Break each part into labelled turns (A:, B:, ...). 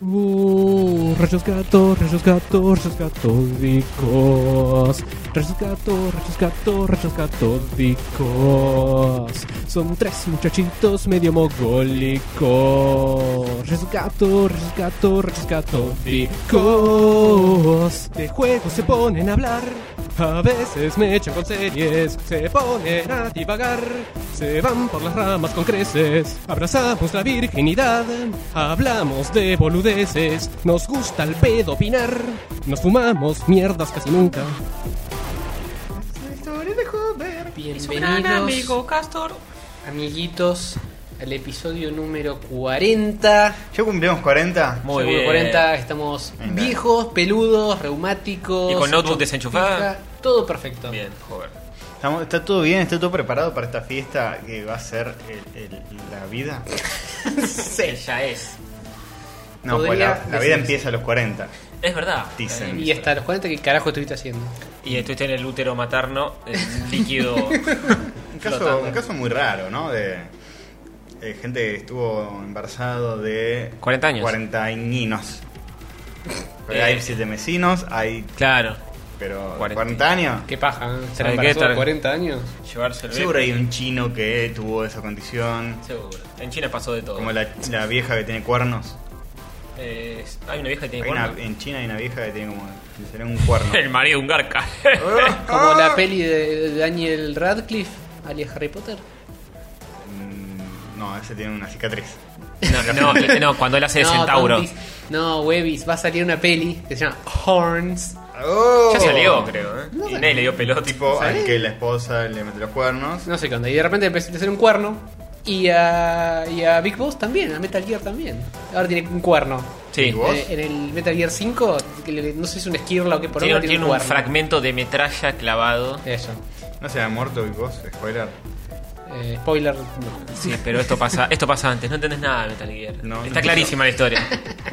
A: Uh, rayos gato, rayos gato, rayos catódicos. Rayos gato, rayos gato, rayos catódicos. Son tres muchachitos medio mogólicos. Rayos gato, rayos gato, rayos catódicos. De juegos se ponen a hablar. A veces me echan con series, se ponen a divagar, se van por las ramas con creces, abrazamos la virginidad, hablamos de boludeces, nos gusta el pedo opinar, nos fumamos mierdas casi nunca.
B: Es un gran amigo,
C: Bienvenidos,
B: Castor.
C: amiguitos, al episodio número 40.
D: Ya cumplimos 40.
E: Muy
C: Seguro
E: bien.
C: 40, estamos
D: Venga.
C: viejos, peludos, reumáticos.
E: Y con notebook
C: ocho
E: desenchufada.
C: pija, Todo perfecto.
E: Bien, joven.
D: Estamos- está todo bien, está todo preparado para esta fiesta que va a ser el- el- la vida.
C: Sí.
E: Ella es.
D: No,
C: Podría
D: pues la, la vida
C: decirse.
D: empieza a los 40.
E: Es verdad.
D: Dicen.
C: Y hasta los 40, ¿qué carajo estuviste haciendo?
E: Y estuviste en el útero materno, el líquido.
D: Un caso,
E: Flotando.
D: un caso muy raro, ¿no? De eh, gente que estuvo embarazado de
E: 40 años.
D: 40 añinos. Pero
E: Eh.
D: hay siete mesinos, hay
E: claro.
D: pero 40,
E: 40.
D: años.
C: Qué paja, ¿eh? ¿Se
E: ¿Sabe qué?
C: embarazó a
E: Estar-
C: 40 años?
E: Llevarse el
D: Seguro
E: bebé.
D: hay un chino que tuvo esa condición,
E: Seguro. En China pasó de todo.
D: como la, la vieja que tiene cuernos.
E: Eh, hay una vieja que tiene
D: Hay una-
E: cuernos.
D: en China hay una vieja que tiene como le salió un cuerno.
E: El marido de un garca.
C: Como la peli de Daniel Radcliffe, alias Harry Potter.
D: Mm, No, ese tiene una cicatriz.
E: no, no, no, cuando él hace de centauro.
C: Tom Dis- No, Webis, va a salir una peli que se llama Horns.
E: Ya salió, creo. ¿eh? y nadie le dio pelota.
D: Oh. Tipo
C: ¿Sabés?
D: al que la esposa le mete los cuernos.
C: No sé qué onda. Y de repente empecé a hacer un cuerno. Y a, y a Big Boss también, a Metal Gear también. Ahora tiene un cuerno.
E: Sí.
D: ¿Vos?
C: Eh, en el Metal Gear 5, que le- no sé si es un esquirla o qué por
E: Tiene,
C: ahora
E: tiene un
C: cuerno.
E: fragmento de metralla clavado.
C: Eso.
D: No se ha muerto y vos, spoiler.
C: Eh, spoiler. no.
E: Sí, pero esto pasa, esto pasa antes. No entendés nada de Metal Gear.
D: No, no
E: Está
D: entiendo.
E: clarísima la historia.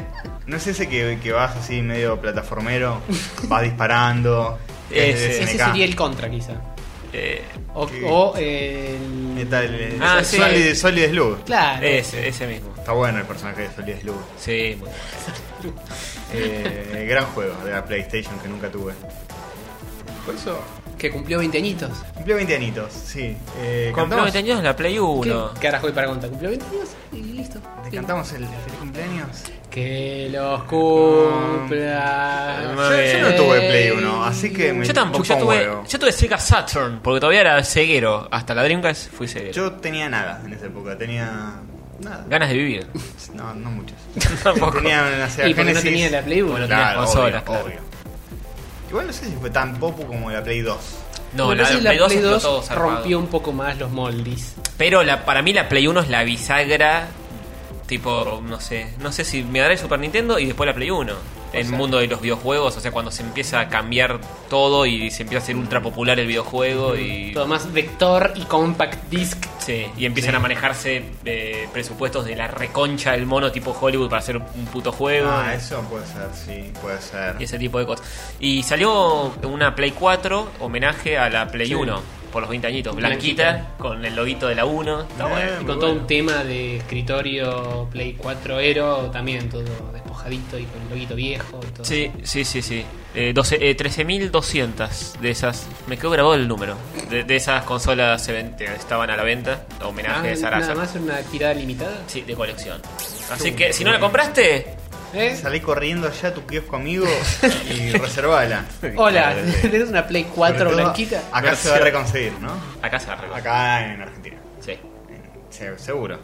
D: ¿No es ese que, que vas así medio plataformero? vas disparando.
E: Ese.
D: es de
C: Ese
D: SNK.
C: sería el contra, quizá.
E: Eh,
C: O,
D: Sí.
C: o el.
D: Metal, eh,
E: Ah,
D: Sol-
E: sí.
D: Solid, Solid Slug.
C: Claro.
E: ese, ese mismo.
D: Está bueno el personaje de Solid Slug.
E: Sí, muy bueno.
D: Eh, gran juego de la PlayStation que nunca tuve. Por eso.
C: Que cumplió 20 añitos.
D: Cumplió 20 anitos, sí. Eh,
E: Compró
D: ¿cantamos?
E: 20 años en la Play 1.
C: ¿Qué carajo hay para contar? Cumplió 20 años y listo.
D: ¿Te cantamos el feliz cumpleaños?
C: Que los cumpla.
E: Ah,
D: Yo, yo
C: eh,
D: no tuve Play 1, así que me
E: Yo tampoco,
D: chupa
E: yo
D: un
E: tuve,
D: huevo.
E: yo tuve Sega Saturn, porque todavía era ceguero. Hasta la Dreamcast fui ceguero.
D: Yo tenía nada en esa época, tenía nada.
E: Ganas de vivir.
D: No, no muchas.
E: Tampoco.
D: tenía una Sega
C: Y porque no
D: Genesis.
C: tenía la Play 1.
E: Bueno,
C: Claro.
D: Claro,
E: Tenías consolas,
D: obvio,
E: claro.
D: obvio. Igual no sé si fue tan popu como la Play 2.
E: No,
C: la,
E: la,
C: la
E: Play 2
C: Play 2
E: explotó zarpado.
C: rompió un poco más los moldes.
E: Pero la, para mí la Play 1 es la bisagra. Tipo, no sé. No sé si me daré el Super Nintendo y después la Play 1. En el mundo de los videojuegos, o sea, cuando se empieza a cambiar todo y se empieza a hacer ultra popular el videojuego y.
C: Todo más vector y compact disc.
E: Sí, y empiezan a manejarse eh, presupuestos de la reconcha del mono tipo Hollywood para hacer un puto juego.
D: Ah, eso puede ser, sí, puede
E: y
D: ser.
E: ese tipo de cosas. Y salió una Play 4, homenaje a la Play
C: Sí.
E: 1, por los 20 añitos.
C: Blanquita.
E: Blanquita, con el loguito de la 1. Está
D: Eh,
E: bueno.
C: Y
D: muy
C: con todo
D: bueno.
C: un tema de escritorio Play 4 Ero, también todo despojadito y con el loguito viejo y todo.
E: Sí, sí, sí, sí. Eh, 12, eh, 13.200 de esas. Me quedó grabado el número. De, de esas consolas se ven- que estaban a la venta.
C: Ah,
E: Homenaje a esa
C: nada
E: raza.
C: más una tirada limitada.
E: Sí, de colección. Así que si no la compraste,
C: ¿Eh?
D: Salí corriendo allá a tu kiosco amigo y reservala.
C: Hola, ¿tenés una Play 4
D: Sobre todo,
C: blanquita?
D: Acá se va a reconseguir, ¿no?
E: acá se arregla.
D: Acá en Argentina.
E: Sí.
D: Eh, Se- Seguro.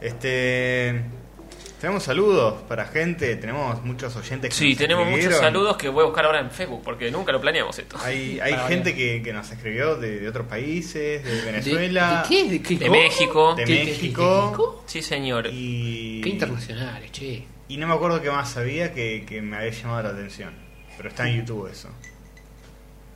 D: Este. Tenemos saludos para gente, tenemos muchos oyentes que
E: Sí,
D: nos
E: tenemos muchos
D: escribieron.
E: saludos que voy a buscar ahora en Facebook porque nunca lo planeamos esto.
D: Hay, hay
C: Para
D: gente que, que nos escribió de, de otros países, de
C: ¿De,
D: Venezuela,
C: de qué? ¿De, qué?
E: De
C: ¿Cómo?
E: México.
D: de
C: ¿Qué- qué-
D: México.
E: Sí, señor.
D: Y,
C: Oh, Qué internacionales, che.
D: y no me acuerdo qué más había que, que me había llamado la atención. Pero está en YouTube eso.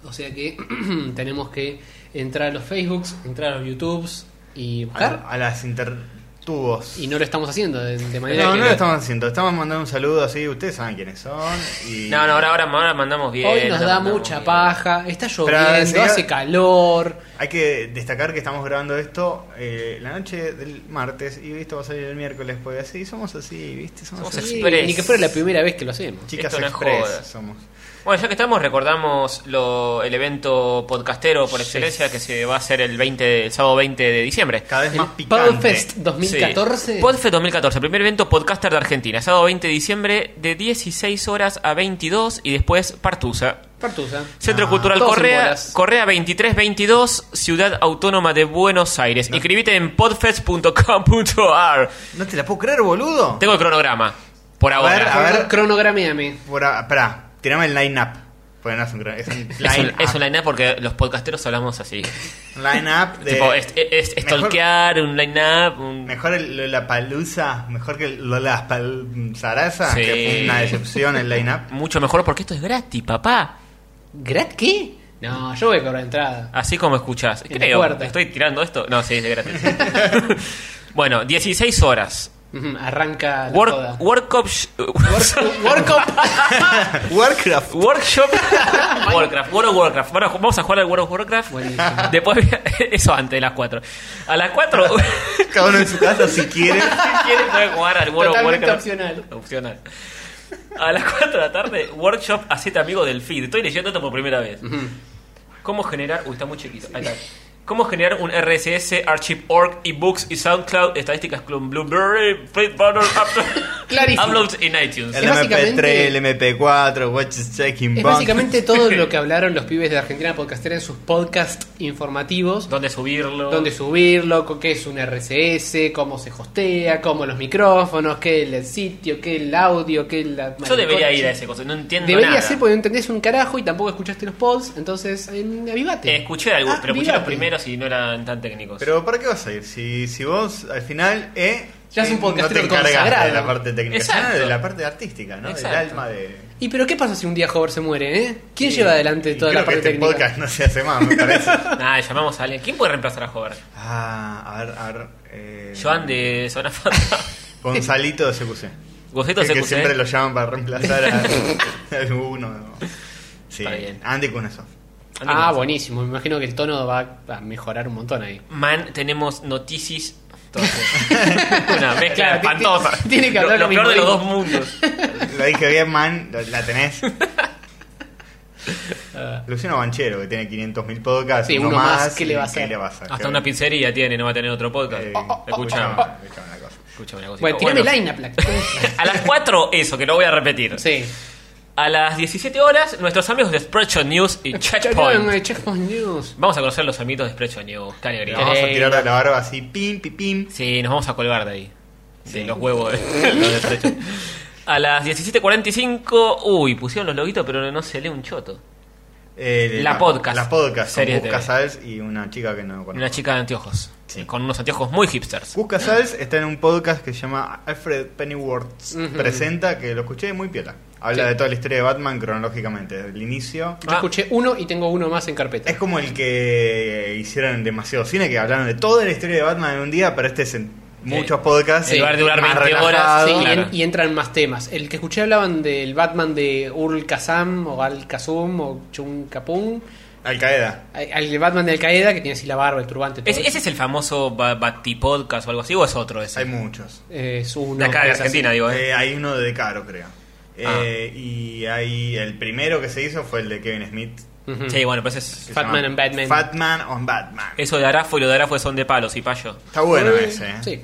C: O sea que tenemos que entrar a los Facebooks, entrar a los YouTubes y
D: A,
C: buscar.
D: a las inter- tubos.
C: Y no lo estamos haciendo de, de manera
D: no,
C: que
D: no lo estamos haciendo. Estamos mandando un saludo así. Ustedes saben quiénes son. Y...
E: No, no, ahora, ahora, ahora mandamos bien.
C: Hoy
E: ahora
C: nos da
E: mandamos
C: mucha
E: bien.
C: paja, está
D: Pero,
C: lloviendo,
D: señor-
C: hace calor.
D: Hay que destacar que estamos grabando esto eh, la noche del martes y esto va a salir el miércoles, porque así somos así, ¿viste? Somos,
E: Somos
D: así.
C: Sí,
E: express.
C: ni que fuera la primera vez que lo hacemos.
D: Chicas
E: Esto no es
D: express
E: joda.
D: somos.
E: Bueno, ya que estamos, recordamos lo- el evento podcastero por excelencia que se va a hacer el, 20 de- el sábado 20 de diciembre.
D: Cada vez
C: El
D: más picante.
C: Podfest 2014.
E: Sí. Podfe 2014, primer evento podcaster de Argentina, sábado 20 de diciembre de 16 horas a 22 y después Partusa.
C: Partusa.
E: Centro
D: Ah,
E: Cultural
C: todos en
E: Correa,
C: bolas.
E: Correa 2322, Ciudad Autónoma de Buenos Aires. Inscribite en podfest.com.ar.
D: No te la puedo creer, boludo.
E: Tengo el cronograma, por ahora.
D: ver, a ver.
C: Cronogrameame.
D: Por, a- pará, tirame el line-up. Porque no es un gran- Es un
E: Es un,
D: line-up.
E: es un line-up porque los podcasteros hablamos así.
D: Line-up de.
E: tipo, es, es- es
D: mejor-
E: stalkear, un line-up, un-
D: Mejor el la palusa, mejor que la Zaraza,
E: Sí.
D: que fue una decepción el line-up.
E: mucho mejor porque esto es gratis, papá.
C: ¿Grat qué? No, yo voy a cobrar entrada.
E: Así como escuchás.
C: En la
E: Creo,
C: puerta.
E: estoy tirando esto. No, sí, es gratis. bueno, 16 horas.
C: Ujú, Arranca la joda.
E: Work, workshop.
C: Workup.
D: Warcraft.
E: Workshop. Warcraft. World of Warcraft. Bueno, vamos a jugar al World of Warcraft.
C: Buenísimo.
E: Después, eso antes de las 4. A las 4, si
D: Cada uno en su casa si quiere.
E: quieren, pueden jugar al World of
C: Totalmente
E: Warcraft.
C: opcional.
E: Opcional. A las 4 de la tarde, workshop, hacete amigo del feed. Estoy leyendo esto por primera vez. ¿Cómo generar. Uy, está muy chiquito. Ahí está. ¿Cómo generar un RSS, Archive.org, ebooks y SoundCloud, estadísticas con Blueberry, Flip Burner,
C: Clarísimo.
E: Uploads en iTunes?
D: El MP3,
C: básicamente-
D: el MP4, What's Checking
C: Es
D: Bunk.
C: básicamente todo lo que hablaron los pibes de Argentina Podcastera en sus podcasts informativos.
E: ¿Dónde subirlo?
C: Dónde subirlo, co- qué es un RCS, cómo se hostea, cómo los micrófonos, qué el sitio, qué el audio, qué la...
E: Yo debería ir a ese cosa, no entiendo
C: Debería
E: nada.
C: ser porque no entendés un carajo y tampoco escuchaste los pods, entonces eh, avivate.
E: Eh, Escuché algunos,
C: Ah,
E: pero escuché los
C: avivate.
E: primeros y no eran tan técnicos.
D: Pero ¿para qué vas a ir? Si, si vos al final eh,
C: Ya es un
D: no te
C: podcastero
D: encargas
C: consagrado.
D: de la parte técnica,
E: Exacto.
D: sino de la parte artística, ¿no? Del
E: Exacto.
D: alma de.
C: ¿Y pero qué pasa si un día Hover se muere, eh? ¿Quién lleva adelante
D: Y
C: toda
D: creo
C: la parte
D: que este
C: técnica?
D: podcast no se hace más, me parece.
E: Nada, llamamos a alguien. ¿Quién puede reemplazar a Hover?
D: ah, a ver, a ver. Eh,
E: Joan de Zona Fanta.
D: Gonzalito de CQC.
E: Gocito
D: Que, que
E: CQC.
C: eh.
D: siempre lo llaman para reemplazar a a alguno. Sí,
E: Está bien.
D: Andy Kunasov.
C: Ah, buenísimo, me imagino que el tono va a mejorar un montón ahí.
E: Man, tenemos noticias. Entonces, una mezcla
C: Claro, ti-
E: espantosa.
C: ti- tiene que hablar
E: lo, lo
C: con
E: peor de los dos
C: Ingrid.
E: mundos.
D: Lo dije bien, man, lo- la tenés. Luciano Banchero, que tiene 500.000
C: Ah.
D: podcasts.
C: Sí, uno más, ¿qué le va a hacer?
E: Hasta una pincería tiene, no va a tener otro podcast.
D: Eh,
E: Escuchame,
D: escuchame una cosa.
E: escuchame una cosita.
C: Bueno, tirame
E: Bueno,
C: line up, la-
E: A las 4, eso, que lo voy a repetir.
C: Sí.
E: A las 17 horas, nuestros amigos de Spreadshot News y Checkpoint.
C: Checkpoint News.
E: Vamos a conocer los amigos de Spreadshot News. Dale,
D: Le
E: Grita.
D: vamos a tirar de la barba así, pim, pim, pim.
E: Sí, nos vamos a colgar de ahí. De los huevos de los de Spreadshot. A las 17.45, uy, pusieron los loguitos, pero no se lee un choto.
D: Eh,
E: La podcast.
D: La podcast.
E: Serie
D: Con
E: de TV.
D: Cus Casals y una chica que no conozco.
E: Una chica de anteojos.
D: Sí.
E: Con unos anteojos muy hipsters.
D: Cus Casals está en un podcast que se llama Alfred Pennyworth Presenta, que lo escuché muy piola. Habla
C: Sí.
D: de toda la historia de Batman cronológicamente, desde el inicio.
C: Yo
E: Ah.
C: escuché uno y tengo uno más en carpeta.
D: Es como el que hicieron en demasiado cine, que hablaron de toda la historia de Batman en un día, pero este es en muchos podcasts.
E: En lugar de durar
D: más
E: 20 horas,
D: relajado.
C: Sí, y en-
E: Ah, claro.
C: y, entran más temas. El que escuché hablaban del Batman de Ul Kazam o Al Kazum o Chun Kapung.
D: Al Qaeda.
C: El Batman de Al Qaeda que tiene así la barba, el turbante. Todo
E: ¿Ese, ese es el famoso ba- Batipodcast o algo así? ¿O es otro ese?
D: Hay muchos.
C: es uno.
E: de acá, de
C: es así.
E: Argentina, digo. ¿eh? Ah.
D: Eh, hay uno de Caro, creo. Eh, y hay el primero que se hizo fue el de Kevin Smith.
C: Ujú.
E: Sí, bueno, pues es,
D: que se
C: Fatman
D: llama
C: and Batman.
D: Fatman on Batman.
E: eso de Arafo y lo de Arafo son de palos y payo.
D: Está bueno
C: Eh,
D: ese. eh.
C: sí.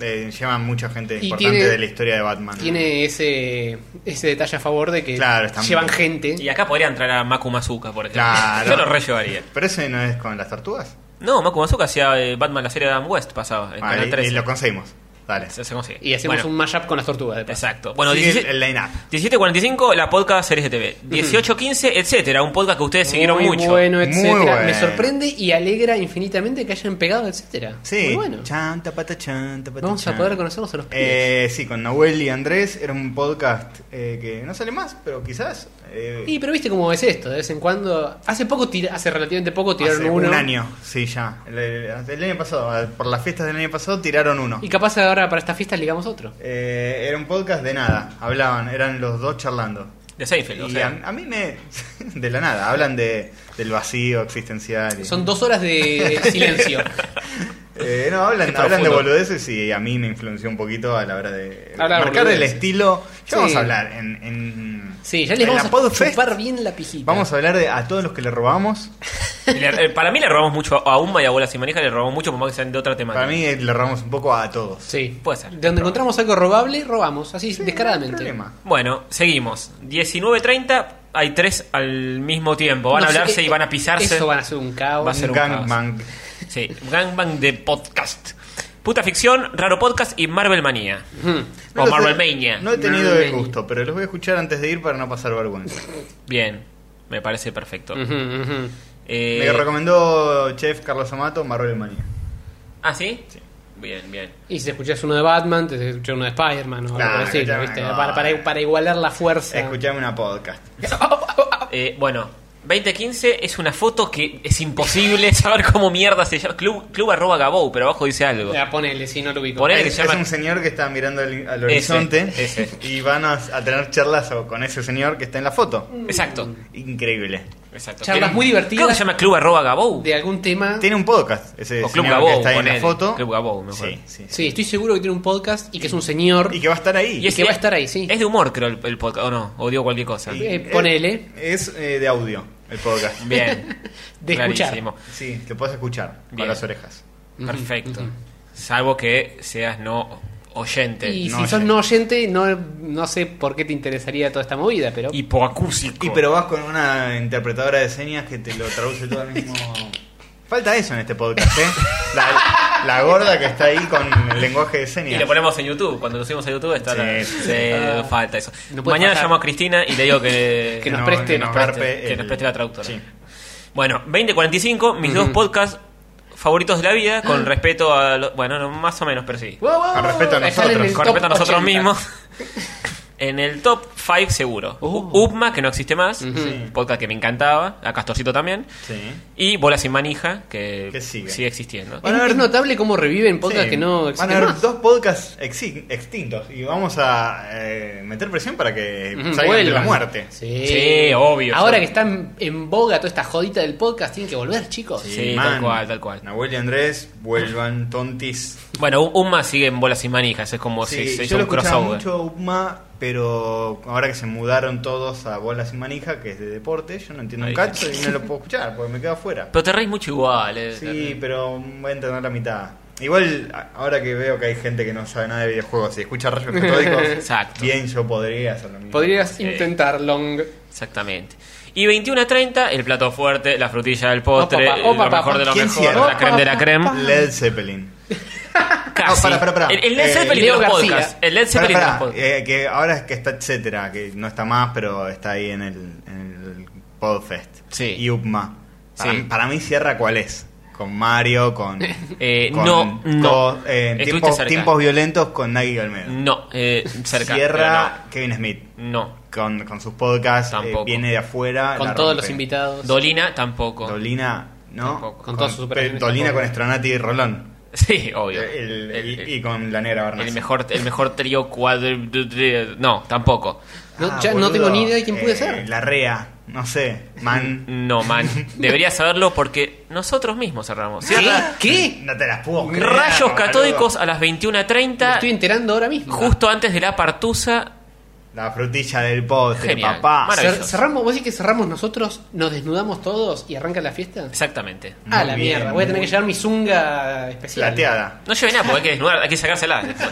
D: Eh, llevan mucha gente
C: Y
D: importante
C: tiene-
D: de la historia de Batman.
C: Tiene ese, ese detalle a favor de que
D: Claro, está muy
C: llevan
D: bien.
C: gente.
E: Y acá podría entrar a Maku Mazuka, por ejemplo.
D: Claro.
E: Yo lo re llevaría.
D: Pero ese no es con las tortugas.
E: No, Maku Mazuka hacía eh, Batman, la serie de Adam West pasaba en
D: Ah,
E: Canal
D: y- y,
E: 13.
D: lo conseguimos. Dale.
E: Se, se consigue.
C: Y hacemos
E: Bueno,
C: un mashup con las tortugas. De paso.
E: Exacto. Bueno,
D: Sigue
E: 17
D: el, el line-up.
E: 17.45, la podcast Series de TV. 18.15, etcétera. Un podcast que ustedes siguieron
C: Muy
E: mucho.
C: bueno,
D: Muy
C: etcétera.
D: bueno.
C: Me sorprende y alegra infinitamente que hayan pegado, etcétera.
D: Sí.
C: Muy bueno.
D: Chan, tapata, chan, tapata,
C: Vamos a
D: chan.
C: poder conocernos a los pibes.
D: Eh, sí, con Nahuel y Andrés era un podcast eh, que no sale más, pero quizás. eh,
C: y pero viste cómo es esto, de vez en cuando. Hace poco, tira- hace relativamente poco tiraron
D: hace
C: uno.
D: un año, sí, ya. El, el- el año pasado, por las fiestas del año pasado, tiraron uno.
C: Y capaz ahora para estas fiestas ligamos otro.
D: Eh, era un podcast de nada, hablaban, eran los dos charlando.
E: De Seinfeld, o
D: y
E: sea.
D: a, a mí me. de la nada, hablan de, del vacío existencial. y-
C: Son dos horas de silencio.
D: Eh, no, hablan,
E: Qué
D: hablan de
E: profundo.
D: boludeces y a mí me influenció un poquito a la hora de
C: Hablar
D: marcar el
C: boludeces.
D: estilo. Ya vamos
C: Sí.
D: a hablar en. en-
C: Sí, ya les
D: en la
C: vamos a
D: Podfest
C: chupar bien la pijita.
D: Vamos a hablar de a todos los que le robamos.
E: Y le- eh, para mí le robamos mucho a Uma y a Bola Simaneja, le robamos mucho, por más que sean de otra temática.
D: Para mí eh, le robamos un poco a todos.
C: Sí.
E: Puede ser.
C: De donde encontramos algo robable, robamos. Así,
D: Sí,
C: descaradamente.
D: No hay problema.
E: Bueno, seguimos. 19.30, hay tres al mismo tiempo. Van a
C: No sé,
E: hablarse y van a
C: eh,
E: pisarse.
C: Eso van a hacer un caos.
E: Va a ser un
D: Un
E: caos.
D: gangbang.
E: Sí, gangbang de podcast. Puta ficción, raro podcast y Marvel Manía.
C: Ujú.
E: o
D: los he-
E: Marvel Mania.
D: No he tenido el
C: Marvelmania.
D: gusto, pero los voy a escuchar antes de ir para no pasar vergüenza.
E: Bien, me parece perfecto.
C: Ujú, ujú.
E: Eh,
D: Mm. Me recomendó Chef Carlos Amato, Marvel Mania.
E: ¿Ah, sí? Bien, bien.
C: Y si escuchás uno de Batman, te escuchás uno de Spider-Man o algo
D: Claro,
C: por el estilo,
D: escuchame,
C: ¿viste?
D: no.
C: Para, para, para igualar la
E: Ah.
C: fuerza.
D: Escuchame una podcast.
E: Eh, bueno, 2015 es una foto que es imposible saber cómo mierda se llama. Club, club arroba Gabou, pero abajo dice algo.
C: Ya, Eh, ponele, si no lo ubico.
E: Ponele. Mira que
D: Es,
E: se llama-
D: es un señor que está mirando al, al
E: Ese,
D: horizonte
E: ese.
D: y van a, a tener charlas o- con ese señor que está en la foto.
E: Exacto.
D: Increíble.
E: Exacto.
C: Charlas muy divertidas.
E: Creo que se llama Club arroba Gabou.
C: De algún tema.
D: Tiene un podcast ese
E: O Club
D: señor
E: Gabou,
D: que está ahí en
E: ponele.
D: la foto.
E: Club Gabou, me acuerdo.
D: sí, sí, sí.
C: Sí, estoy seguro que tiene un podcast y que es un señor.
D: Y que va a estar ahí.
E: Y es-
C: que va a estar ahí, sí.
E: Es de humor, creo, el, el podcast, o no, o digo cualquier cosa.
D: Y-
C: eh, ponele.
D: Es, eh, de audio el podcast.
E: Bien.
C: De escuchar.
E: Clarísimo.
D: Sí, lo puedes escuchar
E: Bien.
D: con las orejas.
E: Perfecto.
C: ujú.
E: Salvo que seas no oyente.
C: Y
D: no
C: si sos
D: oyente.
C: no oyente, no, no sé por qué te interesaría toda esta movida, pero.
E: Hipoacúsico.
D: Y pero vas con una interpretadora de señas que te lo traduce todo al mismo. Falta eso en este podcast, ¿eh? La, la gorda que está ahí con el lenguaje de
E: Y
D: señas.
E: lo ponemos en YouTube. Cuando lo subimos a YouTube está
D: Sí,
E: la-
D: sí.
E: se-
C: Ah.
E: falta eso.
C: No puede
E: Mañana
C: faltar.
E: llamo a Cristina y le digo que,
C: Que nos preste-
D: que
C: nos
E: preste-
D: garpe
E: que
D: el-
E: nos preste la traductora.
D: Sí.
E: Bueno, 2045, mis dos podcasts favoritos de la vida
C: Ah.
E: con respeto a... lo- Bueno, no, más o menos, pero sí.
C: Wow, wow,
D: Con respeto a
C: están en
D: nosotros.
C: el
E: Con
C: top
E: respeto a nosotros
C: 80.
E: mismos. En el top 5 seguro.
C: Uh.
E: U- Upma, que no existe más.
D: Sí.
E: Podcast que me encantaba. A Castorcito también.
D: Sí.
E: Y Bola sin manija, que,
D: Que sigue.
E: existiendo.
C: Es, es notable cómo reviven podcasts
D: Sí,
C: que no
D: Van
C: existen
D: a haber
C: más.
D: dos podcasts exi- extintos y vamos a eh, meter presión para que
C: Ujú,
D: salgan de la
C: vuelvan.
D: muerte.
C: Sí.
E: Sí, obvio.
C: Ahora
E: Sí.
C: que están en boga toda esta jodita del podcast, tienen que volver, chicos.
E: Sí, tal cual, tal cual.
D: Nahuel y Andrés vuelvan tontis.
E: Bueno, U- Upma sigue en Bola sin manijas. Es como si se hizo
D: yo lo
E: un
D: escuchaba
E: crossover.
D: mucho Upma, pero ahora que se mudaron todos a Bolas sin Manija, que es de deporte, yo no entiendo un
E: Ahí
D: cacho y no lo puedo escuchar porque me quedo afuera.
E: Pero te reís mucho igual. eh.
D: Sí, pero voy a entender la mitad. Igual, a- ahora que veo que hay gente que no sabe nada de videojuegos y escucha rayos metódicos,
E: Exacto.
D: bien yo podría hacer lo mismo.
C: Podrías
E: Sí.
C: intentar long.
E: Exactamente. Y 21 a 30, el plato fuerte, la frutilla del postre,
C: Opa, pa, opa,
E: lo
C: pa,
E: mejor
C: pa.
E: de lo
D: ¿Quién
E: mejor,
D: cierra?
E: la creme de la creme.
D: Led Zeppelin.
E: Casi.
D: No, pará, pará, pará.
E: El, el Led
D: Eh,
E: Zeppelin
C: Leo
E: de los
C: García.
E: podcasts. El Led Zeppelin de
D: Pará,
E: los
D: pará,
E: podcasts.
D: eh, que ahora es que está etcétera, que no está más, pero está ahí en el, en el Podfest.
E: Sí.
D: Y Upma. Para,
E: Sí.
D: para mí cierra cuál es. Con Mario, con...
E: Eh,
D: con-
E: no, no.
D: con, eh,
E: Estuviste
D: tiempos,
E: cerca.
D: tiempos violentos con Nagui Olmedo.
E: No, eh, cerca.
D: Cierra Kevin Smith.
E: pero No.
D: Con, con sus podcasts. eh,
E: Tampoco.
D: viene de afuera.
C: Con
D: la
C: todos
D: rompe.
C: los
E: No.
C: invitados.
E: Dolina tampoco.
D: Dolina, ¿no?
E: Tampoco.
C: Con todas sus operaciones
D: Dolina
C: tampoco.
D: con Estronati y Rolón.
E: Sí, obvio.
D: El-
E: El-
D: y, y con la negra Barnas.
E: El mejor, el mejor trío cuadro. No, tampoco.
C: No,
D: Ah,
C: ya no
D: boludo,
C: tengo ni idea de quién puede
D: eh,
C: ser.
D: La REA, no sé, man.
E: No, man. Deberías saberlo porque nosotros mismos cerramos.
C: ¿Qué? ¿Qué?
D: No te las puedo creer,
E: Rayos
D: boludo.
E: catódicos a las
C: Me estoy
E: 21.30,
C: enterando ahora mismo.
E: justo antes de la partusa.
D: La frutilla del postre,
E: Genial.
D: papá.
E: Maravilloso.
C: Cer- cerramos, vos decís que cerramos nosotros, nos desnudamos todos y arranca la fiesta.
E: Exactamente.
C: Ah,
D: Muy
C: la
D: bien,
C: mierda, voy a tener
D: muy
C: que llevar mi zunga especial.
D: Plateada.
E: No lleve nada porque hay que desnudar, hay que sacársela después.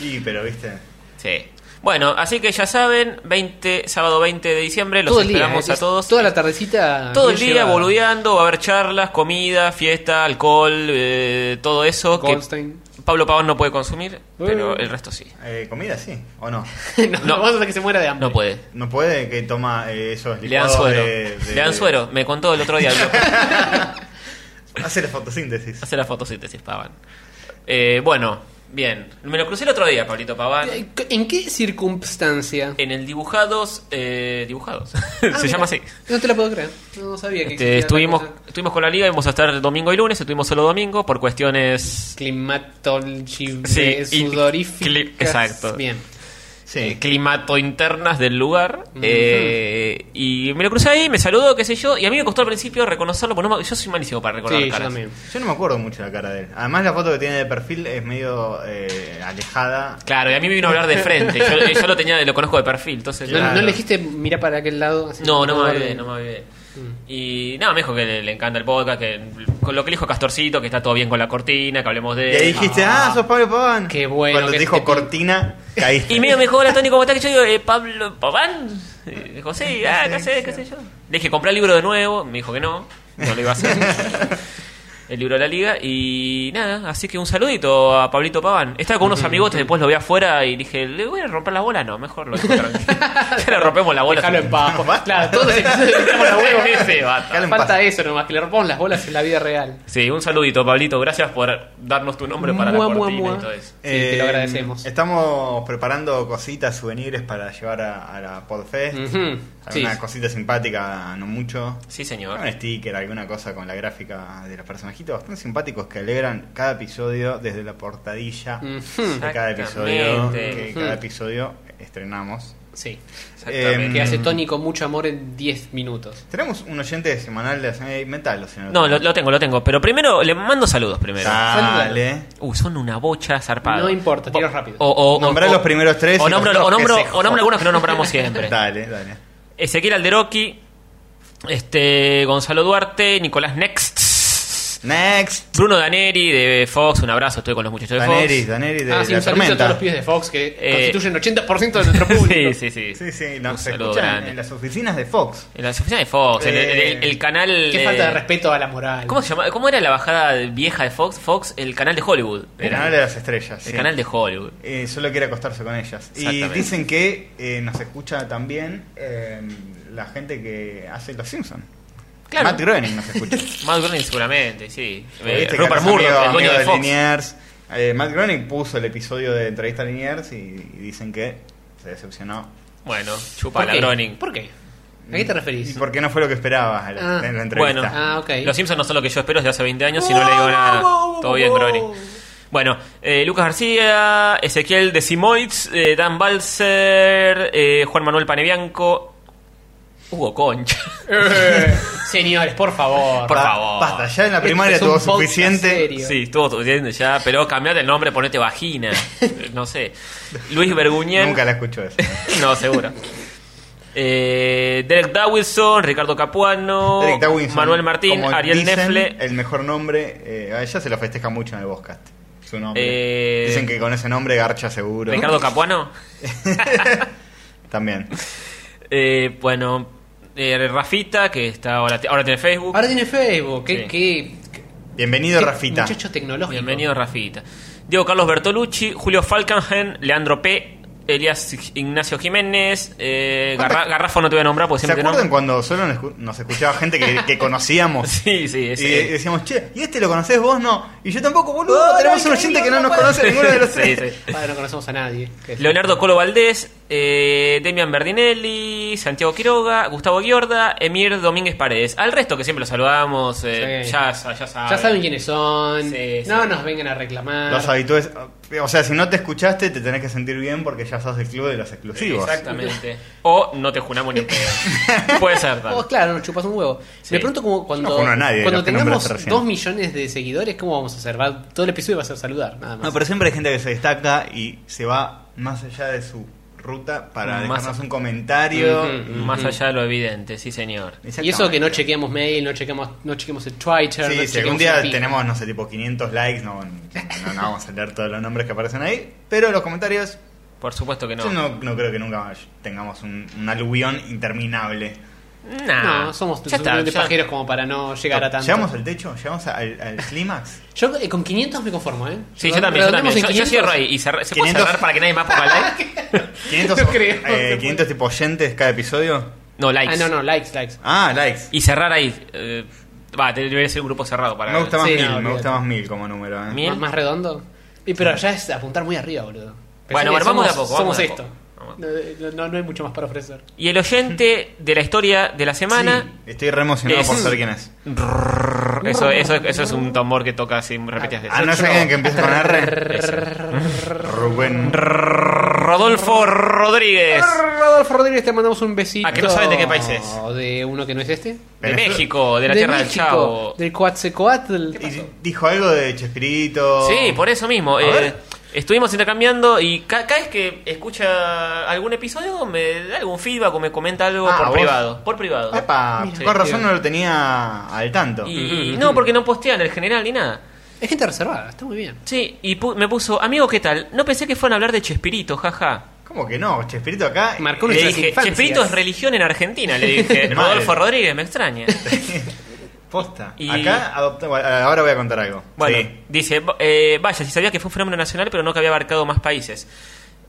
D: Y, pero viste.
E: Sí. Bueno, así que ya saben, 20, sábado 20 de diciembre, los
C: Todo el día,
E: esperamos
C: eh,
E: a todos.
C: Toda la tardecita.
E: Todo el
C: bien
E: día
C: llevada.
E: boludeando, va a haber charlas, comida, fiesta, alcohol, eh, todo eso. que
C: Goldstein.
E: Pablo Pavón no puede consumir, pero el resto sí.
D: Eh, comida sí, o no.
C: no, no, vamos a hacer que se muera de hambre.
E: No puede.
D: No puede que toma eh, esos
E: Le dan
D: licuados
E: suero.
D: de- de-
E: Le dan suero. Me contó el otro día.
D: Hace la fotosíntesis.
E: Hace la fotosíntesis, Paván. Eh, bueno, bien. Me lo crucé el otro día, Pablito Paván.
C: Eh, ¿En qué circunstancia?
E: En el dibujados. eh, dibujados. Eh, Se
C: Ah, mira,
E: llama así.
C: No te lo puedo creer. No, no sabía que
E: Este,
C: existía
E: estuvimos,
C: tal cosa.
E: estuvimos con la liga, íbamos a estar domingo y lunes, estuvimos solo domingo por cuestiones
C: Climatology
E: Sí,
C: eh,
E: y-
C: sudoríficas.
E: cli- exacto.
C: Bien.
D: Sí.
E: climato internas del lugar. eh, y me lo crucé ahí, me saludó, qué sé yo. Y a mí me costó al principio reconocerlo, porque no me- yo soy malísimo para recordar
C: Sí, yo
E: caras.
C: también.
D: Yo no me acuerdo mucho la cara de él. Además, la foto que tiene de perfil es medio eh, alejada.
E: Claro, y a mí me vino a hablar de frente. Yo, yo lo tenía, lo conozco de perfil, entonces.
C: ¿No, Mm.
E: yo-
D: Claro.
C: ¿No le dijiste mira para aquel lado? Así
E: No, no me
C: como-
E: avivé, no me avivé. Y nada, me dijo que le, le encanta el podcast, que con lo que le dijo Castorcito, que está todo bien con la cortina, que hablemos
D: Y
E: de.
D: ahí dijiste, ah, sos Pablo Paván.
C: Qué bueno
D: Cuando
C: que
D: te dijo
C: este pi-
D: cortina, caíste.
E: Y medio me dijo, hola Tony, ¿cómo estás? Que yo digo, eh, Pablo Paván. Y dijo, sí, ah, qué sé, qué sé yo. Le dije, compré el libro de nuevo. Me dijo que no, no lo iba a hacer. el libro de la liga. Y nada, así que un saludito a Pablito Paván. Estaba con unos amigotes, después lo vi afuera y dije, ¿le voy a romper la bola? No, mejor lo dejo tranquilo. Ya le rompemos la bola.
C: Déjalo en paz.
D: No, basta.
C: claro, todos episodios le tiramos la bola.
E: Sí, basta.
D: Déjalo en
C: Falta
D: paz.
C: eso nomás, que le rompamos las bolas en la vida real.
E: Sí, un saludito, Pablito. Gracias por darnos tu nombre para
C: Mua,
E: la
C: mua,
E: cortina
C: mua.
E: y todo eso.
C: Sí, te lo agradecemos.
D: Eh, Estamos preparando cositas, souvenirs para llevar a, a la Podfest.
C: Ujú, sí.
D: Alguna cosita simpática, no mucho.
E: Sí, señor.
C: Ah,
D: Un sticker, alguna cosa con la gráfica de los personajitos bastante simpáticos que alegran cada episodio desde la portadilla
C: Ujú.
D: de cada episodio.
E: Exactamente.
D: Que cada episodio estrenamos.
C: Sí.
E: Exactamente.
D: Em,
C: Que hace Tony con mucho amor en 10 minutos.
D: Tenemos un oyente semanal de eh, Asamblea Mental, o
C: em,
D: sea,
E: No, lo, lo tengo, lo tengo. Pero primero le mando saludos primero.
D: Dale.
E: Uh, son una bocha zarpada.
C: No importa, tiro
E: O-
C: rápido.
E: O, o-
D: Nombrá
E: o-
D: los primeros tres
E: O
D: y
E: nombro,
D: los
E: o
D: otros
E: nombro,
D: que se
E: o nombro
D: jodan.
E: algunos que no nombramos siempre.
D: Dale, dale.
E: Ezequiel Alderoqui, este, Gonzalo Duarte, Nicolás Next,
D: Next.
E: Bruno Daneri de Fox. Un abrazo, estoy con los muchachos de Fox.
D: Daenerys, Daenerys de
C: ah, sí,
D: la
C: un saludo a todos los
D: tormenta.
C: pibes de Fox que
E: Eh,
C: constituyen 80% de nuestro público.
E: sí, sí, sí.
D: Sí, sí,
E: Un
D: nos se
E: saludo
D: escuchan
E: grande.
D: en las oficinas de Fox.
E: En la oficina de Fox, en el,
D: Eh,
E: el- el canal.
C: Qué
E: eh,
C: falta de respeto a la moral.
E: ¿Cómo se llama? ¿Cómo era la bajada vieja de Fox? Fox, el canal de Hollywood.
D: El
E: Era.
D: canal de las estrellas.
E: El
D: sí.
E: canal de Hollywood.
D: Eh, solo quiere acostarse con ellas. Y
E: Exactamente.
D: dicen que eh, nos escucha también eh, la gente que hace Los Simpsons.
E: Claro.
D: Matt Groening nos escucha.
E: Matt Groening seguramente, sí. Eh,
D: Viste que
E: Rupert
D: es
E: Murdoch,
D: amigo-
E: el dueño
D: amigo
E: de
D: de
E: Fox.
D: Liniers. Eh, Matt Groening puso el episodio de entrevista a Liniers y, y dicen que se decepcionó.
E: Bueno, chupa
C: ¿Por
E: la
C: qué?
E: Groening.
C: ¿Por qué? ¿A qué te
D: ¿Y
C: referís?
D: por qué no fue lo que esperabas en la,
C: Ah.
D: en la entrevista?
E: Bueno,
C: Ah, ok.
E: los Simpsons no son lo que yo espero desde hace 20 años y no le digo nada. Todo bien, Groening. Bueno, eh, Lucas García, Ezequiel de Simoitz, eh, Dan Balser, eh, Juan Manuel Panebianco, Hugo Concha.
C: Eh, señores, por favor.
E: Por
D: Ba-
E: favor.
D: Basta, ya en la primaria
C: Este es
D: tuvo
C: un podcast
D: suficiente.
C: serio.
E: Sí, estuvo suficiente ya, pero cambiate el nombre, ponete vagina. Eh, No sé. Luis Berguñán.
D: Nunca la escucho eso.
E: No, seguro. Eh, Derek Dawilson, Ricardo Capuano,
D: Derek Dawkinson,
E: Manuel Martín,
D: como
E: Ariel
D: dicen,
E: Nefle.
D: El mejor nombre, eh, a ella se lo festeja mucho en el podcast. Su nombre.
E: Eh,
D: dicen que con ese nombre garcha seguro.
E: Ricardo Capuano.
D: También.
E: Eh, bueno, eh, Rafita, que está ahora, ahora tiene Facebook.
C: Ahora tiene Facebook. Qué,
E: Sí.
C: qué-
D: Bienvenido,
C: qué
D: Rafita.
C: muchacho tecnológico.
E: Bienvenido, Rafita. Diego Carlos Bertolucci, Julio Falkengen, Leandro P., Elías Ignacio Jiménez, eh,
D: ¿Cuántas-
E: Garra- Garrafo no te voy a nombrar porque
D: ¿Se
E: siempre te
D: acuerdan
E: nombro.
D: cuando solo nos escu- nos escuchaba gente que, que conocíamos?
E: Sí, sí,
D: Y
E: ese.
D: de- decíamos, che, ¿y este lo conocés vos? No. Y yo tampoco, boludo.
C: Oh,
D: tenemos
C: no,
D: un oyente que no nos
C: increíble,
D: conoce ninguno de los
E: Sí,
D: tres.
E: sí.
C: Padre, no conocemos a nadie. ¿Qué es?
E: Leonardo Colo Valdés, eh, Demian Berdinelli, Santiago Quiroga, Gustavo Giorda, Emir Domínguez Paredes. Al resto que siempre los saludamos, eh,
C: Sí.
E: ya, sa- ya saben.
C: Ya saben quiénes son.
E: Sí, sí.
C: no nos vengan a reclamar.
D: Los habitués. O sea, si no te escuchaste, te tenés que sentir bien porque ya sos del club de los exclusivos.
E: Exactamente. O no te junamos ni en pedo. Puede ser
C: Vos,
E: también.
C: claro, nos chupas un huevo.
E: Sí.
C: De pronto, como
D: no
C: cuando,
D: funo a nadie,
C: cuando
D: los que nombraste
C: tengamos
D: recién.
C: dos millones de seguidores, ¿cómo vamos a hacer? Va- todo el episodio va a ser saludar, nada más.
D: No, pero siempre hay gente que se destaca y se va más allá de su ruta para
E: Más
D: dejarnos
E: allá.
D: un comentario.
C: Ujú.
E: Más allá de lo evidente, sí señor.
D: Exactamente.
C: y eso que no chequeamos mail, no chequeamos, no chequeamos el Twitter. no
D: Sí, si algún
C: chequeamos
D: día
C: el pi-
D: tenemos, no sé, tipo 500 likes, no, no, no vamos a leer todos los nombres que aparecen ahí, pero los comentarios,
E: Por supuesto que no.
D: yo no, no creo que nunca tengamos un, un aluvión interminable.
E: Nah.
C: No, somos
E: Ah. Ya está,
C: suficientemente
E: ya-
C: pajeros como para no llegar a tanto.
D: ¿Llegamos al techo? ¿Llegamos al, al clímax?
C: Yo eh, con 500 me conformo, ¿eh?
E: Sí, yo también, yo también.
C: Redondemos en
E: Yo, yo
C: 500.
E: cierro ahí. Y cerra- ¿Se puede
D: 500.
E: cerrar para que nadie más ponga like?
D: 500,
C: No creo.
D: eh, 500 tipo oyentes cada episodio.
E: No, likes.
C: Ah, no, no, likes, likes.
D: Ah, likes.
E: Y cerrar ahí. eh, Va, te- debería ser un grupo cerrado para.
D: Me gusta más
C: Sí,
D: mil,
C: no,
D: me gusta
C: olvídate.
D: más mil como número. eh.
E: Mil.
C: Más, más redondo. Y pero ya es apuntar muy arriba, boludo.
E: Bueno,
C: que
E: bueno, vamos de
C: somos-
E: a poco, vamos
C: Somos
E: de a
C: esto.
E: poco. Vamos.
C: No, no, no hay mucho más para ofrecer.
E: Y el oyente de la historia de la semana.
D: Sí, estoy re emocionado
E: Es-
D: por saber quién es.
E: Rrrr, Eso, eso, eso es un tambor que toca así repetidas veces.
D: Ah, no es alguien que empieza con R.
E: Ese.
D: Rubén.
E: Rodolfo Rodríguez.
C: Rodolfo Rodríguez, te mandamos un besito.
E: Ah, que no sabes de qué país es.
C: De uno que no es este.
E: De
D: Venezuela.
E: México, de la tierra del
C: México,
E: Chavo.
C: Del Coatzacoatl.
D: Y dijo algo de Chespirito.
E: Sí, por eso mismo. eh,
D: ver.
E: estuvimos intercambiando y ca- cada vez que escucha algún episodio me da algún feedback o me comenta algo
D: Ah,
E: por
D: vos.
E: privado. Por privado.
D: Epa,
E: Sí.
D: con razón no lo tenía al tanto.
E: Y, y- no, porque no postean el general ni nada.
C: Es gente reservada, está muy bien.
E: Sí, y pu- me puso, amigo, ¿qué tal? No pensé que fueran a hablar de Chespirito, jaja.
D: ¿Cómo que no? Chespirito acá. eh,
C: Marcó
E: Le
D: le
C: nuestra
D: dije,
E: dije,
C: infancias.
E: Chespirito es religión en Argentina, le dije.
D: Mal.
E: Rodolfo Rodríguez, me extraña.
D: Posta.
E: Y-
D: Acá adopta. bueno, ahora voy a contar algo.
E: Bueno,
D: Sí.
E: dice, eh, vaya, si sabía que fue un fenómeno nacional, pero no que había abarcado más países.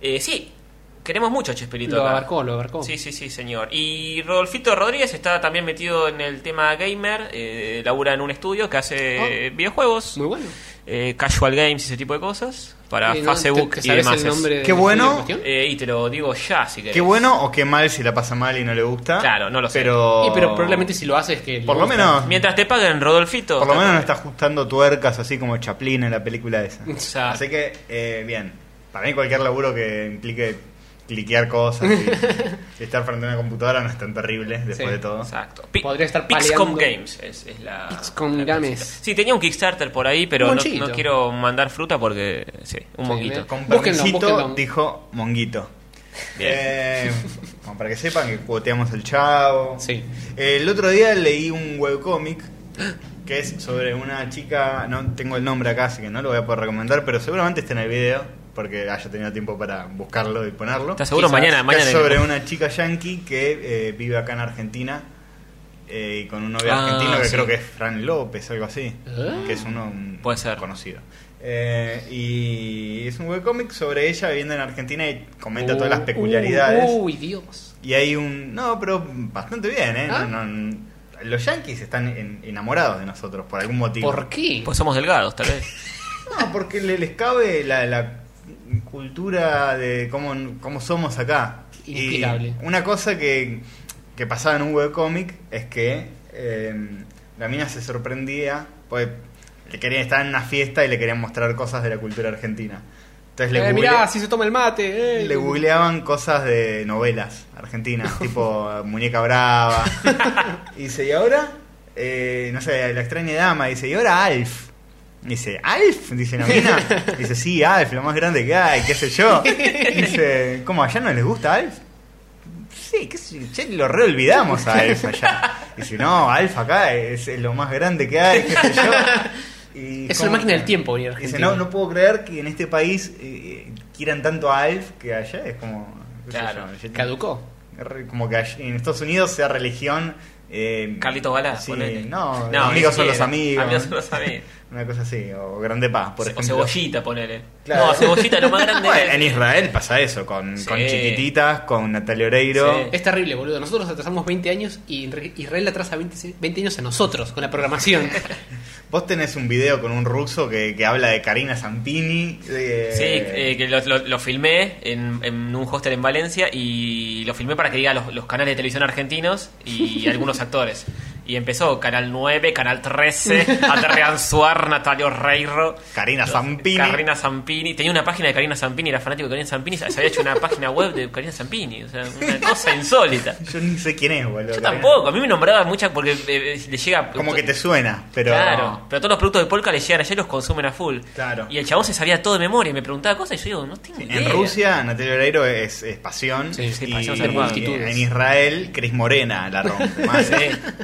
E: Eh, sí, queremos mucho a Chespirito.
C: Lo
E: acá.
C: abarcó, lo abarcó.
E: Sí, sí, sí, señor. Y Rodolfito Rodríguez está también metido en el tema gamer, eh, labura en un estudio que hace eh, videojuegos,
C: Ah. Muy bueno. eh,
E: eh, casual games y ese tipo de cosas, para
C: ¿no? ¿Te-
E: Facebook
C: te
E: y
C: sabes
E: demás.
C: el nombre
D: Qué
C: del
D: bueno.
C: estudio en cuestión?
E: Eh, y te lo digo ya, si querés.
D: Qué bueno o qué mal si la pasa mal y no le gusta.
E: Claro, no lo sé.
D: Pero,
C: Y, pero probablemente si lo haces que... le
D: Por lo
C: gusta.
D: menos.
E: Mientras te paguen, Rodolfito.
D: Por lo
E: está
D: menos no
E: perfecto.
D: está ajustando tuercas así como Chaplin en la película esa.
E: Exacto.
D: Así que, eh, bien. Para mí cualquier laburo que implique cliquear cosas y, y estar frente a una computadora no es tan terrible después
C: Sí,
D: de todo.
E: Exacto.
C: Podría estar
E: Pixcom
C: paleando.
E: Games es, es la.
C: Pixcom
E: la
C: Games.
E: cosita. Sí, tenía un Kickstarter por ahí, pero no,
C: Un monchito.
E: no quiero mandar fruta porque. Sí, un
C: Sí,
E: monguito.
C: me-
D: Con
C: Búsquenlo,
D: permisito,
C: búsquenlo.
D: dijo Monguito.
E: Bien.
D: Eh, como para que sepan que cuoteamos el chavo.
C: Sí.
D: El otro día leí un webcómic que es sobre una chica, no tengo el nombre acá, así que no lo voy a poder recomendar, pero seguramente está en el video, porque haya tenido tiempo para buscarlo y ponerlo.
E: ¿Estás seguro?
C: Quizás.
E: Mañana,
D: Que
E: mañana.
D: es sobre una chica yankee que eh, vive acá en Argentina eh, y con un novio
E: Ah,
D: argentino que
E: sí. ¿Eh?
D: creo que es Fran López, algo así,
C: Ah.
D: que es uno un
E: Puede ser.
D: conocido. Eh, y es un webcómic sobre ella viviendo en Argentina y comenta todas las
C: Uh,
D: peculiaridades.
C: Uy, Dios.
D: Y hay un... No, pero bastante bien, ¿eh?
C: ¿Ah?
D: No, no- los yankees están en- enamorados de nosotros por algún motivo.
C: ¿Por qué?
E: Pues somos delgados, tal vez.
D: No, porque le- les cabe la, la cultura de cómo, cómo somos acá. Y
C: Inexplicable.
D: una cosa que, que pasaba en un webcómic es que eh, la mina se sorprendía, pues le querían estar en una fiesta y le querían mostrar cosas de la cultura argentina. Entonces le,
C: Eh,
D: google-
C: mirá, si se toma el mate. eh.
D: le googleaban cosas de novelas argentinas, tipo Muñeca Brava. y dice, ¿y ahora? Eh, no sé, La extraña dama. Dice, ¿y ahora Alf? Dice, ¿Alf? Dice la mina. Dice, sí, Alf, lo más grande que hay, qué sé yo. Dice, ¿cómo allá no les gusta Alf? Sí, qué sé yo, che, lo reolvidamos a Alf allá. Dice, no, Alf acá es lo más grande que hay, qué sé yo. Y
C: Es una
D: como-
C: máquina del tiempo venir a
D: Dice,
C: Argentina.
D: no, no puedo creer que en este país eh, eh, quieran tanto a Alf que allá es como... qué sé
E: Claro,
D: yo, yo-
C: Caducó.
D: re- Como que allí- en Estados Unidos sea religión... Eh,
E: Carlitos Balá,
D: sí,
E: ponele.
D: no,
E: ni
D: amigos son los
E: siquiera.
D: amigos.
E: Amigos son los amigos.
D: Una cosa así, o Grande Paz, por
E: o
D: ejemplo.
E: cebollita, ponele.
D: Claro.
E: No, cebollita lo más grande.
D: Bueno, en Israel pasa eso, con,
E: Sí.
D: con chiquititas, con Natalia Oreiro.
E: Sí.
C: Es terrible, boludo. Nosotros atrasamos 20 años y Re- Israel atrasa 20, 20 años a nosotros con la programación.
D: Vos tenés un video con un ruso que, que habla de Karina Zampini. de-
E: Sí, eh, que lo, lo- lo filmé en, en un hostel en Valencia y lo filmé para que diga los, los canales de televisión argentinos y algunos actores. Y empezó Canal 9, Canal 13, Adrián Suar, Natalio Reiro.
D: Karina Zampini.
E: Karina Zampini. Tenía una página de Karina Zampini, era fanático de Karina Zampini. Se había hecho una página web de Karina Zampini. O sea, una cosa insólita.
D: Yo ni sé quién es, boludo.
E: Yo
D: Karina.
E: tampoco, a mí me nombraba muchas porque eh, eh, le llega.
D: Como que te suena, pero...
E: Claro, pero todos los productos de Polka le llegan allá y los consumen a full.
D: Claro.
E: Y el chabón se sabía todo de memoria y me preguntaba cosas y yo digo, no tengo idea.
D: En Rusia, Natalia Oreiro es, es pasión.
C: Sí, sí,
D: y
E: pasión
C: salvada. Multitudes.
D: en Israel, Cris Morena la rompe. más,
E: Sí.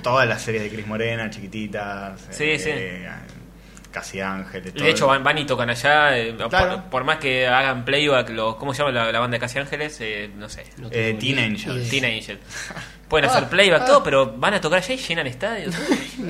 D: Todas las series de Cris Morena, chiquititas.
E: Sí,
D: eh,
E: sí.
D: eh, casi ángeles. todo
E: De hecho,
D: el-
E: van, van y tocan allá. eh, por-
D: Claro.
E: por, más que hagan playback, los, ¿cómo se llama la, la banda de Casi Ángeles? Eh, no sé.
C: No
D: Eh,
C: tengo ni
D: Teen Angels.
C: idea.
E: Teen Angel. Pueden hacer playback, todo, pero van a tocar allá y llenan estadios.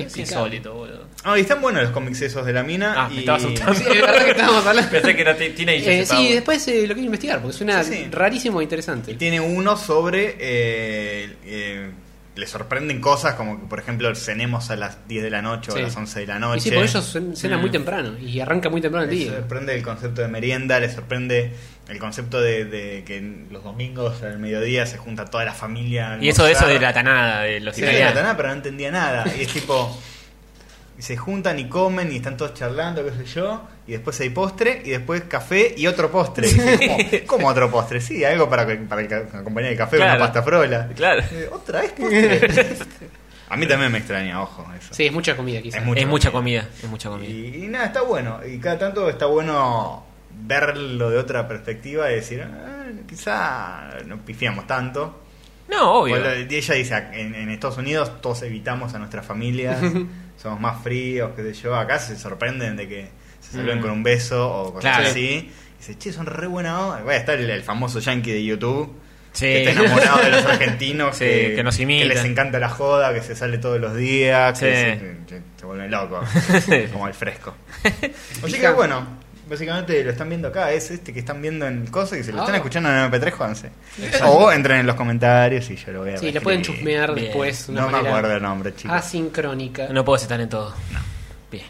E: es insólito, boludo.
D: Ah, y están buenos los cómics esos de la mina.
E: Ah,
D: y...
E: me estaba asustando.
C: Sí, es verdad que estábamos hablando.
E: Pensé que era Teen Teen Angel.
C: Eh,
E: estaba-
C: sí, después eh, lo quiero investigar porque suena
D: Sí, sí.
C: rarísimo e
D: Y
C: interesante.
D: tiene uno sobre. eh, eh, le sorprenden cosas como que, por ejemplo, cenemos a las 10 de la noche o
C: Sí.
D: a las 11 de la
C: Y
D: noche.
C: sí, por ellos cen- cenan
D: Mm.
C: muy temprano y arranca muy temprano el
D: Le
C: día.
D: sorprende el concepto de merienda, le sorprende el concepto de, de que los domingos al mediodía se junta toda la familia. a
E: Y eso, eso
D: almorzar.
E: de la tanada de los
D: Sí, de la
E: italianos.
D: tanada, pero no entendía nada. Y es tipo. y Se juntan y comen y están todos charlando, qué sé yo. Y después hay postre, y después café y otro postre. Y dice, ¿cómo, cómo otro postre? Sí, algo para, que- para el ca- acompañar el café,
E: Claro.
D: una pasta frola.
E: Claro.
D: Eh, Otra vez postre. A mí también me extraña, ojo. Eso.
C: Sí, es mucha comida quizás.
D: Es mucha
E: es mucha
D: comida.
E: comida, es mucha comida.
D: Y, y nada, está bueno. Y cada tanto está bueno verlo de otra perspectiva y decir, "Ah, quizá no pifiamos tanto.
E: No, obvio.
D: Bueno, y ella dice, "Ah, en, en Estados Unidos todos evitamos a nuestras familias, somos más fríos, qué sé yo. Acá se sorprenden de que se saludan
E: Mm.
D: con un beso o cosas
E: Claro.
D: así. Y dice, che, son re buena onda. Bueno, está el, el famoso yankee de YouTube.
E: Sí.
D: Que está enamorado de los argentinos,
E: Sí, que nos imitan.
D: que les encanta la joda, que se sale todos los días, que
E: Sí.
D: se, que se vuelven locos, como el fresco. Así que
C: Fija-
D: bueno, básicamente lo están viendo acá, es este que están viendo en el coso y se lo están
C: Ah.
D: escuchando en MP3, Juanse. O entren en los comentarios y yo lo voy a
C: Sí, la
D: reescribir.
C: pueden chusmear
E: Bien.
C: después. de
D: No
C: una
D: me
C: manera Ah,
D: acuerdo el nombre, chicos.
C: Asincrónica.
E: No puedo estar en todo. Bien.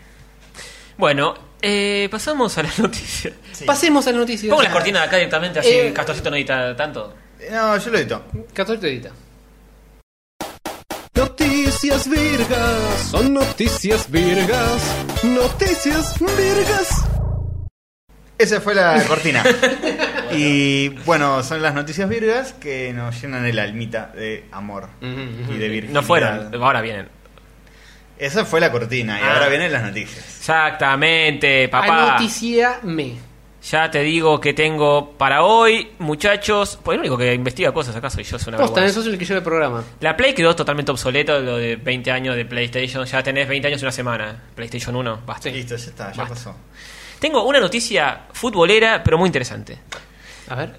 E: Bueno, eh, pasamos a las noticias.
D: Sí.
C: Pasemos a las noticias.
E: Pongo las cortinas acá directamente, así
C: Eh,
E: el Castorcito no edita tanto.
D: No, yo lo edito.
C: 14 edita.
A: Noticias virgas, son noticias virgas, noticias virgas.
D: Esa fue la cortina. y bueno, son las noticias virgas que nos llenan el almita de amor y de virginidad.
E: No fueron, ahora vienen.
D: Esa fue la cortina y
E: Ah.
D: ahora vienen las noticias.
E: Exactamente, papá.
C: Anoticiame.
E: Ya te digo que tengo para hoy, muchachos. Pues el único que investiga cosas acá soy yo, es una
C: Posta,
E: vergüenza.
C: eso es el que lleva el programa.
E: La Play quedó totalmente obsoleta, lo de 20 años de PlayStation. Ya tenés 20 años y una semana. PlayStation 1, basta.
D: Listo, ya está, ya
E: Basta.
D: pasó.
E: Tengo una noticia futbolera, pero muy interesante.
C: A ver.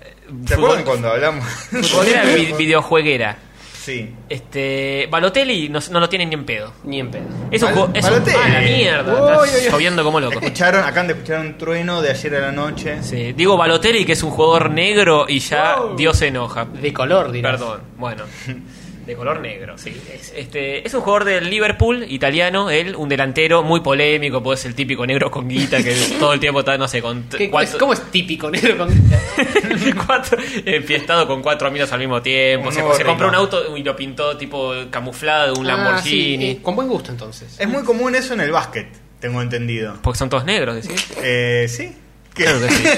D: ¿Se
E: Fútbol-
D: acuerdan cuando hablamos?
E: Futbolera vi- videojueguera.
D: Sí.
E: Este. Balotelli no, no lo tiene ni en pedo.
C: Ni en pedo.
E: Es un
D: Bal-
E: juego. Es un
D: Balotelli.
E: a la mierda.
D: Uy,
E: estás
D: uy, uy.
E: lloviendo como loco.
D: Escucharon, acaban de escuchar un trueno de ayer a la noche.
E: Sí, Digo Balotelli, que es un jugador negro y ya Dios se enoja.
C: De color, dirás.
E: Perdón, bueno. De color negro, sí. Es, este, es un jugador del Liverpool, italiano, él, un delantero muy polémico, pues es el típico negro con guita que todo el tiempo está, no sé, con t-
C: ¿Qué- cómo, es,
E: cuatro,
C: cómo es típico negro con...
E: cuatro- enfiestado con cuatro amigos al mismo tiempo.
D: Un
E: Se,
D: nuevo
E: se compró un
D: ritmo.
E: auto y lo pintó tipo camuflado, un
C: Ah,
E: Lamborghini.
C: sí, eh, con buen gusto entonces.
D: Es muy común eso en el básquet, tengo
C: eh.
D: entendido.
E: Porque son todos negros, decís.
D: Eh, sí. Que,
E: Claro que sí.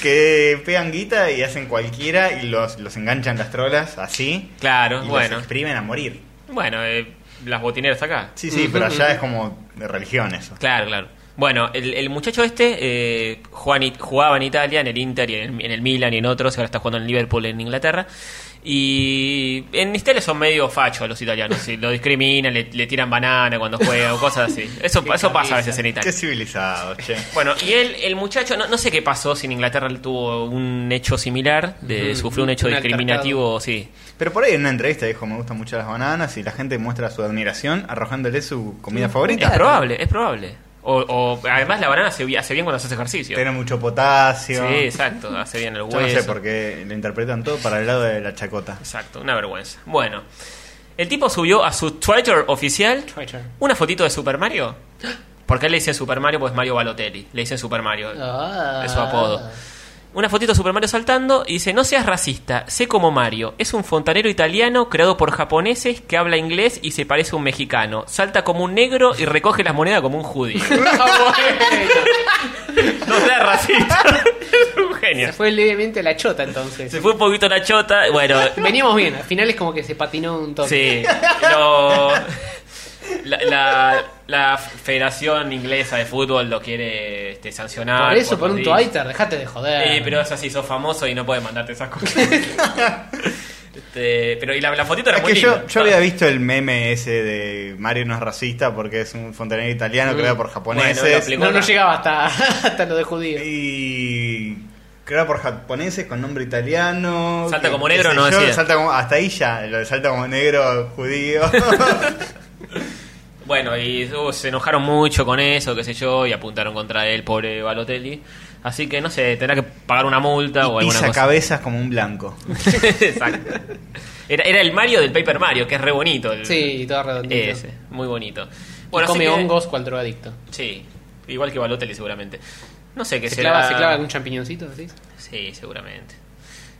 D: que pegan guita y hacen cualquiera y los, los enganchan las trolas así.
E: Claro,
D: y
E: bueno.
D: Los exprimen a morir.
E: Bueno, eh, las botineras acá.
D: Sí, sí, pero allá es como de religión eso.
E: Claro, claro. Bueno, el, el muchacho este eh, juega en It- jugaba en Italia, en el Inter y en el, en el Milan y en otros, y ahora está jugando en Liverpool en Inglaterra. Y en Italia son medio fachos los italianos, y lo discriminan, le, le tiran banana cuando juega o cosas así. Eso,
C: Qué
E: eso pasa a
C: cabeza.
E: veces en Italia.
D: Qué civilizado, che.
E: Bueno, y él, el muchacho, no, no sé qué pasó si en Inglaterra él tuvo un hecho similar, de,
C: Ujú,
E: sufrió un hecho
C: un
E: discriminativo, sí.
D: Pero por ahí en una entrevista dijo, me gustan mucho las bananas y la gente muestra su admiración arrojándole su comida favorita.
E: Es probable, es probable. O, o- además la banana hace, bi- hace bien cuando haces ejercicio.
D: Tiene mucho
E: Sí,
D: potasio.
E: exacto, hace bien el
D: Yo
E: hueso.
D: no sé por qué lo interpretan todo para el lado de la chacota.
E: Exacto, una vergüenza. Bueno, el tipo subió a su Twitter oficial
C: Twitter.
E: una fotito de Super Mario. Porque a él le dicen Super Mario, pues Mario Balotelli. Le dicen Super Mario.
C: Ah.
E: Es su apodo. Una fotito de Super Mario saltando y dice, no seas racista, sé como Mario. Es un fontanero italiano creado por japoneses que habla inglés y se parece a un mexicano. Salta como un negro y recoge las monedas como un judío.
C: Ah,
E: No seas racista. es un genio.
C: bueno. Fue levemente a la chota entonces.
E: Se fue un poquito la chota. Bueno,
C: Veníamos bien, al final es como que se patinó un
E: Sí,
C: toque.
E: lo- la, la- la Federación Inglesa de Fútbol lo quiere este, sancionar.
C: Por eso, por un
E: Twitter.
C: Twitter, dejate de joder.
E: Sí, pero es así, sos famoso y no puedes mandarte esas cosas. Este, pero y la, la fotito era
D: Es
E: muy
D: que yo,
E: linda.
D: yo había visto el meme ese de Mario no es racista porque es un fontanero italiano creado por
E: Mm. Bueno, lo
D: japoneses.
E: aplicó.
C: No, no llegaba hasta, hasta lo de judío.
D: y creado por japoneses con nombre italiano.
E: Salta
D: que-
E: como
D: qué
E: negro,
D: sé
E: no
D: yo,
E: decía.
D: salta como- hasta ahí ya, lo de salta como negro judío.
E: Bueno, y uh, se enojaron mucho con eso, qué sé yo, y apuntaron contra él, pobre Balotelli. Así que no sé, tendrá que pagar una multa o
D: y
E: alguna
D: pisa
E: cosa.
D: cabezas como un blanco.
E: Exacto. Era, era el Mario del Paper Mario, que es re bonito. el-
C: Sí, todo redondito.
E: Ese, muy bonito.
C: Y
E: así
C: come
E: que-
C: hongos cual drogadicto.
E: Sí, igual que Balotelli seguramente. No sé qué
C: ¿Se
E: será.
C: clava, ¿Se clava algún champiñoncito? decís?
E: Sí, seguramente.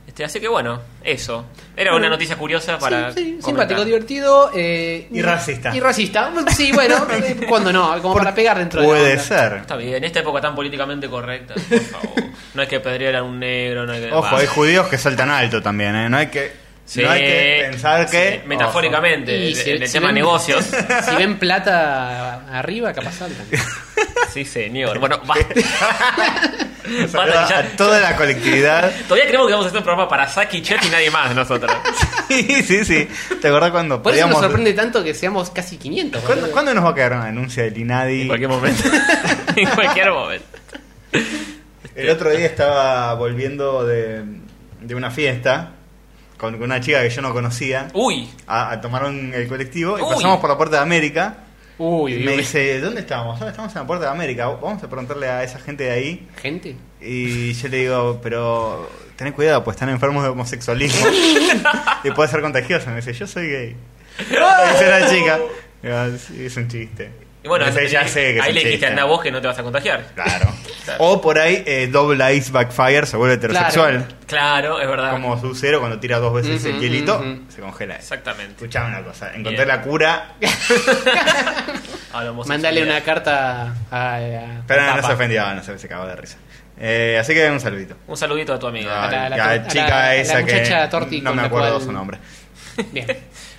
E: Este, así que bueno, eso. Era una noticia curiosa para.
C: Sí, sí,
E: comentar.
C: simpático, divertido. eh,
D: Y racista.
C: Y racista. Sí, bueno, eh, cuando no, como para pegar dentro de la
D: Puede
C: onda.
D: ser.
E: Está bien, en esta época tan políticamente correcta, por favor. No hay que pedrear a un negro, no hay que.
D: Ojo,
E: Bah.
D: hay judíos que saltan alto también, ¿eh? No hay que,
E: Sí,
D: no hay que pensar que.
E: sí, metafóricamente,
C: Y
E: el,
C: si-
E: el
C: si
E: tema
C: ven-
E: negocios.
C: Si ven plata arriba, capaz saltan.
E: Sí, señor. Bueno, va.
D: ojo.
E: Basta,
D: Saluda
E: ya-
D: a toda la colectividad.
E: Todavía creemos que vamos a hacer un programa para Saki, Chet y nadie más nosotros.
D: sí, sí, sí. ¿Te acordás cuando
C: Por eso nos
D: podíamos-
C: sorprende tanto que seamos casi 500.
D: ¿Cuándo,
C: boludo.
D: cuándo nos va a caer una denuncia del
E: En
D: INADI?
E: cualquier momento. en cualquier momento.
D: El otro día estaba volviendo de, de una fiesta con una chica que yo no conocía
E: Uy,
D: a, a tomar un- el colectivo y
E: Uy.
D: pasamos por la Puerta de América.
C: Uy,
D: Y
C: uy,
D: me
C: uy.
D: dice, ¿dónde estábamos? "Ah, Estamos en la Puerta de América. Vamos a preguntarle a esa gente de ahí.
C: gente.
D: Y yo le digo, pero tened cuidado, pues están enfermos de homosexualismo. y puede ser contagioso. Me dice, yo soy gay.
C: ¡Ah!
D: Me dice la chica. Digo, "Sí, es un chiste.
E: Y bueno,
D: Entonces ya sé que es
E: ahí
D: un
E: le dijiste
D: chiste.
E: anda vos que no te vas a contagiar.
D: Claro. O por ahí, eh, Double Ice Backfire se vuelve heterosexual.
E: Claro, es verdad.
D: Como su cero cuando tira dos veces el
C: Ujú,
D: hielito,
C: ujú.
D: se congela. eso.
E: Exactamente.
D: Escuchame una cosa, encontré
E: Bien.
D: la cura.
E: A la homosexualidad.
C: Mándale una carta a. a-
D: Pero no,
C: al
D: no se
C: Papa.
D: ofendió, no se, se cagó de risa. Eh, así que un saludito.
E: Un saludito a tu
D: A
E: amiga.
C: la-
D: la,
C: a la- a la-
D: chica
C: a la
D: esa
C: muchacha
D: que
C: Torti
D: no
C: con
D: me
C: la
D: acuerdo
C: cual-
D: su nombre.
C: Bien.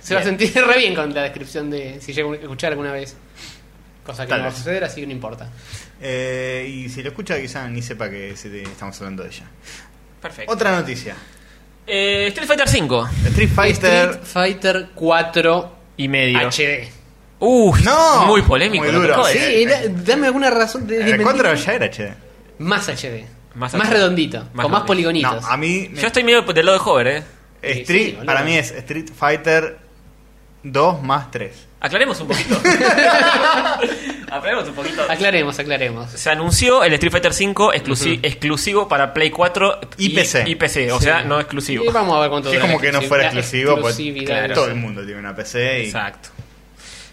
C: Se va a
E: Bien.
C: sentir re bien con la descripción de si llega a escuchar alguna vez. Cosa que
D: Tal
C: no va a
D: vez.
C: suceder, así que no importa.
D: Eh, y si lo escucha quizá ni sepa que se- estamos hablando de ella.
E: Perfecto.
D: Otra noticia.
E: Eh, Street Fighter 5
D: Street Fighter.
C: Street Fighter 4
E: y medio.
C: HD.
E: Uy,
D: No.
E: muy polémico.
D: Muy
E: lo eh. que
D: duro.
E: acabo de
C: Sí,
E: decir.
C: era- Eh, dame alguna razón de
D: El
C: desmentir.
D: 4 Eh, ya era HD.
C: Más HD.
E: Más
C: Más,
E: HD.
C: redondito.
E: Más
C: con más
E: redondito.
D: No,
C: poligonitos.
D: a mí. me-
E: Yo estoy medio del lado de Hover, eh.
D: Street,
C: Sí, boludo.
D: para mí es Street Fighter 2 más 3.
E: Aclaremos un poquito. Aclaremos un poquito.
C: Aclaremos, aclaremos.
E: Se anunció el Street Fighter 5 exclusi- exclusivo para Play 4
D: Y PC.
E: Y PC, o
C: Sí.
E: sea, no exclusivo.
C: Y vamos a ver cuánto
D: es
C: dura la
D: como que no fuera
C: exclusividad-
D: exclusivo, pues
C: exclusividad de los-
D: todo el mundo tiene una PC y
E: Exacto.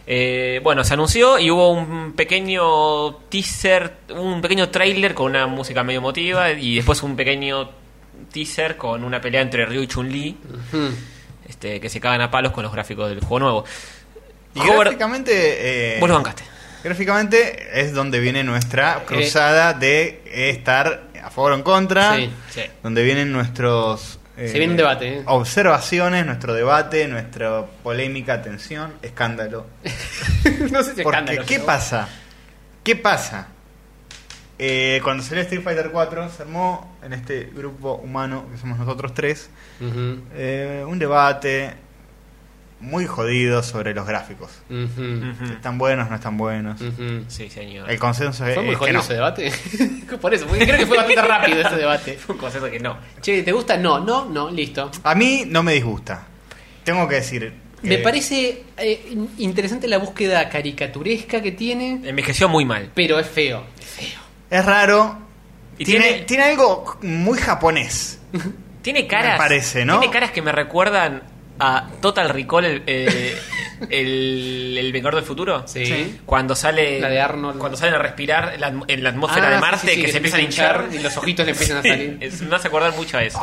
E: Eh, bueno, se anunció y hubo un pequeño teaser, un pequeño trailer con una música medio emotiva y después un pequeño teaser con una pelea entre Ryu y Chun-Li,
C: Ujú.
E: este, que se cagan a palos con los gráficos del juego nuevo.
D: Y
E: Hover,
D: gráficamente, eh,
E: vos lo bancaste.
D: gráficamente es donde viene
C: Eh,
D: nuestra cruzada de estar a favor o en contra,
C: Sí.
E: Sí.
D: donde vienen nuestros eh,
C: Se viene un debate, eh.
D: observaciones, nuestro debate, nuestra polémica, tensión, escándalo.
C: no sé si
D: Porque
C: escándalo.
D: qué
C: pero-
D: pasa, qué pasa. Eh, cuando salió Street Fighter 4 se armó en este grupo humano que somos nosotros tres
C: Ujú,
D: eh, un debate muy jodido sobre los gráficos.
C: ujú,
E: Ujú.
D: ¿Están buenos no están buenos?
C: ujú.
E: Sí, señor.
D: El consenso es,
C: Fue Mm. muy eh.
D: es que
C: jodido
D: no.
C: ese debate. Por eso, porque creo que fue bastante rápido ese debate.
E: Un concepto que no.
C: Che, ¿te gusta? No, no, no, listo.
D: A mí no me disgusta. Tengo que decir. que-
C: Me parece eh, in- interesante la búsqueda caricaturesca que tiene,
E: Envejeció muy mal.
C: pero es feo. Es feo.
D: Es raro.
E: Y
D: tiene,
E: tiene-
D: tiene... algo muy japonés.
E: Tiene caras.
D: Me parece, ¿no?
E: Tiene caras que me recuerdan a Total Recall, el, eh, el, el Vengador del Futuro.
C: Sí.
E: Cuando sale.
C: La de Arnold.
E: Cuando salen a respirar en la, atm- en la atmósfera
C: Ah,
E: de
C: sí,
E: Marte,
C: sí, sí,
E: que, se empiezan a hinchar.
C: y los ojitos le empiezan a salir.
E: Es- me hace acordar mucho a eso.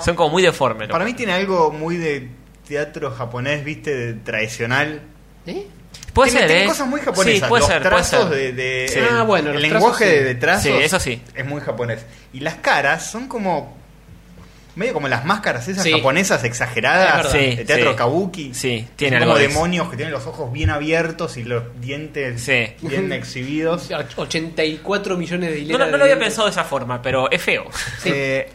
E: Son como muy deformes. ¿no?
D: Para mí tiene algo muy de teatro japonés, viste, de tradicional.
C: ¿Eh?
E: puede
D: tiene,
E: ser,
D: tiene
E: ¿eh?
D: cosas muy japonesas.
E: Sí, puede
D: los
E: ser, puede
D: trazos
E: ser.
D: de. de-
E: Sí.
D: el-
C: Ah, bueno,
D: el
C: los trazos
D: lenguaje
C: sí.
D: de trazos.
E: Sí, eso sí.
D: Es muy japonés. Y las caras son como. medio como las máscaras esas
C: Sí.
D: japonesas
C: Es
D: exageradas
C: verdad.
E: Sí,
D: de teatro
E: sí.
D: kabuki.
E: Sí, tiene
D: Son
E: algo
D: como
E: de eso.
D: demonios que tienen los ojos bien abiertos y los dientes
E: Sí.
D: bien exhibidos.
C: Och- 84 millones de
E: No,
C: hileras.
E: no, no
C: de
E: lo había
C: dientes.
E: pensado de esa forma, pero es feo.
C: Sí.
D: Eh,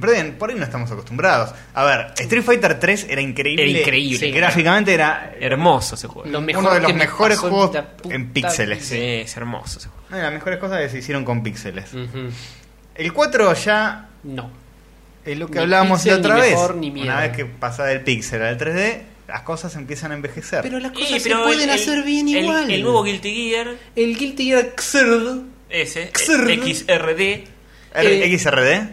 D: Pero bien, por ahí no estamos acostumbrados. A ver, Street Fighter 3 era increíble.
E: Era increíble.
D: Sí, gráficamente era
E: Hermoso ese juego.
C: Lo mejor
D: uno de los
C: que me
D: mejores
C: pasó
D: juegos
C: la puta
D: en píxeles.
E: Sí, es hermoso ese juego.
D: una de las mejores cosas que se hicieron con píxeles.
C: vida. Ujú.
D: El 4 ya
C: No.
D: es lo que
C: Ni
D: hablábamos la
C: píxel,
D: otra
C: ni
D: vez.
C: mejor, ni mierda.
D: una vez que pasa del píxel al 3D, las cosas empiezan a envejecer.
C: Pero las cosas
E: Eh, pero
C: se
E: el-
C: pueden
E: el-
C: hacer bien
E: el-
C: igual.
E: El, nuevo Guilty Gear,
C: El Guilty Gear Xrd,
E: ese,
C: Xrd.
E: eh, XRD,
D: R-
C: eh,
D: XRD.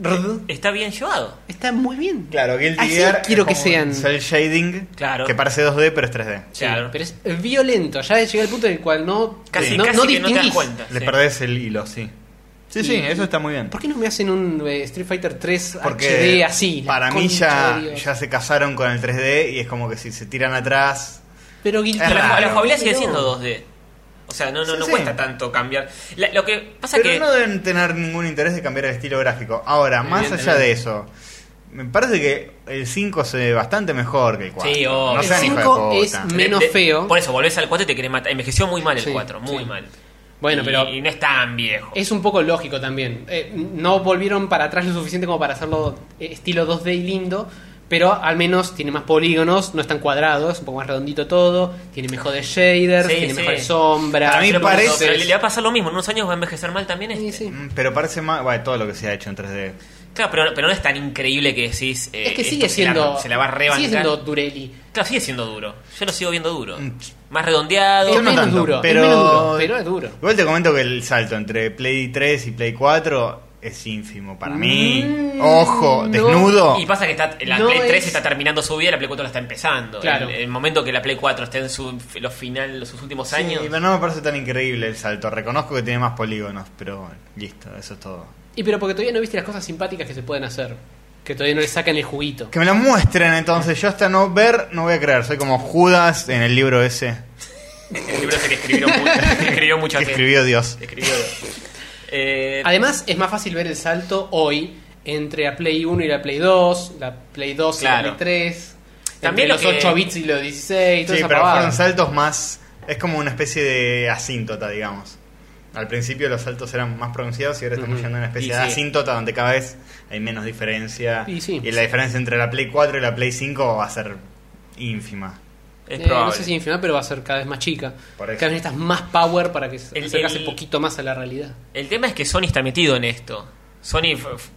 C: XRD,
E: está bien llevado.
C: está muy bien.
D: Claro, Guilty
C: Así
D: Gear es
C: Ah, quiero que
D: como
C: sean.
D: un Cel shading.
E: Claro.
D: Que parece 2D, pero es 3D.
C: Sí,
E: Claro.
C: Pero es violento, ya llega el punto en el cual no,
E: Casi,
C: no,
E: casi
C: no
E: que no te das
C: distinguís.
E: cuenta.
D: Le
E: sí.
D: perdés el hilo, sí. Sí, sí,
C: Y-
D: eso está muy bien.
C: ¿Por qué no me hacen un eh, Street Fighter 3
D: Porque
C: HD así? la
D: para mí
C: concha
D: ya,
C: de Dios?
D: ya se casaron con el 3D y es como que si se tiran atrás.
C: Pero Guilty
D: Es
E: Pero la,
D: raro.
E: la jugabilidad sigue
C: Pero-
E: siendo 2D. O sea, no, no,
D: Sí,
E: no
D: sí.
E: cuesta tanto cambiar. La- lo que pasa
D: Pero
E: que.
D: no deben tener ningún interés de cambiar el estilo gráfico. Ahora, más allá de eso, me parece que el 5 se ve bastante mejor que el 4.
E: Sí, obvio.
D: No
E: El
D: sean hijos
C: 5
D: de
C: es
D: puta.
E: de-
C: menos
E: de-
C: feo.
E: Por eso, volvés al 4 y te querés matar. Envejeció muy mal el
C: Sí,
E: 4, muy
C: sí.
E: mal.
C: Bueno,
E: Y-
C: pero-
E: Y no es tan viejo.
C: Es un poco lógico también. Eh, no volvieron para atrás lo suficiente como para hacerlo eh, estilo 2D y lindo, pero al menos tiene más polígonos, no es tan cuadrado, es un poco más redondito todo, tiene mejores shaders,
E: Sí,
C: tiene
E: sí.
C: mejores sombras.
D: A mí
E: Pero por
D: parece-
E: eso, pero le, le va a pasar lo mismo. En unos años va a envejecer mal también este.
C: Sí, sí.
D: Mm, Pero parece más. Bueno, todo lo que se ha hecho en 3D.
E: Claro, pero, pero no es tan increíble que decís. eh,
C: Es que
E: esto
C: sigue
E: se la-
C: siendo.
E: Se la, va a rebancar.
C: Sigue siendo Durelli.
E: Claro, sigue siendo duro. Yo lo sigo viendo duro.
D: Mm.
E: Más redondeado.
C: Es
D: Yo no
C: menos
D: tanto,
C: duro, es
D: pero...
C: menos duro, pero es duro.
D: Igual te comento que el salto entre Play 3 y Play 4 es ínfimo para mí.
C: Mm,
D: Ojo,
C: no.
D: desnudo.
E: Y pasa que está, la
C: No
E: Play 3
C: es-
E: está terminando su vida y la Play 4 la está empezando.
C: Claro.
E: El, el momento que la Play 4 esté en su, los final, los sus últimos
D: Sí,
E: años.
D: pero no me parece tan increíble el salto. Reconozco que tiene más polígonos, pero bueno, listo, eso es todo.
C: Y pero porque todavía no viste las cosas simpáticas que se pueden hacer. Que todavía no le sacan el juguito.
D: Que me lo muestren entonces. Yo hasta no ver, no voy a creer. Soy como Judas en el libro ese
E: El libro se le escribió, mu- le escribió mucho
D: que
E: a
D: escribió Dios.
E: escribió. Eh,
C: Además, es más fácil ver el salto hoy entre la Play 1 y la Play 2, la Play 2 y
E: Claro.
C: la Play 3.
E: También
C: También
E: lo
C: los
E: que-
C: 8 bits y los 16, toda
D: Sí,
C: esa
D: pero
C: pavada.
D: fueron saltos más. Es como una especie de asíntota, digamos. Al principio los saltos eran más pronunciados y ahora estamos
C: Ujú.
D: yendo a una especie
E: Y
D: de
E: sí.
D: asíntota donde cada vez hay menos diferencia.
C: Y sí.
D: la diferencia entre la Play 4 y la Play 5 va a ser ínfima.
E: es
C: Eh,
E: probable.
C: no sé si infinito, pero va a ser cada vez más chica.
D: Por eso.
C: Cada vez necesitas más power para que se
E: El-
C: acercase
E: el-
C: un poquito más a la realidad.
E: El tema es que Sony está metido en esto. Sony f- f-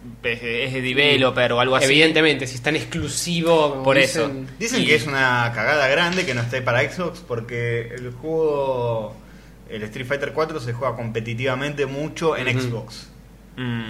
E: es, es developer o algo así.
C: Evidentemente, si es tan exclusivo, como
E: Por
C: dicen,
D: Dicen
E: Y-
D: que es una cagada grande que no esté para Xbox porque el juego, el Street Fighter 4 se juega competitivamente mucho en
C: Ujú.
D: Xbox.
E: Mm.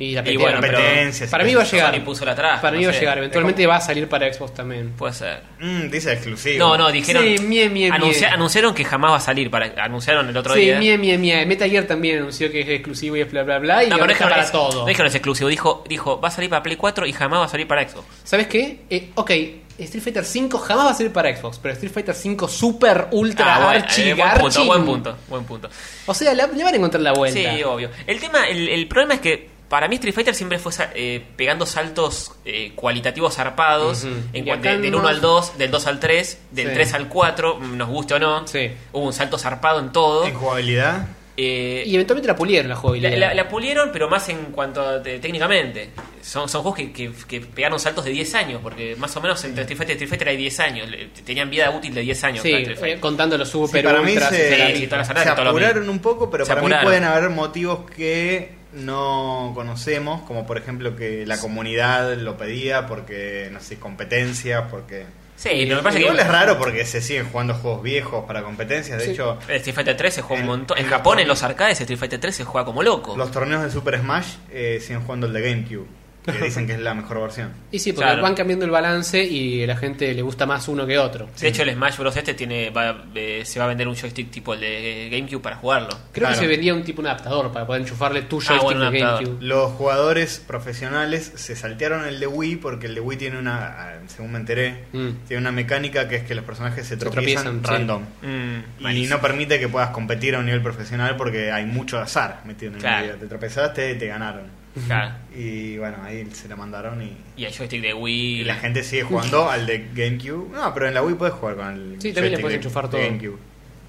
C: Y la
E: Y
C: PT,
E: bueno, pero-
D: Competencias y
C: para mí va a
D: cosas.
C: llegar.
E: Sony puso la atrás,
C: para mí
E: no
C: va a
E: sé.
C: llegar.
E: Es
C: Eventualmente va a salir para Xbox también.
E: Puede ser.
D: Mm, dice exclusivo.
E: No, no, dijeron.
C: Sí, mie, mie, mie.
E: anuncia- Anunciaron que jamás va a salir. Para, anunciaron el otro
C: Sí,
E: día.
C: mie, mie, mie. Metal Gear también anunció que es exclusivo y es bla, bla, bla. Y
E: No, pero
C: ahora
E: no
C: está
E: dijeron
C: para
E: es-
C: todo.
E: No dijeron es exclusivo. Dijo, dijo, va a salir para Play 4 y jamás va a salir para Xbox.
C: ¿Sabes qué? Eh, ok, Street Fighter 5 jamás va a salir para Xbox, pero Street Fighter 5 Super Ultra
E: Ah, bueno,
C: Archi
E: eh, buen punto,
C: Garchi.
E: buen punto, buen punto.
C: O sea, la- le van a encontrar la vuelta.
E: Sí, obvio. El tema, el, el problema es que para mí Street Fighter siempre fue sa- eh, pegando saltos eh, cualitativos zarpados
C: Ujú.
E: en
C: Y
E: cuan-
C: acá
E: de- del
C: no.
E: 1 al 2, del 2 al 3, del
C: Sí.
E: 3 al 4, mm, nos guste o no.
C: Sí.
E: Hubo un salto zarpado en todo.
D: En jugabilidad.
E: Eh,
C: Y eventualmente la pulieron la
E: la,
C: jugabilidad.
E: la- la pulieron, pero más en cuanto a, te- técnicamente. Son, son juegos que, que- que pegaron saltos de 10 años, porque más o menos entre Street Fighter y Street Fighter hay 10 años. le- Tenían vida útil de 10 años.
C: sí,
E: cada Street Fighter.
C: eh, contando los
D: Sí,
C: Super
D: para mí
C: Ultras. y
D: se,
C: tal.
E: sí, todas las
D: se
E: arenas, todo lo
D: apuraron
E: mismo.
D: un poco, pero
E: Se
D: para mí
E: apuraron.
D: pueden haber motivos que no conocemos, como por ejemplo que la comunidad lo pedía porque, no sé, competencias, porque...
E: Sí, pero me parece que
D: eh, Igual es raro porque se siguen jugando juegos viejos para competencias, de
C: Sí.
D: hecho...
E: el Street Fighter 3 se juega
D: En-
E: un montón. En
D: en
E: Japón,
D: Eh, Japón.
E: en los arcades, Street Fighter 3 se juega como loco.
D: Los torneos de Super Smash eh, siguen jugando el de GameCube, que dicen que es la mejor versión.
C: Y sí, porque
E: Claro.
C: van cambiando el balance y la gente le gusta más uno que otro.
E: De hecho, el Smash Bros. este tiene, va- eh, se va a vender un joystick tipo el de GameCube para jugarlo.
C: Creo
D: Claro.
C: que se vendía un tipo un adaptador para poder enchufarle tu
E: Ah,
C: joystick
E: bueno, un
C: de
E: adaptador.
C: GameCube.
D: Los jugadores profesionales se saltearon el de Wii porque el de Wii tiene una, ah, según me enteré,
C: Mm.
D: tiene una mecánica que es que los personajes se tropiezan,
C: tropiezan, sí.
D: random.
E: Mm,
D: Y
E: malísimo.
D: no permite que puedas competir a un nivel profesional porque hay mucho azar metido en el
E: Claro.
D: medio. Te tropezaste, te ganaron.
E: Claro.
D: Y bueno, ahí se la mandaron y,
E: Y el joystick de
D: y
E: Wii.
D: la gente sigue jugando al de GameCube. No, pero en la Wii puedes jugar con el
C: Sí, también le
D: joystick
C: puedes
D: de-
C: enchufar
D: de
C: todo.
D: GameCube.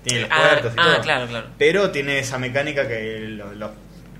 D: Tiene los
E: ah,
D: puertos y
E: ah,
D: todo.
E: claro, claro.
D: Pero tiene esa mecánica que lo- los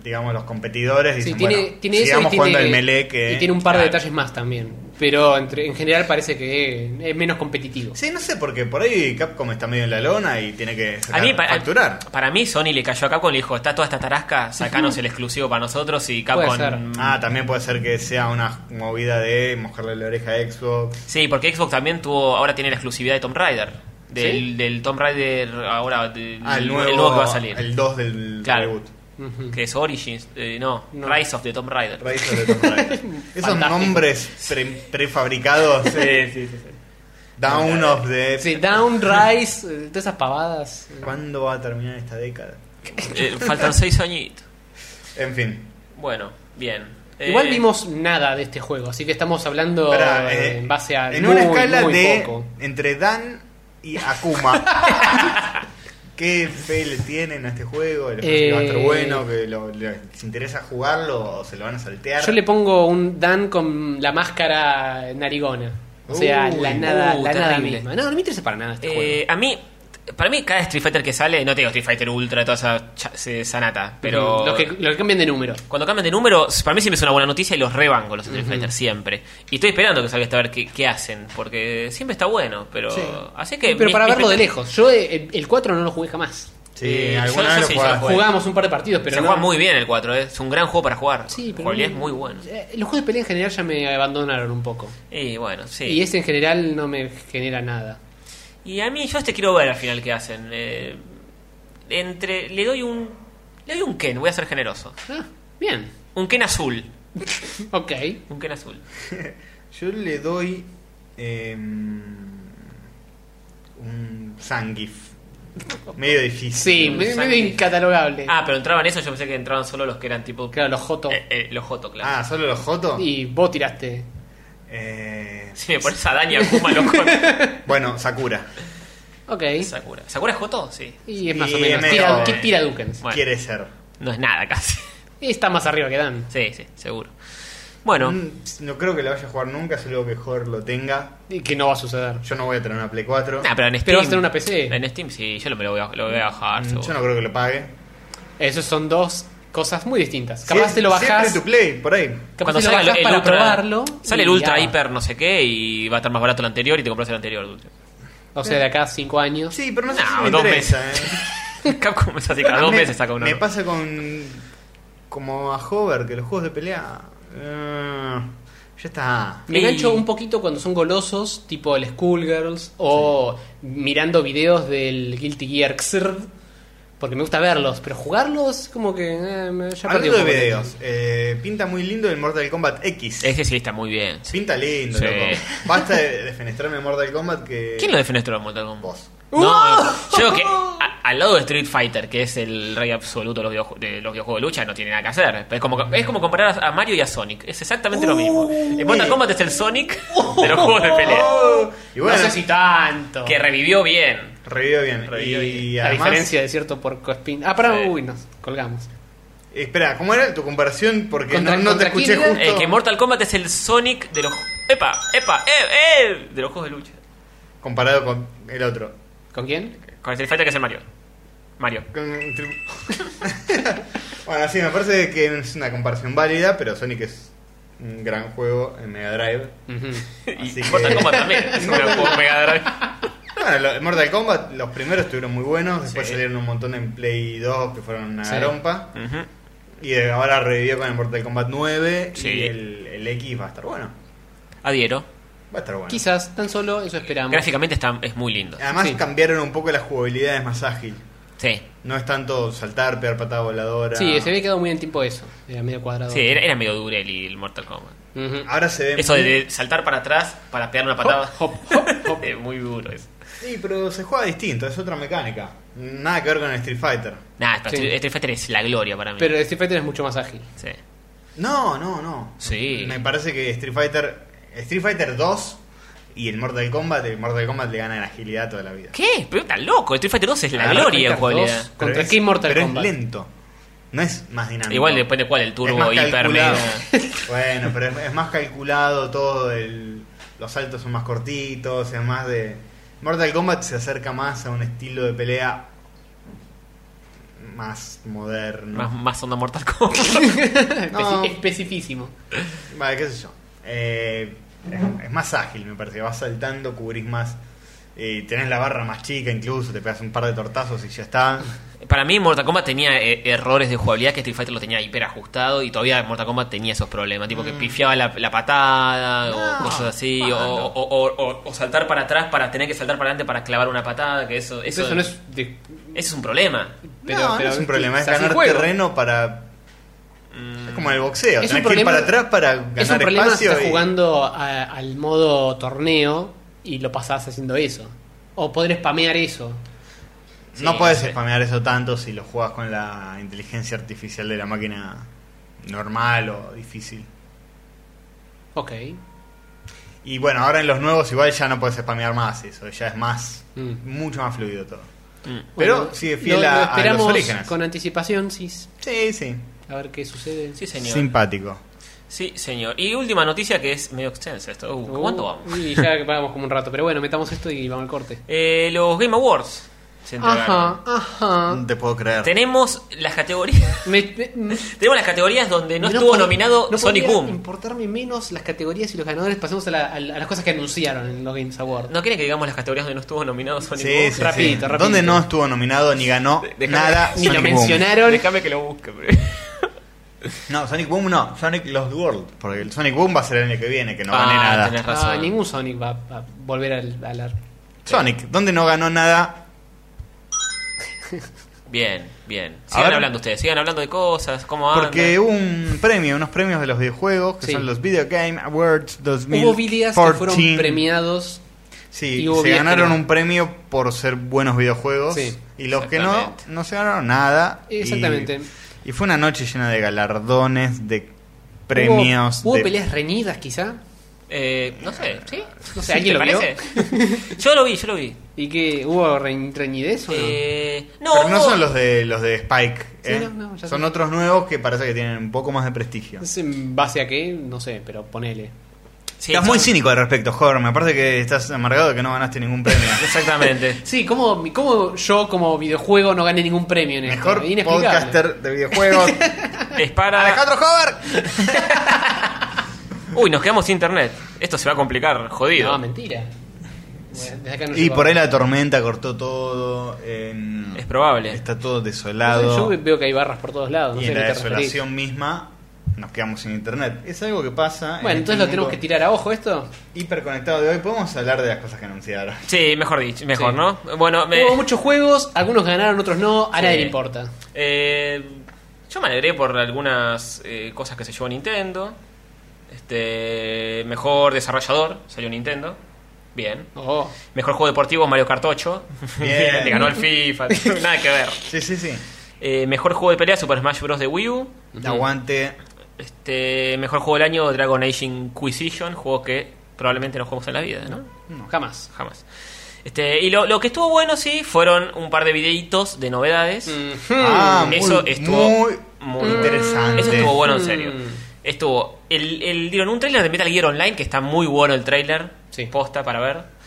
D: digamos, los competidores
C: Sí,
D: dicen,
C: tiene,
D: bueno,
C: tiene eso
D: sigamos
C: y
D: jugando
C: tiene,
D: el melee que...
C: y tiene un par de
E: Claro.
C: detalles más también. Pero entre, en general parece que es menos competitivo.
D: Sí, no sé, porque por ahí Capcom está medio en la lona y tiene que
E: A
D: sacar-
E: mí, para,
D: facturar.
E: para mí, Sony le cayó a Capcom y le dijo: Está toda esta tarasca, sacanos el exclusivo para nosotros. Y Capcom.
C: Puede ser.
D: Ah, también puede ser que sea una movida de mojarle la oreja a Xbox.
E: Sí, porque Xbox también tuvo. Ahora tiene la exclusividad de Tomb Raider. Del,
C: ¿Sí?
E: del Tomb Raider ahora. del-
D: Ah, el nuevo,
E: nuevo que va a salir.
D: El 2 del
E: Claro.
D: reboot.
C: Ujú.
E: Que es Origins. eh, no,
C: No.
E: Rise of the Tomb Raider.
D: Raíz de Tomb Raider. Esos
C: Fantástico.
D: nombres pre- prefabricados. eh, Down of the...
C: Sí, Down, Rise, eh, todas esas pavadas.
D: ¿Cuándo va a terminar esta década?
E: Eh, faltan seis añitos.
D: En fin.
E: Bueno, bien. Eh,
C: Igual vimos nada de este juego, así que estamos hablando
D: Pará,
C: eh,
D: eh,
C: en base a.
D: en
C: muy,
D: una escala
C: muy
D: de
C: poco.
D: entre Dan y Akuma. ¿Qué fe le tienen a este juego? ¿Les parece que va a estar
C: Eh,
D: bueno? ¿Que lo- ¿Les interesa jugarlo o se lo van a saltear?
C: Yo le pongo un Dan con la máscara narigona. O sea,
D: Uy,
C: la nada,
E: uh,
C: la nada
E: terrible.
C: misma. No, no me interesa para nada este
E: eh,
C: juego.
E: a mí. Para mí, cada Street Fighter que sale. No tengo Street Fighter Ultra, toda esa cha- se- sanata. Pero.
C: Los que, los que cambian de número.
E: Cuando cambian de número, para mí siempre es una buena noticia y los rebanco los Street Fighter siempre. Y estoy esperando que salga esta a ver qué, qué hacen, porque siempre está bueno, pero
D: Sí.
E: así que
C: Pero
E: mi-
C: para
E: mi
C: verlo de
E: expectativa-
C: lejos. Yo eh, el, 4 no lo jugué jamás.
D: Sí,
E: Eh,
D: alguna
E: yo- yo
D: vez
E: sí,
D: lo jugás.
E: yo Bueno.
C: Jugábamos un par de partidos, pero
E: se
C: no-
E: juega muy bien el 4, eh, es un gran juego para jugar.
C: Sí, pero
E: Jolí,
C: no-
E: es muy bueno.
C: eh, Los juegos de pelea en general ya me abandonaron un poco.
E: Y bueno, sí.
C: Y este en general no me genera nada.
E: Y a mí yo este quiero ver al final qué hacen. eh, entre le doy un le doy un Ken, voy a ser generoso.
C: Ah, bien.
E: Un Ken azul,
C: Ok.
E: un Ken azul.
D: Yo le doy eh, un Sangif. Medio difícil.
C: Sí,
E: Un
C: medio,
E: sangre.
C: medio incatalogable.
E: Ah, pero entraban esos, yo pensé que entraban solo los que eran tipo
C: Claro, los Joto.
E: eh, eh, los Joto, claro.
D: Ah, ¿solo los Jotos?
C: Y vos tiraste.
D: Eh,
E: Si me pones a Dani Akuma, loco.
D: bueno, Sakura.
C: Ok.
E: Sakura. ¿Sakura es Joto? Sí.
C: Y es más
D: Y
C: o menos.
D: medio-
C: Tira, ¿Qué
E: eh,
C: tira Dukens?
E: Bueno.
D: Quiere ser.
E: No es nada casi.
C: Está más arriba que Dan.
E: Sí, sí, seguro. Bueno,
D: Mm, No creo que lo vaya a jugar nunca, solo que Jorge lo tenga.
C: Y que no va a suceder.
D: Yo no voy a tener una Play 4.
E: nah, pero en Steam.
C: Pero vas a tener una PC.
E: En Steam sí, yo lo, me lo, voy, a, lo voy a bajar.
D: Mm,
E: seguro.
D: Yo no creo que lo pague.
C: Esos son dos cosas muy distintas. Capaz
D: Sie-
C: te lo
D: Siempre
C: bajás.
D: tu Play, por ahí.
C: Capaz te lo bajás para probarlo.
E: Sale el
C: y
E: Ultra
C: ya.
E: Hyper, no sé qué, y va a estar más barato el anterior y te compras el anterior. dulce.
C: O sea, de acá a cinco años.
D: Sí, pero no sé
E: No,
D: si me
E: dos
D: interesa. ¿eh?
E: Capcom es así, cada dos
D: me,
E: meses saca uno.
D: Me
E: ¿no?
D: pasa con. Como a Hover, que los juegos de pelea. eh, ya está.
C: Me
E: Y-
C: engancho un poquito cuando son golosos, tipo el Schoolgirls, o mirando videos del Guilty Gear Xrd, porque me gusta verlos, pero jugarlos como que eh, me- ya perdí un
D: Hablando de
C: poco el
D: videos, eh, pinta muy lindo el Mortal Kombat X.
E: Ese Este sí está muy bien. sí.
D: Pinta lindo,
E: Sí.
D: loco. Basta de de fenestrarme en Mortal Kombat que.
E: ¿Quién lo define esto de Mortal Kombat?
D: Vos.
E: No, yo creo que a- al lado de Street Fighter, que es el rey absoluto de los, videoju- de los videojuegos de lucha, no tiene nada que hacer. Es como, es como comparar a a Mario y a Sonic. Es exactamente lo mismo.
D: Uh,
E: El Mortal Kombat es el Sonic de los juegos de pelea.
D: Oh. Y bueno,
C: No sé si tanto.
E: Que revivió bien.
D: revivió bien.
E: Revivió
D: y
E: bien.
C: la
D: además-
C: diferencia de cierto porco espín. Ah, pará,
E: Sí.
C: uy, nos colgamos.
D: eh, Espera, ¿cómo era tu comparación? Porque
C: Contra-
D: no, no
C: contra
D: te
C: quién
D: escuché
C: era?
D: justo.
E: Eh, que Mortal Kombat es el Sonic de los. ¡Epa! ¡Epa! ¡Eh! ¡Eh! De los juegos de lucha.
D: Comparado con el otro.
C: ¿Con quién?
E: Con Street Fighter que es el Mario. Mario.
D: Con- tri- bueno, sí, me parece que es una comparación válida, pero Sonic es un gran juego en Mega Drive.
C: Ujú.
E: Y
D: Así que-
E: Mortal Kombat también. Es un gran juego Mega Drive.
D: Bueno, lo- Mortal Kombat, los primeros estuvieron muy buenos, después
E: Sí.
D: salieron un montón en Play 2 que fueron una
C: Sí.
D: garompa.
E: Ujú.
D: Y eh, ahora revivió con el Mortal Kombat 9
E: Sí.
D: y el, el X va a estar bueno.
E: Adhiero.
D: Va a estar bueno.
C: Quizás, tan solo eso esperamos.
E: Gráficamente está, es muy lindo.
D: Además
C: Sí.
D: cambiaron un poco la jugabilidad, es más ágil.
E: Sí.
D: No es tanto saltar, pegar patada voladora.
C: Sí, se había quedado muy en tiempo eso. Era medio cuadrado.
E: Sí, era, era medio dureli el Mortal Kombat.
C: Ujú.
D: Ahora se ve.
E: Eso de, de saltar para atrás para pegar una patada.
C: Hop, hop, hop.
E: Es muy duro eso.
D: Sí, pero se juega distinto, es otra mecánica. Nada que ver con el Street Fighter.
E: Nah, pero
C: Sí.
E: Street- Street Fighter es la gloria para mí.
C: Pero el Street Fighter es mucho más ágil.
E: Sí.
D: No, no, no.
E: Sí.
D: Me parece que Street Fighter. Street Fighter 2 y el Mortal Kombat, el Mortal Kombat le gana en agilidad toda la vida.
E: ¿Qué? Pero está loco. Street Fighter 2 es la
C: Ah,
E: gloria en
C: Street Fighter
E: jugabilidad.
C: 2. ¿Contra
D: es-
C: qué Mortal
D: pero
C: Kombat?
D: es lento. No es más dinámico.
E: Igual depende cuál, el
D: Es
E: turbo
D: más
E: hiper
D: calculado.
E: mega.
D: Bueno, pero es, es más calculado todo. el- los saltos son más cortitos, es más de. Mortal Kombat se acerca más a un estilo de pelea más moderno.
E: Más, más onda Mortal Kombat.
C: Especi-
D: No.
C: Especifísimo.
D: Vale, qué sé yo. Eh, es, es más ágil, me parece. Vas saltando, cubrís más. Y tenés la barra más chica, incluso. Te pegas un par de tortazos y ya está.
E: Para mí, Mortal Kombat tenía eh, errores de jugabilidad que Street Fighter lo tenía hiper ajustado y todavía Mortal Kombat tenía esos problemas, tipo
C: Mm.
E: que pifiaba la, la patada o cosas así,
C: Ah,
E: o, o- o- o- o saltar para atrás para tener que saltar para adelante para clavar una patada, que eso, eso,
C: Eso, no es. de-
E: eso es un problema.
C: pero,
D: no, no
C: pero-
D: es un problema, es
C: así
D: ganar
C: juego.
D: terreno para. Es como el boxeo,
C: Es
D: tenés
C: un
D: que ir
C: problema-
D: para atrás para ganar
C: es un problema si
D: espacio.
C: estás
D: y-
C: jugando a- al modo torneo y lo pasás haciendo eso. O poder spamear eso.
D: no
E: Sí,
D: puedes
E: sí.
D: spamear eso tanto si lo juegas con la inteligencia artificial de la máquina normal o difícil.
C: Ok.
D: Y bueno, ahora en los nuevos igual ya no puedes spamear más eso, ya es más,
C: Mm.
D: mucho más fluido todo.
E: Mm.
D: Pero sigue fiel
C: lo-
D: a-
C: lo
D: a los
C: esperamos
D: orígenes.
C: con anticipación, sí.
D: Sí, sí.
C: A ver qué sucede.
E: Sí, señor.
D: Simpático.
E: Sí, señor. Y última noticia que es medio extensa esto. Uh,
C: Uh,
E: ¿Cuánto vamos?
C: Y ya vamos como un rato. Pero bueno, metamos esto y vamos al corte.
E: Eh, los Game Awards se entregaron.
C: Ajá, ajá.
D: No te puedo creer.
E: Tenemos las categorías.
C: Me- me-
E: Tenemos las categorías donde no, estuvo
C: pod-
E: nominado
C: no
E: Sonic
C: podría
E: Boom.
C: importarme menos las categorías y los ganadores. Pasemos a, la- a la- a las cosas que anunciaron en los Games Awards.
E: ¿No quieren que digamos las categorías donde no estuvo nominado Sonic
D: Sí,
E: Boom?
D: sí, sí.
C: Rapidito, rapidito.
D: ¿Dónde no estuvo nominado ni ganó
E: Déjame-
D: nada?
C: Ni lo
D: Sonic Boom?
C: mencionaron.
E: Déjame que lo busque. pero-
D: No, Sonic Boom no, Sonic Lost World. Porque el Sonic Boom va a ser el año que viene, que no gané
E: Ah,
D: nada.
E: tenés
C: Ah,
E: razón.
C: ningún Sonic va a volver al, al ar-
D: Sonic, ¿dónde no ganó nada?
E: Bien, bien.
D: A
E: Sigan
D: ver.
E: hablando ustedes, sigan hablando de cosas, cómo andan.
D: Porque hubo un premio, unos premios de los videojuegos, que
C: Ah, Sí.
D: son los Video Game Awards 2014.
C: Hubo videos que fueron premiados.
D: Sí,
C: y hubo
D: se
C: videos que
D: ganaron
C: no.
D: un premio por ser buenos videojuegos.
C: Sí.
D: y los que no,
E: Exactamente.
D: no se ganaron nada. y-
C: Exactamente.
D: Y, fue una noche llena de galardones, de premios.
C: Hubo, hubo
D: de-
C: peleas reñidas, quizá.
E: Eh, no sé, ¿sí?
C: No sé,
E: ¿Sí?
C: ¿alguien
E: ¿Te
C: lo vio?
E: parece? yo lo vi, yo lo vi.
C: ¿Y que ¿Hubo reñ- reñidez o no?
E: Eh, no,
D: Pero no
E: hubo-
D: son los de los de Spike.
C: Sí,
D: ¿eh?
C: no, no, ya
D: son
C: sé.
D: otros nuevos que parece que tienen un poco más de prestigio.
C: Es ¿En base a qué? No sé, pero ponele.
E: Sí,
D: estás
E: son-
D: muy cínico al respecto, Jorge. Aparte que estás amargado de que no ganaste ningún premio.
E: Exactamente.
C: Sí, ¿cómo, cómo yo como videojuego no gané ningún premio en esto?
D: Mejor
C: Inexplicable.
D: podcaster de videojuegos.
E: Es para...
D: Alejandro Hover.
E: Uy, nos quedamos sin internet. Esto se va a complicar, jodido.
C: No, mentira. Bueno, desde acá no
D: Y
C: llegó.
D: por ahí la tormenta cortó todo. en-
E: Es probable.
D: Está todo desolado.
C: Yo veo que hay barras por todos lados. No
D: y
C: sé
D: en
C: a
D: la
C: qué te referís.
D: desolación misma nos quedamos sin internet. Es algo que pasa. en
C: Bueno,
D: este
C: entonces lo tenemos
D: mundo
C: que tirar a ojo esto.
D: Hiperconectado de hoy. Podemos hablar de las cosas que anunciaron.
E: Sí, mejor dicho, mejor,
C: Sí.
E: ¿no? Bueno, me...
C: Hubo muchos juegos, algunos ganaron, otros no, a nadie le importa.
E: Eh, yo me alegré por algunas eh, cosas que se llevó Nintendo. Este, mejor desarrollador, salió Nintendo. Bien.
C: Oh.
E: Mejor juego deportivo, Mario Kart 8.
D: Bien.
E: Le ganó el FIFA, nada que ver.
D: Sí, sí, sí.
E: Eh, mejor juego de pelea, Super Smash Bros. de Wii U.
D: Aguante.
E: Este, mejor juego del año, Dragon Age Inquisition, juego que probablemente no jugamos en la vida, ¿no?
C: Jamás.
E: Jamás. Este, y lo, lo que estuvo bueno, sí, fueron un par de videitos de novedades.
C: Mm.
D: Ah, muy,
E: Eso estuvo
D: muy,
E: muy
D: interesante.
E: Eso estuvo bueno, en serio.
C: Mm.
E: Estuvo. El, el, dieron un tráiler de Metal Gear Online, que está muy bueno el tráiler.
C: Sí.
E: Posta para ver.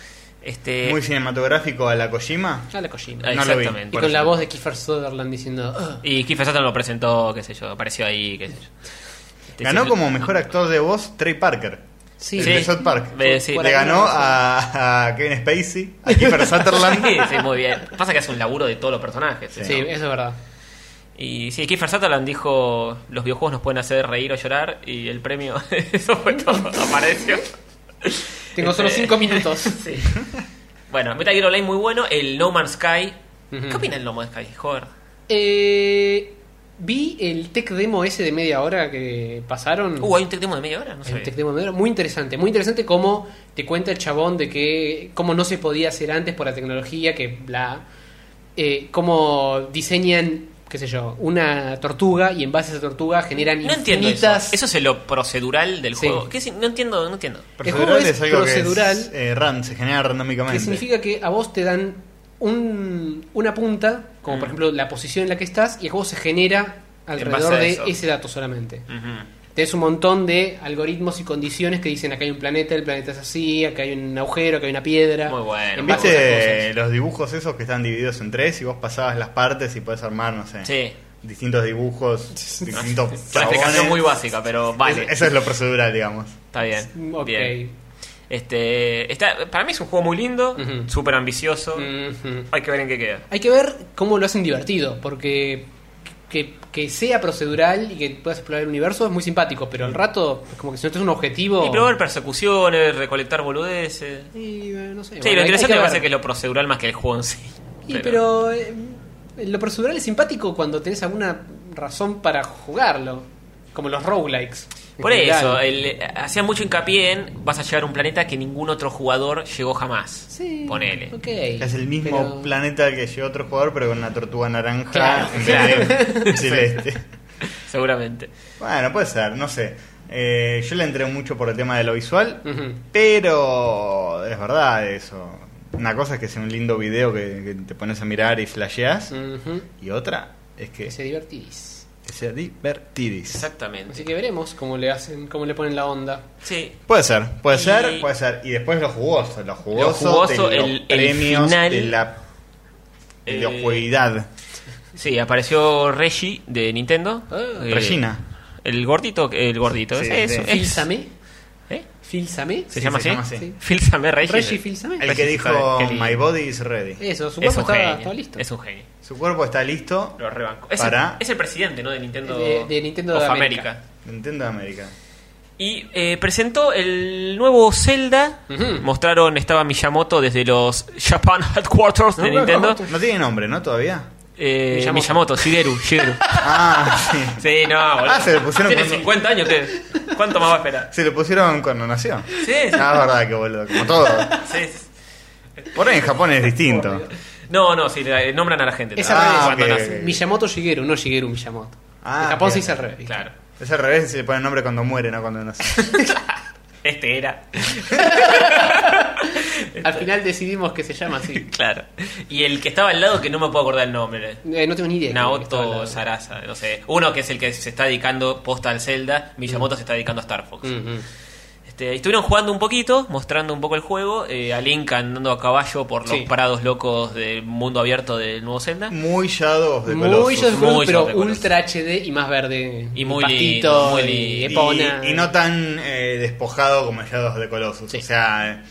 E: Este,
D: Muy cinematográfico a la Kojima.
C: A la cocina.
E: Ah,
D: no lo vi.
E: exactamente.
C: y
D: por
C: con la
D: eso.
C: voz de Kiefer Sutherland diciendo. "Ugh".
E: Y Kiefer Sutherland lo presentó, qué sé yo, apareció ahí, qué sé yo. Este,
D: Ganó
E: sí,
D: como mejor actor de voz Trey Parker.
C: Sí.
D: El de
E: Sí.
D: South Park.
E: Eh, sí.
D: Le ganó a, a Kevin Spacey, a Kiefer Sutherland.
E: Sí, sí, muy bien. Pasa que hace un laburo de todos los personajes.
C: Sí,
E: ¿no?
C: eso es verdad.
E: Y sí, Kiefer Sutherland dijo: Los videojuegos nos pueden hacer reír o llorar. Y el premio, eso fue todo. Apareció.
C: Tengo solo
E: Este,
C: cinco minutos.
E: Bueno, Metal Gear Online muy bueno. El No Man's Sky.
C: Ujú.
E: ¿Qué opina el No Man's Sky? Joder.
C: Eh, vi el tech demo ese de media hora que pasaron.
E: Uh, hay un tech demo de media hora. No
C: El
E: sabía.
C: tech demo de media hora. Muy interesante. Muy interesante cómo te cuenta el chabón de que. cómo no se podía hacer antes por la tecnología, que bla. Eh, cómo diseñan, qué sé yo, una tortuga y en base a esa tortuga generan
E: No entiendo eso.
C: infinitas.
E: Eso es lo procedural del
C: Sí.
E: juego. ¿Qué es? No entiendo, no entiendo.
D: Procedural
C: es
D: es, algo
C: procedural.
D: que es, eh, ran- se genera randomicamente.
C: Que significa que a vos te dan un- una punta, como por ejemplo la posición en la que estás, y el juego se genera
E: Mm. base
C: alrededor
E: a
C: de
E: eso.
C: ese dato solamente.
E: Ujú.
C: tenés un montón de algoritmos y condiciones que dicen acá hay un planeta, el planeta es así, acá hay un agujero, acá hay una piedra.
E: Muy bueno.
C: en base a esas
D: ¿Viste
C: cosas.
D: los dibujos esos que están divididos en tres y vos pasabas las partes y podés armar, no sé,
E: Sí.
D: distintos dibujos, distintos
E: Es una explicación
D: chabones?
E: muy básica, pero vale.
D: Es- Eso es lo procedural, digamos.
E: Está bien.
C: Ok.
E: bien. Este, está, para mí es un juego muy lindo,
C: Ujú. Mm.
E: súper ambicioso.
C: Ujú.
E: Hay que ver en qué queda.
C: Hay que ver cómo lo hacen divertido, porque que, que sea procedural y que puedas explorar el universo es muy simpático, pero al rato, es como que si no es un objetivo.
E: Mm. Y probar persecuciones, recolectar boludeces.
C: Y, eh, no sé,
E: Sí,
C: bueno, hay-
E: lo
C: hay
E: interesante me
C: ver.
E: parece que es lo procedural más que el juego en sí.
C: Y pero, eh, lo procedural es simpático cuando tenés alguna razón para jugarlo, como los roguelikes. en
E: Por
C: general.
E: eso, eh, el- hacía mucho hincapié en vas a llegar a un planeta que ningún otro jugador llegó jamás.
C: Sí,
E: Ponele.
C: ok,
D: Es el mismo
C: pero-
D: planeta que llegó otro jugador, pero con una tortuga naranja
C: Claro,
D: en
E: claro.
D: vez de celeste.
E: Seguramente.
D: Bueno, puede ser, no sé. Eh, yo le entré mucho por el tema de lo visual,
C: Ujú.
D: pero es verdad eso. Una cosa es que sea un lindo video que, que te pones a mirar y flasheas,
C: Ujú.
D: y otra es que
C: Que se divertís.
D: que sea divertidis.
E: Exactamente.
C: Así que veremos cómo le hacen, cómo le ponen la onda.
E: Sí.
D: Puede ser, puede
E: Y-
D: ser, puede ser. Y después los jugosos, los jugosos,
E: jugoso,
D: de los
E: el- el
D: premios
E: final,
D: de la
E: eh,
D: videojueguidad.
E: Sí, apareció Reggie de Nintendo.
C: Ah.
E: Eh,
D: Regina.
E: El gordito, el gordito.
D: Sí,
E: es,
D: sí.
E: es-
C: Filsame.
E: ¿Eh?
C: Filsame.
E: ¿Se
D: Sí,
E: llama
D: se llama
E: así?
D: así.
E: Filsame Reggie.
C: Reggie Filsame.
D: El que
E: Regina,
D: dijo
E: qué lindo.
D: My body is ready.
C: Eso, su
E: es
C: cuerpo
E: un
C: estaba,
E: genio.
C: estaba listo.
E: Es un genio.
D: Su cuerpo está listo.
E: Lo rebanco. Es,
D: Para-
E: el, es el presidente, ¿no? De Nintendo.
C: De- de Nintendo
E: of
C: de
E: America.
C: América.
D: Nintendo de América.
E: Y eh, presentó el nuevo Zelda.
C: Ujú.
E: Mostraron, estaba Miyamoto desde los Japan Headquarters de Nintendo.
D: No tiene nombre, ¿no? Todavía.
E: Eh,
C: Miyamoto.
E: Miyamoto, Shigeru, Shigeru.
D: Ah, sí.
E: Sí, no, boludo.
D: Ah, se le pusieron
E: Tiene
D: cuando-
E: 50 años ustedes. ¿Cuánto más va a esperar?
D: Se lo pusieron cuando nació.
E: Sí,
D: Ah, es verdad que boludo, como todo.
E: sí, sí.
D: Por ahí en Japón es distinto.
E: No, no, sí, la- eh, nombran a la gente.
C: Es
E: también.
D: al revés.
E: Cuando
D: Ah, ok,
E: nace.
D: ok.
C: Miyamoto Shigeru, no Shigeru Miyamoto.
D: Ah,
C: en Japón
D: bien.
C: se dice al revés.
E: Claro.
D: Es al revés, se le pone nombre cuando muere, no cuando nace.
E: Este era.
C: Al final decidimos que se llama así.
E: claro. Y el que estaba al lado, que no me puedo acordar el nombre.
C: Eh, no tengo ni idea. de quién estaba
E: Naoto
C: hablando.
E: Sarasa, no sé. Uno que es el que se está dedicando posta al Zelda,
D: Mm.
E: Miyamoto se está dedicando a Star Fox.
C: Ujú.
E: Este, estuvieron jugando un poquito, mostrando un poco el juego, eh, a Link andando a caballo por los
C: Sí.
E: parados locos del mundo abierto del nuevo Zelda.
D: Muy Shadow de
C: Muy Shadow of the
E: Muy
C: Colossus,
E: Shadow of
C: pero
E: the Colossus.
C: ultra HD y más verde.
E: Y muy lindo,
C: pastito,
E: muy
C: y
E: lindo.
C: epona.
D: Y, y no tan eh, despojado como Shadow de Colossus.
C: Sí.
D: O sea, eh,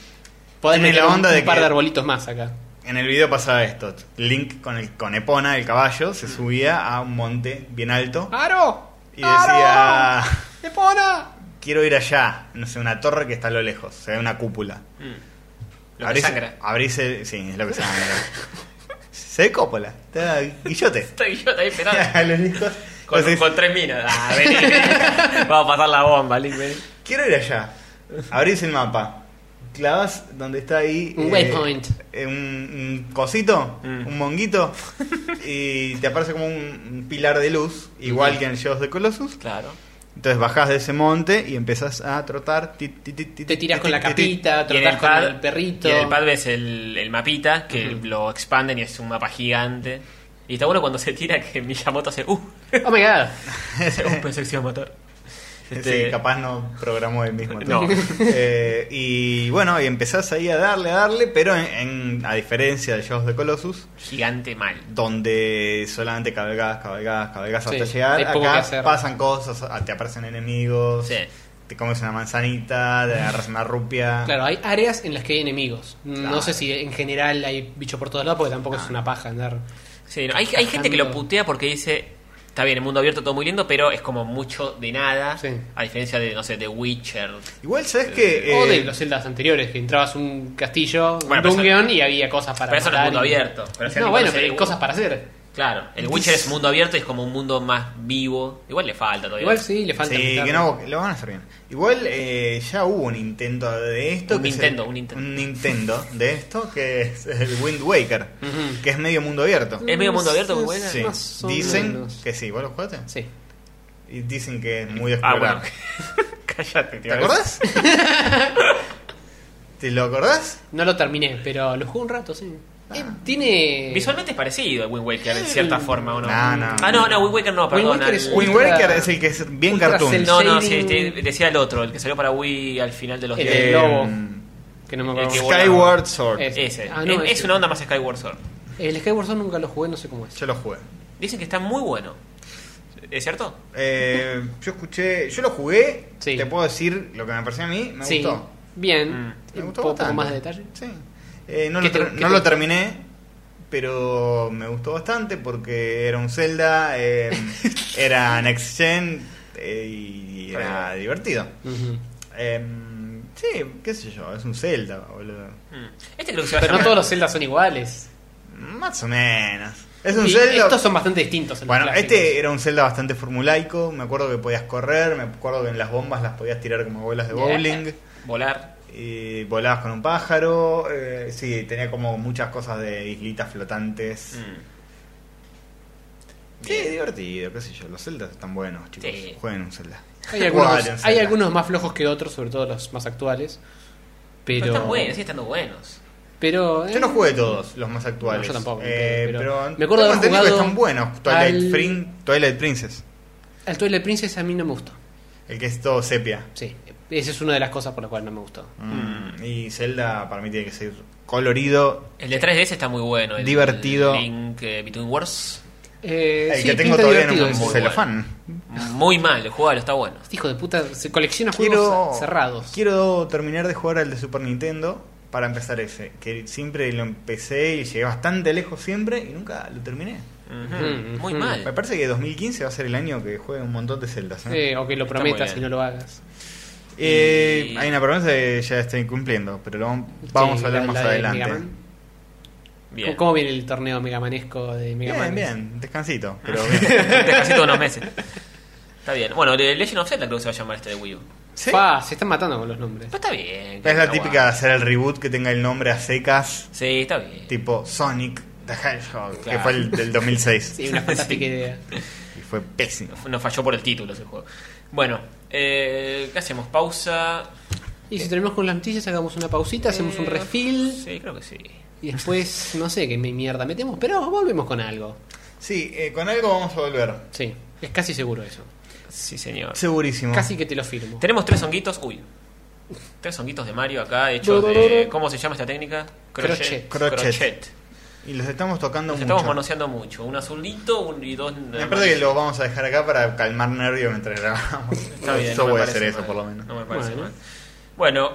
C: Podés
D: tiene
C: meter
D: la
C: un-
D: onda de
C: un par
D: que-
C: de arbolitos más acá.
D: en el video pasaba esto. Link con, el, con Epona, el caballo, se subía a un monte bien alto
E: Ah.
C: ¡Aro!
D: y decía...
C: ¡Epona!
D: quiero ir allá, no sé, una torre que está a lo lejos, se ve una cúpula.
E: Mm. Lo que
D: Abrís-
E: sangra.
D: abrís el- sí, es lo que sangra. se ve Coppola, está guillote.
E: Estoy yo también esperando.
D: a lo lejos.
E: Con,
D: Entonces,
E: con tres minas. Ah, vení. Vamos a pasar la bomba, Link, vení.
D: Quiero ir allá. Abrís el mapa. Clavas donde está ahí.
C: Un waypoint.
D: eh, un, un cosito,
E: Mm.
D: un monguito. y te aparece como un, un pilar de luz, igual que en Shadows de Colossus.
E: Claro.
D: Entonces bajás de ese monte y empezás a trotar. ti, ti, ti, ti,
C: Te tirás
D: ti,
C: con
D: ti,
C: la
D: ti, ti.
C: capita,
E: Y en el
C: trotás Ah, con
E: pad-
C: el perrito.
E: Y en el pad ves el, el mapita que
C: Ujú.
E: lo expanden y es un mapa gigante. Y está bueno cuando se tira que Miyamoto hace uh,
C: Oh my god.
E: hace, uh, pensé que se iba a matar. Este,
D: Sí, capaz no programó el mismo.
E: No.
D: Eh, y bueno, y empezás ahí a darle, a darle, pero en, en- a diferencia de Shadows de Colossus,
E: Gigante mal.
D: donde solamente cabalgás, cabalgás, cabalgás hasta
C: Sí,
D: llegar,
C: hay poco que
D: acá
C: hacer.
D: pasan cosas, a- te aparecen enemigos,
E: Sí.
D: te comes una manzanita, te agarras una rupia.
C: Claro, hay áreas en las que hay enemigos.
D: Claro.
C: No sé si en general hay bichos por todos lados, porque tampoco
D: Ah.
C: es una paja andar.
E: Sí, no, Hay, hay gente que lo putea porque dice, está bien, el mundo abierto todo muy lindo, pero es como mucho de nada.
C: Sí.
E: A diferencia de, no sé, de Witcher.
D: Igual sabes que
C: o
D: eh,
C: de los celdas anteriores, que entrabas a un castillo,
E: Bueno,
C: un
E: pero
C: dungeon, y había cosas para
E: pero eso no es
C: matar
E: mundo
C: y-
E: abierto. Pero si
C: no,
E: alguien
C: bueno,
E: conoce
C: pero hay
E: el-
C: cosas para hacer.
E: Claro, el Witcher es mundo abierto y es como un mundo más vivo. Igual le falta todavía.
C: Igual sí, le falta.
D: Sí,
C: meterle.
D: que no, lo van a hacer bien. Igual eh, ya hubo un intento de esto.
E: Un
D: que es el-
E: Nintendo, un Nintendo.
D: un Nintendo de esto, que es el Wind Waker, que es medio mundo abierto.
E: ¿Es medio mundo abierto como buena?
D: Sí.
C: más o
D: Dicen
C: menos.
D: que sí, ¿vos lo jugaste?
C: Sí.
D: Y dicen que es muy
E: Ah,
D: explorable.
E: bueno. Cállate,
D: ¿Te acordás? ¿Te lo acordás?
C: No lo terminé, pero lo jugué un rato, sí. Eh,
D: Ah.
C: tiene.
E: Visualmente es parecido a Wind Waker en cierta forma, ¿o no?
D: No, no.
E: Ah, no, no, Wind Waker no,
C: Wind
E: perdón.
C: Waker
E: al-
C: es
D: Wind
C: Ultra-
D: Waker es el que es bien
C: Ultra
D: cartoon.
C: Cell
E: No, no, sí,
C: Shading.
E: te- decía el otro, el que salió para Wii al final de los
C: El
E: 10.
C: del lobo. Que no me
E: el
C: acuerdo.
E: que
C: cómo
E: vuela.
D: Eh, Skyward Sword.
C: Es-
E: Ese.
C: Ah, no,
E: es, es
C: ese.
E: una onda más Skyward Sword.
C: se- El Skyward Sword nunca lo jugué, no sé cómo es.
D: Yo lo jugué.
E: Dicen que está muy bueno. ¿Es cierto?
D: Eh, yo escuché, yo lo jugué.
C: Sí.
D: Te puedo decir lo que me pareció a mí. Me
C: sí.
D: gustó.
C: Bien.
E: Mm.
D: Me
C: Un
D: gustó
C: poco
D: bastante.
C: más de detalle.
D: Sí. Eh, no
C: ¿Qué
D: lo,
C: te-
D: ter-
C: qué
D: no
C: te-
D: lo terminé, pero me gustó bastante porque era un Zelda, eh, era Next Gen eh, y era divertido.
C: Ujú.
D: Eh, sí, qué sé yo, es un Zelda, boludo.
E: Mm. Este creo que se va a
C: Pero no
E: llamar-
C: todos los Zelda son iguales.
D: Más o menos. Es un
C: Y
D: Zelda.
C: Estos son bastante distintos. a los
D: Bueno,
C: clásicos.
D: este era un Zelda bastante formulaico. Me acuerdo que podías correr, me acuerdo que en las bombas las podías tirar como bolas de
C: Yeah.
D: bowling.
E: Volar.
D: Y volabas con un pájaro. eh, sí, tenía como muchas cosas de islitas flotantes.
E: Mm.
D: Sí, divertido, qué sé yo. Los celdas están buenos, chicos.
E: Sí.
D: Jueguen un celda.
C: Hay algunos,
D: Jueguen un
C: hay
D: Zelda.
C: algunos más flojos que otros, sobre todo los más actuales. Pero.
E: Pero están buenos, siguen estando buenos.
C: Pero. eh,
D: Yo no jugué todos los más actuales.
C: No, yo tampoco,
D: Eh,
C: pero-
D: pero,
C: me acuerdo de haber
D: tengo entendido
C: jugado
D: que están buenos. Twilight,
C: al-
D: Prin- Twilight Princess.
C: El Twilight Princess a mí no me gustó.
D: El que es todo sepia.
C: Sí. Esa es una de las cosas por las cuales no me gustó.
D: Mm, Y Zelda para mí tiene que ser colorido.
E: El de 3DS está muy bueno. El,
D: Divertido.
E: el Link eh, Between Wars.
C: Eh,
D: El
C: sí,
D: que tengo
C: pinta
D: todavía en
C: divertido
D: un eh.
C: ese.
E: muy
D: celofán.
E: Muy mal, el jugador está bueno.
C: Este hijo de puta se colecciona
D: Quiero,
C: juegos cerrados.
D: quiero terminar de jugar al de Super Nintendo para empezar ese. Que siempre lo empecé y llegué bastante lejos siempre y nunca lo terminé.
E: Ujú, Mm, Muy
C: ujú.
D: Me
E: mal.
D: parece que 2015 va a ser el año que juegue un montón de celdas.
C: Eh, o que lo
E: Está
C: prometas
E: muy
C: y
E: bien.
C: no lo hagas.
D: Eh,
E: Y-
D: hay una promesa que ya estoy cumpliendo, pero lo vam- vamos
C: Sí,
D: a hablar
C: la-
D: más
C: la de
D: adelante.
C: Mega Man.
E: Bien.
C: ¿Cómo viene el torneo megamanesco de Mega
D: Bien,
C: Man? Ah.
D: bien, descansito, pero bien.
E: Te casi todos unos meses. Está bien. Bueno, de Legend of Zelda creo que se va a llamar este de Wii U.
D: Sí.
C: Fa, se están matando con los nombres.
E: Pero está bien. que
D: Es la
E: está
D: típica de
E: guay.
D: hacer el reboot que tenga el nombre a secas,
E: Sí, está bien.
D: tipo Sonic the Hedgehog, que
E: Claro.
D: fue el del 2006
C: Sí, una fantástica idea.
D: y fue pésimo.
E: Nos falló por el título ese juego. Bueno, eh, ¿qué hacemos? Pausa.
C: Y si terminamos con las noticias, hagamos una pausita, hacemos un
E: Eh,
C: refill
E: Sí, creo que sí.
C: y después, no sé qué mi- mierda metemos, pero volvemos con algo.
D: Sí, eh, con algo vamos a volver.
C: Sí, es casi seguro eso.
E: Sí, señor.
D: Segurísimo.
C: Casi que te lo firmo.
E: Tenemos tres honguitos. Uy. Tres honguitos de Mario acá, hechos de. ¿Cómo se llama esta técnica?
C: Crochet.
E: Crochet.
D: Crochet. Y los estamos tocando
E: Nos
D: mucho.
E: estamos manoseando mucho. Un azulito un, y dos.
D: Me parece que lo vamos a dejar acá para calmar nervios mientras grabamos.
E: Está bien,
D: Yo
E: no me
D: voy a
E: parece
D: hacer eso,
E: mal.
D: por lo menos.
E: No me parece
C: Bueno.
E: mal. Bueno,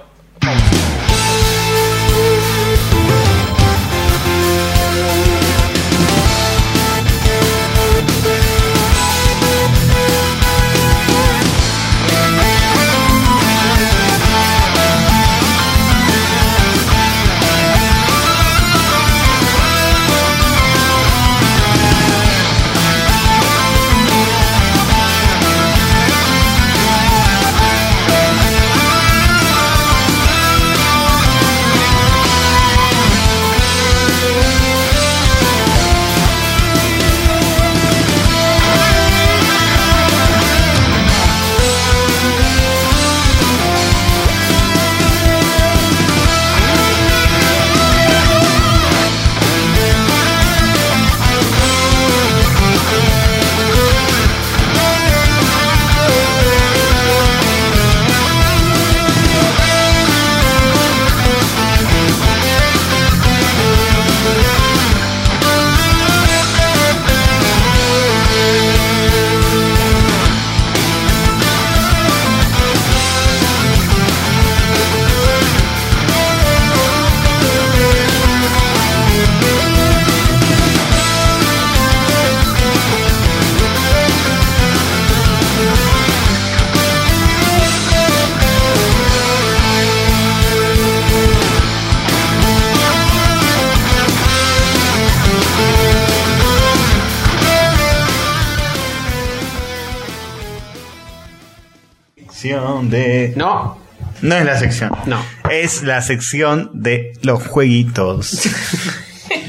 D: Sección de.
C: No,
D: No es la sección.
C: No.
D: Es la sección de los jueguitos.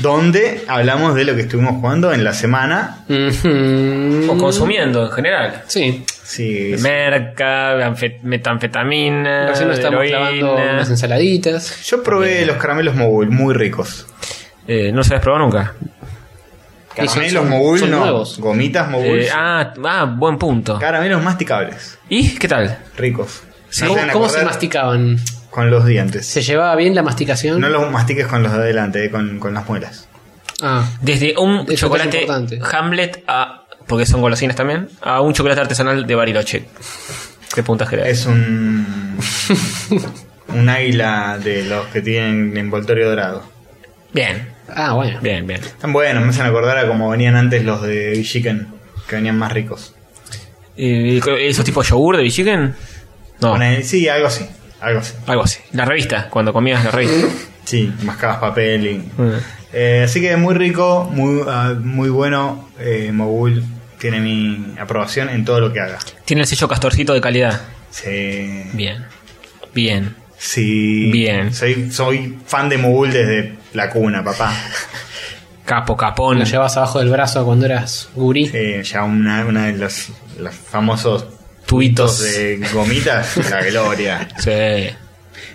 D: donde hablamos de lo que estuvimos jugando en la semana.
C: Ujú.
E: o consumiendo en general.
C: Sí,
D: Sí.
E: Merca, anfe- metanfetamina,
C: recién nos estamos
E: Ah, heroína.
C: clavando unas ensaladitas.
D: Yo probé los caramelos mogul, muy ricos.
E: Eh, no los habías probado nunca.
C: Y son-
D: Caramelos
C: son-
D: mogul
C: son
D: no.
C: nuevos.
D: Gomitas mogul.
E: Eh, ah, ah, buen punto.
D: Caramelos masticables.
E: ¿Y qué tal?
D: Ricos.
E: Sí,
D: Me
C: ¿Cómo,
D: hacen
C: cómo se
D: acordar
C: masticaban?
D: Con los dientes.
C: ¿Se llevaba bien la masticación?
D: No los mastiques con los de adelante, eh, con, con las muelas.
C: Ah,
E: Desde un
C: Eso es
E: chocolate
C: importante.
E: Hamlet a. porque son golosinas también. a un chocolate artesanal de Bariloche. ¿Qué puntaje le das?
D: Es un. un águila de los que tienen envoltorio dorado.
E: Bien,
C: ah bueno.
E: bien, bien.
D: Están buenos, me hacen acordar a como venían antes los de Big Chicken, que venían más ricos.
E: Eh, ¿Esos tipos de yogur de Big Chicken? No,
D: Ponele- eh, sí, algo así. Algo así.
E: algo así. La revista, cuando comías la revista.
D: Sí, mascabas papel y.
E: Mm.
D: Eh, así que muy rico, muy, ah, muy bueno. Eh, Mogul tiene mi aprobación en todo lo que haga.
E: Tiene el sello castorcito de calidad.
D: Sí.
E: Bien, bien.
D: Sí.
E: Bien.
D: Soy, soy fan de Mogul desde la cuna, papá.
E: Capo, capón.
C: ¿Lo llevabas abajo del brazo cuando eras gurí?
D: Eh, ya una, una de los, los famosos
E: Tuitos.
D: de gomitas, la gloria.
E: Sí.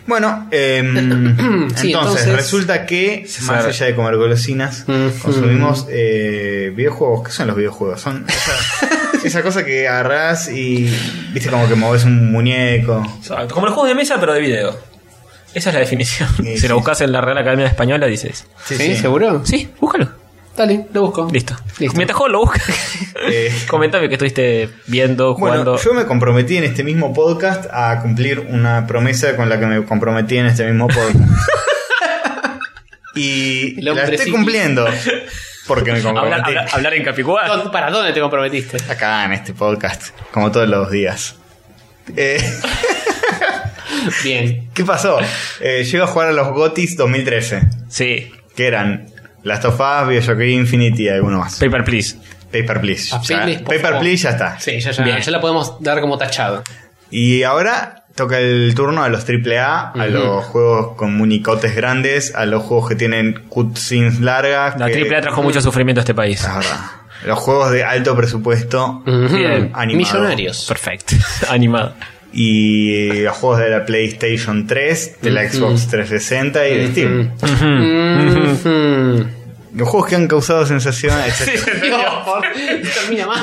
D: Bueno, em, entonces,
C: entonces-
D: resulta que
E: César.
D: más allá de comer golosinas,
C: Ujú.
D: consumimos eh, videojuegos. ¿Qué son los videojuegos? Son esa, esa cosa que agarrás y viste como que moves un muñeco.
E: Exacto. Como los juegos de mesa, pero de video. Esa es la definición.
D: Sí,
E: si lo
D: sí.
E: buscas en la Real Academia Española, dices.
C: ¿Sí? ¿Seguro?
E: Sí, búscalo.
C: Dale, lo busco.
E: Listo.
C: Listo.
E: Mientras juego lo busca.
D: Eh.
E: Comentame que estuviste viendo,
D: Bueno,
E: jugando.
D: yo me comprometí en este mismo podcast a cumplir una promesa con la que me comprometí en este mismo podcast. y
C: El
D: la
C: hombre
D: estoy
C: psiquis.
D: cumpliendo porque me comprometí.
E: Hablar, hablar- hablar en Capicúa.
C: ¿Dónde- ¿Para dónde te comprometiste?
D: Acá en este podcast, como todos los días. Eh,
C: Bien.
D: ¿Qué pasó? Eh, llego a jugar a los GOTIS 2013,
E: Sí.
D: que eran Last of Us, Bioshock Infinity y alguno más.
E: Paper, please.
D: Paper Please.
C: Ah,
D: Ya-
C: Paper, por
D: Paper
C: favor.
D: Please ya está.
C: Sí, ya, ya,
E: Bien.
C: ya la podemos dar como tachado.
D: Y ahora toca el turno a los AAA, a
C: Ujú.
D: los juegos con municotes grandes, a los juegos que tienen cutscenes largas.
E: La
D: que-
E: triple A trajo
D: eh,
E: mucho sufrimiento a este país.
D: Es verdad. Los juegos de alto presupuesto
E: Bien,
D: animado.
C: Millonarios.
E: Perfecto. Animado.
D: y eh, los juegos de la PlayStation 3, de la Xbox 360 y de Steam.
E: Mm.
C: Ujú.
D: Los juegos que han causado sensación, etcétera.
C: Dios, por- termina más.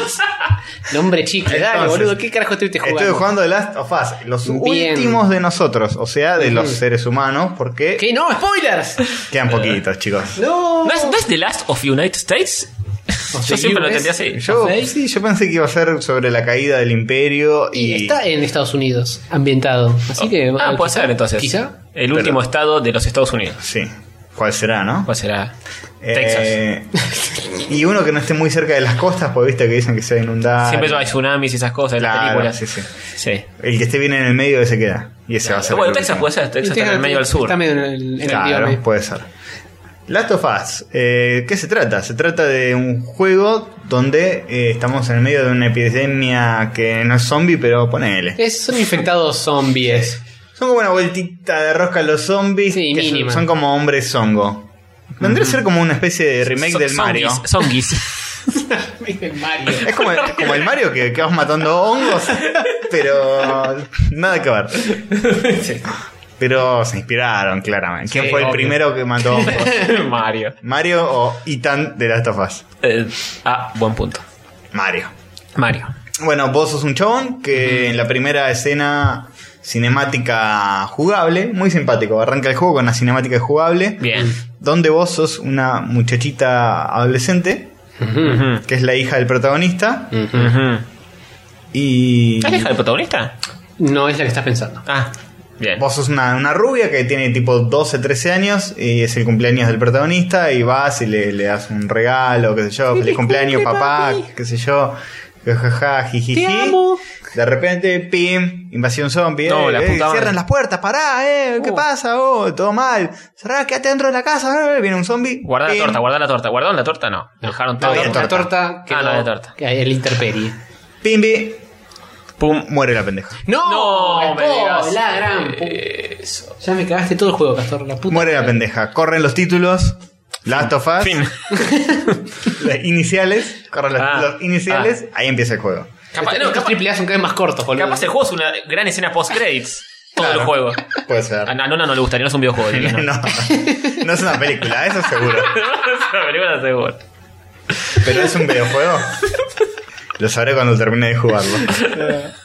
C: El hombre chicle, dale,
D: Entonces,
C: boludo. ¿Qué carajo estuviste jugando?
D: Estoy jugando The Last of Us, los
C: Bien.
D: últimos de nosotros, o sea, de los
C: Ujú.
D: seres humanos, porque
C: ¿Qué? ¡No! ¡Spoilers!
D: quedan poquitos, chicos.
C: ¡No!
E: ¿No es, no es The Last of United States? Yo siempre lo
C: US.
E: entendí así.
D: Yo, sí, yo pensé que iba a ser sobre la caída del imperio
C: Y
D: y,
C: está en Estados Unidos, ambientado. Así que.
E: ah,
C: eh,
E: puede
C: quizá-
E: ser entonces.
C: Quizá.
E: El último estado de los Estados Unidos.
D: sí, ¿cuál será, no?
E: ¿Cuál será? Pues, Texas.
D: Eh, y uno que no esté muy cerca de las costas, porque viste que dicen que se va a inundar.
E: Siempre hay tsunamis y esas cosas en
D: Ah, Claro,
E: las películas.
D: sí, sí.
E: Sí.
D: El que esté bien en el medio se queda. Y ese va a ser.
E: Bueno,
D: el
E: Texas
D: último.
E: puede ser, Texas está en el medio del sur.
C: Está medio en el, en el
D: Claro,
C: biome.
D: puede ser. Last of Us, eh, ¿qué se trata? Se trata de un juego donde eh, estamos en el medio de una epidemia que no es zombie, pero ponele.
C: Es- son infectados zombies.
D: Son como una vueltita de rosca a los zombies,
C: Sí,
D: que son-
C: mínima.
D: son como hombres zongo. Vendría a ser como una especie de remake
E: So-
D: del Mario.
E: zombies, Zombies.
C: El Mario.
D: Es como, es como el Mario que, que vas matando hongos, pero nada que ver. Pero se inspiraron, claramente. ¿Quién
E: Sí,
D: fue el
E: obvio.
D: primero que mató hongos?
E: Mario.
D: ¿Mario o Ethan de Last of Us?
E: Eh, ah, buen punto.
D: Mario.
E: Mario.
D: Bueno, vos sos un chabón que en la primera escena cinemática jugable, muy simpático, arranca el juego con una cinemática jugable,
E: Bien.
D: donde vos sos una muchachita adolescente, Mm.
E: Ujú.
D: que es la hija del protagonista,
E: Ujú.
D: y
E: ¿Es la hija del protagonista?
C: No es la que estás pensando.
E: Ah, bien.
D: vos sos una, una rubia que tiene tipo 12, 13 años, y es el cumpleaños del protagonista, y vas y le, le das un regalo, qué sé yo, feliz cumpleaños papá, qué sé yo, jajaja, jijiji. De repente, pim, invasión zombie.
E: No,
D: eh,
E: la
D: eh,
E: puta madre.
D: cierran las puertas, pará, eh, ¿qué
E: Uh.
D: pasa? Oh, todo mal. Cerrá, quédate dentro de la casa, eh, viene un zombie.
E: Guarda la
D: pim.
E: torta, guarda la torta. ¿Guardaron la torta? No. Dejaron
C: La
E: todo.
D: había
C: torta.
D: torta.
C: torta
E: Ah, no había torta.
C: que hay el interperie.
D: Pimbi,
E: Pum.
D: muere la pendeja.
C: ¡No!
E: No, me
C: po,
E: digas.
C: La gran pu-
E: Eso.
C: Ya me cagaste todo el juego, Castor. La puta.
D: Muere la pendeja. Corren los títulos. Last of Us.
E: Fin.
D: Los iniciales. Corren los,
E: Ah,
D: los iniciales. Ahí empieza el juego.
E: Capaz,
C: Capaz,
E: no,
C: los
E: capaz-
C: triple A son cada vez más cortos, boludo.
E: Capaz el juego es una gran escena post-credits. todo
D: Claro.
E: el juego.
D: Puede ser.
E: A Nona Ah, no le gustaría, no es un videojuego. diría,
D: No,
E: no.
D: no es una película, eso seguro.
E: Es una película seguro.
D: Pero es un videojuego. Lo sabré cuando termine de jugarlo.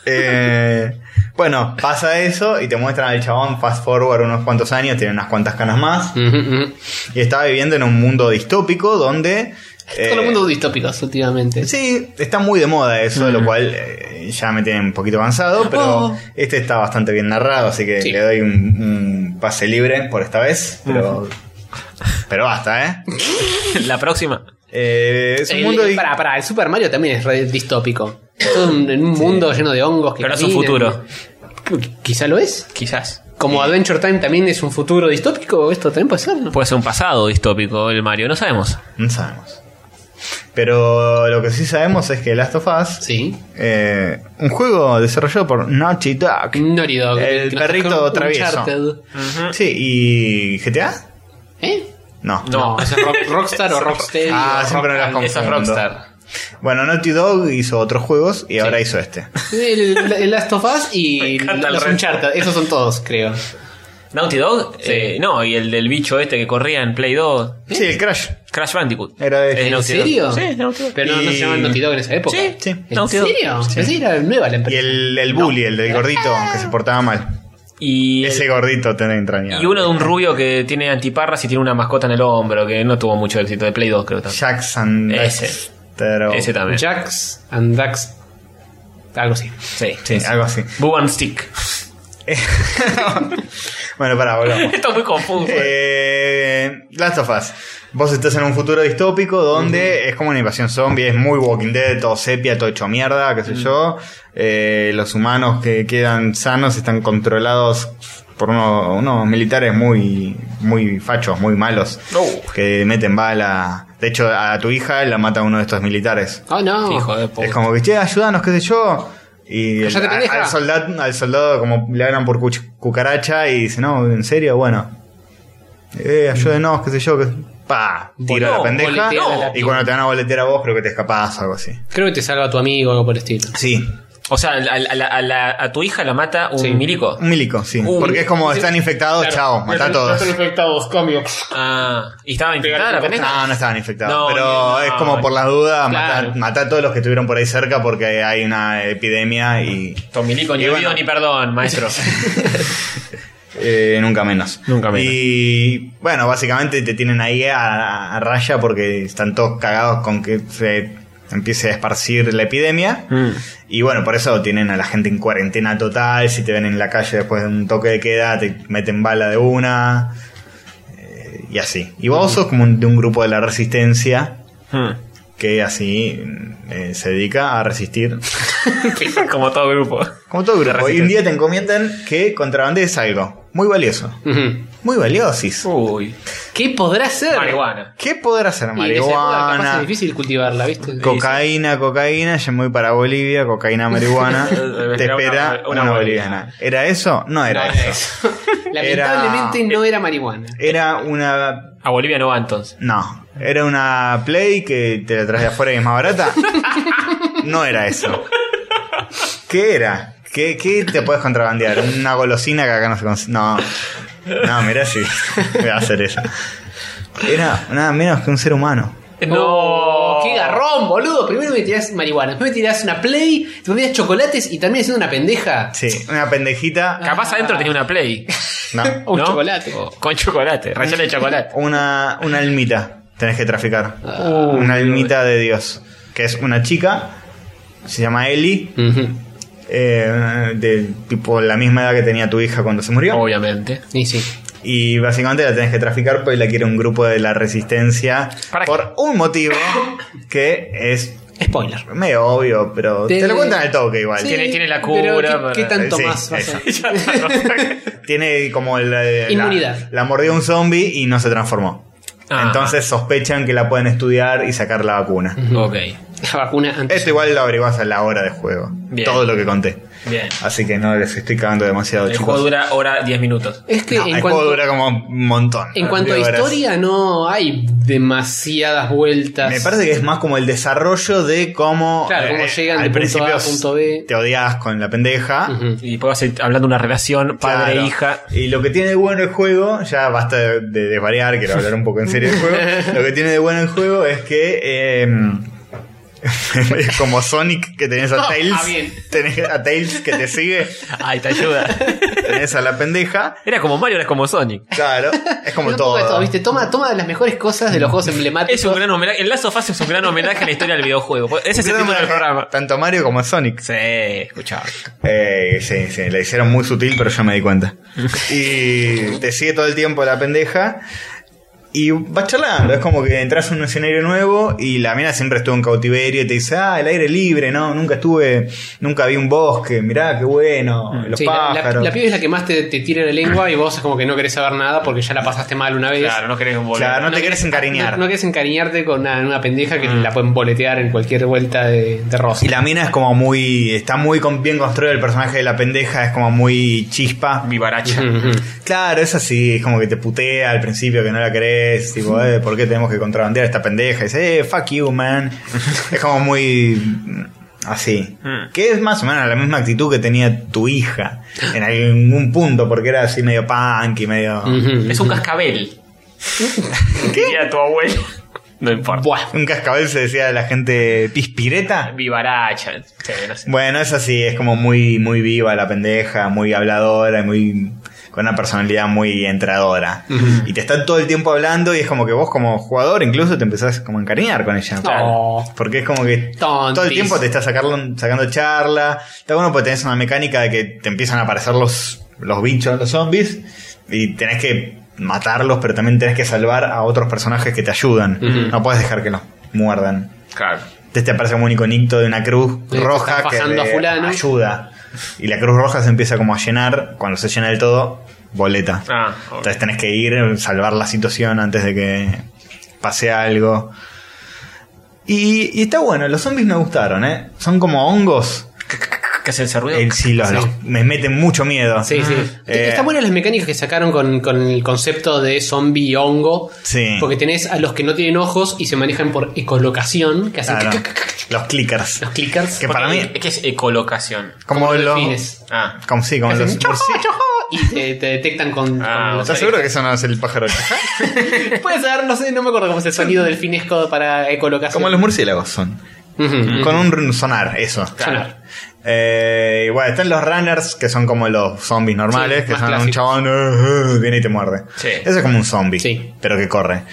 D: Eh, bueno, pasa eso y te muestran al chabón fast forward unos cuantos años, tiene unas cuantas canas más. Y estaba viviendo en un mundo distópico donde.
C: Todo el
D: eh,
C: mundo distópicos últimamente.
D: Sí, está muy de moda eso, lo cual eh, ya me tiene un poquito cansado, pero
C: Oh.
D: este está bastante bien narrado, así que
C: Sí.
D: le doy un, un pase libre por esta vez, pero, pero basta, ¿eh?
E: La próxima.
D: Eh, es un
C: El-
D: mundo... di-
C: Pará, pará, el Super Mario también es re distópico. Todo un- en un mundo lleno de hongos que
E: Pero es un
C: caminan. Qu- Quizá lo es.
E: Quizás.
C: Como Adventure Time también es un futuro distópico, esto también puede ser, ¿no?
E: Puede ser un pasado distópico el Mario, no sabemos.
D: No sabemos. Pero lo que sí sabemos es que Last of Us,
C: Sí.
D: eh, un juego desarrollado por Naughty Dog,
C: Naughty Dog.
D: el
C: que nos
D: perrito
C: sacó
D: travieso.
C: Uncharted.
D: Sí, ¿y GTA?
C: ¿Eh?
D: No.
E: No.
C: No, ese es Rock- Rockstar o Rocksteady.
D: Ah,
C: o
D: siempre me las
C: Rock-
E: Esa es
D: Confundo.
E: Rockstar.
D: Bueno, Naughty Dog hizo otros juegos y ahora hizo este.
C: El, el Last of Us y
E: encanta el
C: los
E: resto.
C: Uncharted. Esos son todos, creo.
E: Naughty Dog, eh, no, y el del bicho este que corría en Play 2.
D: Sí, el Crash.
E: Crash Bandicoot.
D: Era de-
E: Es
D: ¿En
C: ¿En
E: Naughty Dog.
C: serio?
E: Sí, es Naughty Dog.
C: Pero no, no se
D: Y-
C: llamaban Naughty Dog en esa época.
E: Sí,
D: sí.
C: ¿En
E: Naughty Dog.
C: serio?
E: Sí.
C: Pensé que era nueva la
D: Y
C: empresa.
D: el, el bully, el del gordito, que se portaba mal.
E: Y,
D: Ese gordito tenés entrañado.
E: y uno de un rubio que tiene antiparras y tiene una mascota en el hombro, que no tuvo mucho éxito de Play 2, creo también.
D: Jackson.
E: Ese.
D: Pero-
E: Ese también.
C: Jax and Dax. Algo así.
E: Sí,
D: Sí, algo así.
E: Boo and Stick.
D: bueno, pará, volvamos.
E: Está muy confuso. eh.
D: Eh, Last of Us. Vos estás en un futuro distópico donde es como una invasión zombie, es muy Walking Dead, todo sepia, todo hecho mierda, qué sé yo. Eh, los humanos que quedan sanos están controlados por uno- unos militares muy, muy fachos, muy malos,
E: Oh.
D: que meten bala. De hecho, a tu hija la mata uno de estos militares.
C: Oh, no.
E: Hijo de
D: Es
E: puta.
D: como que, che, ayúdanos, qué sé yo. Y el-
C: Cállate,
D: a-
C: pendeja.
D: al, soldado, al soldado como le ganan por cuch- cucaracha y dice, no, en serio, bueno. Eh, ayúdenos, qué sé yo. Que... Pa, tiro
E: Voló,
D: a la pendeja.
C: boletea
E: a la
D: y
C: piba.
D: cuando te van a boletear a vos, creo que te escapás o algo así.
C: Creo que te salva tu amigo o algo por el estilo.
D: Sí,
E: O sea, a, la- a la- a la- a tu hija la mata un
C: Sí.
E: milico.
D: un milico, sí.
E: Un
D: Porque es como,
C: sí.
D: están infectados, chao, matá a todos.
C: infectados,
E: Ah, y estaba infectada la
C: Pegar-
E: pendeja.
D: Ah, No, no estaban infectados.
E: No,
D: pero
E: no,
D: es como por las dudas, matá-
C: Claro.
D: matá a todos los que estuvieron por ahí cerca porque hay una epidemia y
E: Tom Milico, ni
D: Y bueno.
E: olvido ni perdón, maestro.
D: Eh, nunca menos.
E: Nunca menos.
D: Y bueno, básicamente te tienen ahí a, a raya porque están todos cagados con que se empiece a esparcir la epidemia.
E: Mm.
D: Y bueno, por eso tienen a la gente en cuarentena total. Si te ven en la calle después de un toque de queda, te meten bala de una. Eh, y así. Y vos sos como un- de un grupo de la resistencia
E: Mm.
D: que así eh, se dedica a resistir.
E: como todo grupo.
D: Como todo grupo. Y un día te encomiendan que contrabandees algo. Muy valioso. Muy valiosis.
E: Uy.
C: ¿Qué podrá ser?
E: Marihuana.
D: ¿Qué podrá hacer?
C: Y en esa época capaz es
D: Marihuana,
C: difícil cultivarla, ¿viste?
D: cocaína, cocaína, ya me voy para Bolivia, cocaína, marihuana.
E: Era
D: te espera
E: una- una boliviana.
D: una, boliviana. ¿Era eso? No era
C: No,
D: eso.
C: era eso. Lamentablemente no era marihuana.
D: Era una.
E: A Bolivia no va entonces.
D: No. ¿Era una Play que te la traes de afuera y es más barata? No era eso. ¿Qué era? ¿Qué, qué te puedes contrabandear? ¿Una golosina que acá no se consigue? No. No, mirá si voy a hacer eso. Era nada menos que un ser humano.
C: Oh, ¡Qué garrón, boludo! Primero me tirás marihuana, después me tirás una play, después me tirás chocolates y también haciendo una pendeja.
D: Sí, una pendejita.
E: Capaz adentro tenía una Play.
D: No.
C: O un
E: ¿no?
C: chocolate.
E: O- con chocolate, relleno de chocolate.
D: una, una almita tenés que traficar.
E: Ah.
D: una almita de Dios. Que es una chica, se llama Eli,
C: Ujú.
D: eh, de tipo la misma edad que tenía tu hija cuando se murió.
E: Obviamente.
C: Y sí.
D: Y básicamente la tenés que traficar porque la quiere un grupo de la resistencia.
E: ¿Para qué?
D: por un motivo que es
C: Spoiler.
D: medio obvio, pero te,
C: Te-
D: lo cuentan al toque igual.
C: Sí,
E: Tiene- tiene la
C: pero
E: cura
C: ¿qué-
E: para-
C: ¿Qué, tanto
D: Sí,
C: más vas a-
D: Tiene como la, la-
C: Inmunidad.
D: La, mordió un zombie y no se transformó.
E: Ah.
D: Entonces sospechan que la pueden estudiar y sacar la vacuna.
E: ok.
C: La vacuna antes.
D: Esto igual lo averiguás a la hora de juego.
E: Bien.
D: Todo lo que conté.
E: Bien.
D: Así que no les estoy cagando demasiado,
E: El juego
D: chicos.
E: dura hora 10 minutos.
C: Es que
D: No,
C: en
D: el
C: cuanto,
D: juego dura como un montón.
C: en cuanto a
D: Digo, ahora sí.
C: historia, no hay demasiadas vueltas.
D: Me parece que es más como el desarrollo de cómo. eh,
C: Claro, cómo llegan de
D: al
C: punto
D: principio
C: A a punto B.
D: Te odias con la pendeja.
C: Ujú.
E: Y después vas a ir hablando de una relación e
D: Claro.
E: padre-hija.
D: Y lo que tiene de bueno el juego, ya basta de, de desvariar, quiero hablar un poco en serio del juego. Lo que tiene de bueno el juego es que. eh, es como Sonic que tenés a
C: Ah,
D: Tails.
C: bien.
D: Tenés a Tails que te sigue.
E: Ay, te ayuda.
D: Tenés a la pendeja.
E: Era como Mario, era como Sonic.
D: Claro, es como
C: Pero un
D: todo.
C: poco de todo, ¿viste? Toma, toma las mejores cosas de los juegos emblemáticos.
E: Es un gran homenaje. El lazo fácil es un gran homenaje a la historia del videojuego. Ese es el título del programa.
D: Tanto a Mario como a Sonic.
E: Sí, escuchá.
D: Eh, sí, sí, la hicieron muy sutil, pero yo me di cuenta. Y te sigue todo el tiempo la pendeja. Y vas charlando, es como que entras en un escenario nuevo y la mina siempre estuvo en cautiverio y te dice, ah, el aire libre, no, nunca estuve, nunca vi un bosque, mirá, qué bueno,
E: Mm.
D: los
C: Sí, la, la-
D: pájaros.
C: la piba es la que más te, te tira la lengua y vos es como que no querés saber nada porque ya la pasaste mal una vez.
E: Claro, no querés volver.
D: Claro, no, te querés
C: No,
D: encariñar. Mm.
C: no querés encariñarte con una, una pendeja que la pueden boletear en cualquier vuelta de, de rosa.
D: Y la mina es como muy, está muy con- bien construido el personaje de la pendeja, es como muy chispa.
E: Vivaracha.
C: Ujú, ujú.
D: Claro, es así, es como que te putea al principio que no la querés, tipo, eh, ¿por qué tenemos que contrabandear a esta pendeja? Y dice, eh, fuck you, man. es como muy mm, así.
E: Mm.
D: Que es más o menos la misma actitud que tenía tu hija en algún punto, porque era así medio punk y medio...
C: Ujú.
E: Es un cascabel. ¿Qué? Era tu abuelo. No importa.
C: Buah.
D: Un cascabel se decía de la gente pispireta.
E: Vivaracha. Sí, no sé.
D: Bueno, es así, es como muy, muy viva la pendeja, muy habladora, y muy con una personalidad muy entradora. Y te está todo el tiempo hablando y es como que vos como jugador incluso te empezás como a encariñar con ella.
C: No.
D: Porque es como que
C: Tontis.
D: todo el tiempo te está sacando, sacando charla. Está bueno porque tenés una mecánica de que te empiezan a aparecer los, los bichos, los zombies, y tenés que matarlos, pero también tenés que salvar a otros personajes que te ayudan. No puedes dejar que los muerdan.
E: Claro.
D: Entonces te aparece como un iconito de una cruz
C: Sí,
D: roja
C: está
D: que
C: pasando
D: le
C: a fulano.
D: ayuda. Y la cruz roja se empieza como a llenar. Cuando se llena del todo, boleta.
E: Ah, ok.
D: Entonces tenés que ir, salvar la situación antes de que pase algo. Y, y está bueno, los zombies me gustaron, ¿eh? Son como hongos.
E: ¿Qué hacen ese ruido?
D: El, sí, los- los- me meten mucho miedo.
C: Sí, sí.
D: Eh,
C: Están buenas las mecánicas que sacaron con, con el concepto de zombie y hongo.
D: Sí.
C: Porque tenés a los que no tienen ojos y se manejan por ecolocación, que hacen
D: Claro,
C: clic, clic, clic, clic,
D: los clickers.
C: los clickers.
D: Que para mí,
E: Es que es ecolocación.
D: como
C: los
D: los.
C: delfines.
E: Ah.
D: Como sí, como
C: Que
D: los.
C: hacen chojo,
D: murci-
C: chojo, y te, te detectan con.
E: Ah,
C: con los-
D: ¿Estás seguro que eso no es el pájaro?
C: Puede ser, no sé, no me acuerdo cómo es el sonido del finesco para ecolocación.
D: como los murciélagos son.
C: Ujú, ujú.
D: Con un sonar, eso.
C: Sonar.
D: Eh, y bueno, están los runners, que son como los zombies normales,
C: Sí,
D: que
C: más
D: son un
C: clásicos.
D: chabón, eh, eh, viene y te muerde.
E: Sí.
D: Eso es como un zombie,
C: Sí.
D: pero que corre.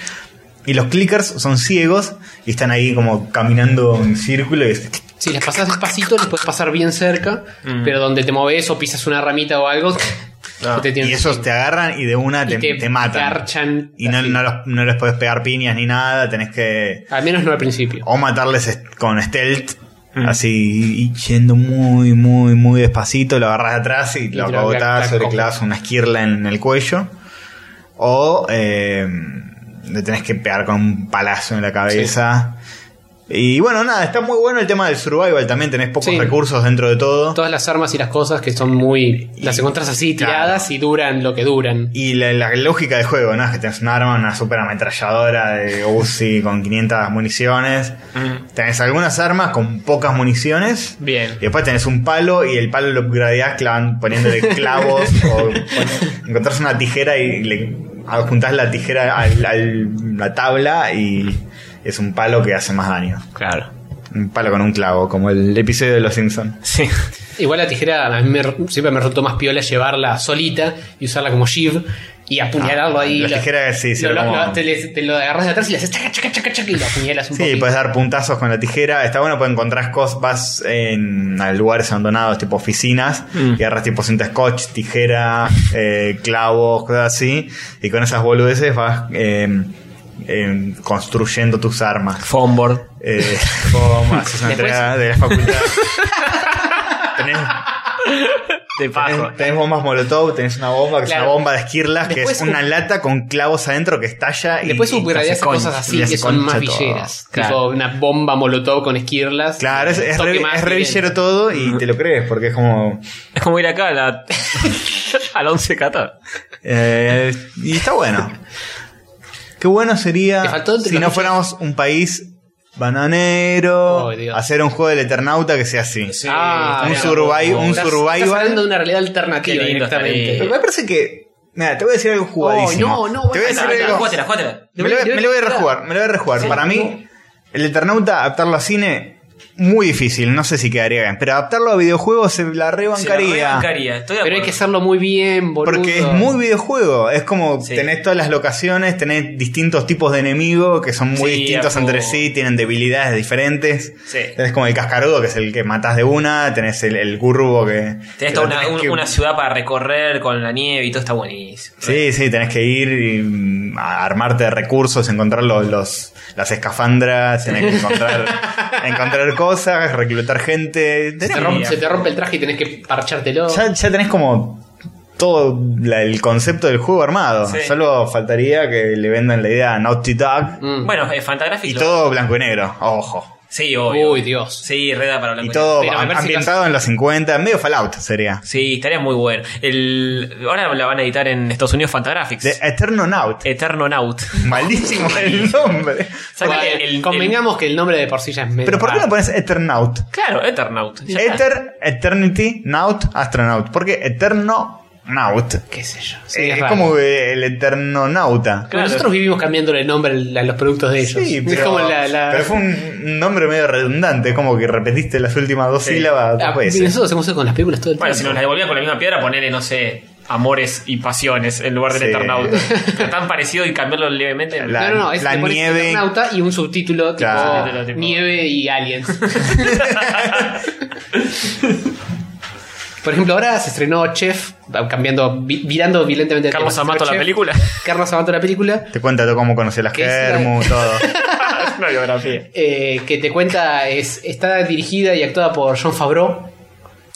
D: Y los clickers son ciegos y están ahí como caminando en círculo. Y...
C: Si las pasas despacito, les puedes pasar bien cerca,
D: Mm.
C: pero donde te moves o pisas una ramita o algo,
E: Ah,
C: te tienen-
D: Y esos te agarran y de una
C: y
D: te, te matan.
C: garchan
D: y no,
C: así.
D: no, los- no les puedes pegar piñas ni nada, tenés que
C: Al menos no al principio.
D: o matarles est- con stealth. Así, y yendo muy, muy, muy despacito, lo agarras de atrás y lo
C: te lo
D: acogotás
C: clac-
D: o le
C: clac-
D: clavas una esquirla en el cuello. O eh, le tenés que pegar con un palazo en la cabeza. Y bueno, nada, está muy bueno el tema del survival también. Tenés pocos
C: Sí.
D: recursos dentro de todo.
C: Todas las armas y las cosas que son muy. Las encuentras así
D: Claro.
C: tiradas y duran lo que duran.
D: Y la, la lógica del juego, ¿no? Es que tenés un arma, una super ametralladora de Uzi con 500 municiones.
E: Mm.
D: Tenés algunas armas con pocas municiones.
E: Bien.
D: Y después tenés un palo y el palo lo upgradeás clavan, poniéndole clavos o pon- encontrás una tijera y le adjuntás la tijera a la tabla y es un palo que hace más daño.
E: Claro.
D: Un palo con un clavo, como el episodio de Los Simpsons.
E: Sí.
C: Igual la tijera a mí me- siempre me resultó más piola llevarla solita y usarla como shiv y apuñalarlo
D: Ah,
C: ahí.
D: la
C: Lo-
D: tijera, sí, sí,
C: lo- lo-
D: como-
C: te, le- te lo agarras de atrás y le haces chaca, chaca, chaca, chaca, y lo apuñalas un
D: Sí, pues,
C: poquito.
D: puedes dar puntazos con la tijera. Está bueno, pues encontrás cosas, vas en, a lugares abandonados, tipo oficinas,
C: Mm.
D: y agarras tipo cinta scotch, tijera, eh, clavos, cosas así. Y con esas boludeces vas eh, em, construyendo tus armas.
E: Fombord.
D: Eh, ¿Cómo haces
C: Después-
D: una entrega de la facultad? Tenés,
E: Te paso.
D: Tenés, tenés bombas molotov, tenés una bomba que es
C: Claro.
D: una bomba de esquirlas, que
C: Después
D: es una
C: hubo-
D: lata con clavos adentro que estalla y.
C: Después
D: y
C: hubo realidad
D: hace
C: cosas
D: concha,
C: así
D: y hace
C: que son más
D: concha todo.
C: villeras. Tipo
E: Claro.
C: una bomba molotov con esquirlas.
D: Claro, es, es
C: Toque
D: re,
C: más
D: es re
C: y-
D: villero todo y te lo crees, porque es como.
E: Es como ir acá a la. al 11 Qatar.
D: Eh, y está bueno. Qué bueno
C: Te
D: sería
C: faltó entre
D: si no
C: comillas.
D: fuéramos un país bananero,
C: Oh, Dios.
D: hacer un juego del Eternauta que sea así.
C: Ah,
D: un
C: mira,
D: survival, un
C: Estás-
D: survival.
C: Estás hablando de una realidad alternativa
E: Qué lindo
C: directamente.
E: estaría.
D: Pero me parece que. Mira, te voy a decir algo jugadísimo.
C: Oh, no, no,
D: te voy a
E: Ah,
C: bueno,
D: decir
C: no,
D: algo.
E: Júgatela, júgatela.
D: Me lo, voy- me lo voy a rejugar, me lo voy a rejugar. Para mí, el Eternauta, adaptarlo a cine, muy difícil. No sé si quedaría bien. Pero adaptarlo a videojuegos se la
E: Se la
D: rebancaría.
E: rebancaría, estoy de
C: Pero hay que
E: acuerdo.
C: hacerlo muy bien, boludo.
D: porque es muy videojuego. Es como
E: Sí.
D: tenés todas las locaciones, tenés distintos tipos de enemigos que son muy
E: Sí,
D: distintos
E: a
D: entre
E: full.
D: sí, tienen debilidades diferentes.
E: Sí.
D: Tenés como el cascarudo, que es el que matás de una, tenés el, el curvo que.
E: Tenés
D: que lo
E: toda una,
D: tenés
E: un-
D: que-
E: una ciudad para recorrer con la nieve y todo está buenísimo.
D: Sí, sí, tenés que ir y, mm, a armarte de recursos, encontrar los, los- las escafandras, tenés que encontrar, encontrar cosas, reclutar gente. Tenés-
C: Se, rompe- se te rompe el traje y tenés que parchártelo.
D: ya, ya tenés como todo la- el concepto del juego armado.
E: Sí.
D: Solo faltaría que le vendan la idea a Naughty Dog
C: Mm.
E: Bueno, es Fantagraphic.
D: y
E: lo-
D: todo blanco y negro, ojo.
E: Sí, obvio.
C: Uy, Dios.
E: Sí, reda para hablar
D: Y
E: con
D: todo
C: Pero me
D: am-
C: parece que
D: ambientado en los 50, medio Fallout sería.
E: Sí, estaría muy bueno. El, ahora la van a editar en Estados Unidos Fantagraphics.
D: De Eterno Naut.
E: Eterno Naut.
D: Malísimo el nombre.
E: Sácale
C: Bueno,
E: el- el-
C: convengamos que el nombre de por sí ya es medio
D: Pero ¿por qué no
C: raro.
D: pones Eternaut?
E: Claro, Eternaut. Ya está.
D: Ether, Eternity, Naut, Astronaut. Porque Eterno Naut.
C: ¿Qué sé yo? Sí,
D: Eh,
C: es
D: es
C: raro.
D: como eh, el Eterno Nauta.
C: Bueno, Nosotros vivimos cambiándole el nombre al- a los productos de ellos.
D: Sí,
C: es
D: pero,
C: como la. la-
D: pero fue un un nombre medio redundante, como que repetiste las últimas dos sílabas.
C: Ah,
D: dos veces.
C: nosotros hacemos eso con las películas todo el
E: Bueno, si
C: tiempo.
E: nos la devolvían con la misma piedra, ponele, no sé, amores y pasiones en lugar del
D: Sí.
E: Eternaut. Pero tan parecido y cambiarlo levemente.
D: La-
C: no, no, no, es
D: la
C: te pones
D: nieve.
C: Eternauta y un subtítulo tipo,
D: Claro.
E: Subtítulo tipo-
C: nieve y aliens. Por ejemplo, ahora se estrenó Chef, cambiando, vi- virando violentemente. el
E: Carlos
C: tema. Se
E: Amato la
C: estrenó Chef,
E: película.
C: Carlos Amato la película.
D: Te cuenta todo cómo conocí a las
C: ¿Qué es la-
D: Kermu, todo.
E: Una biografía.
C: eh, que te cuenta es está dirigida y actuada por John Favreau.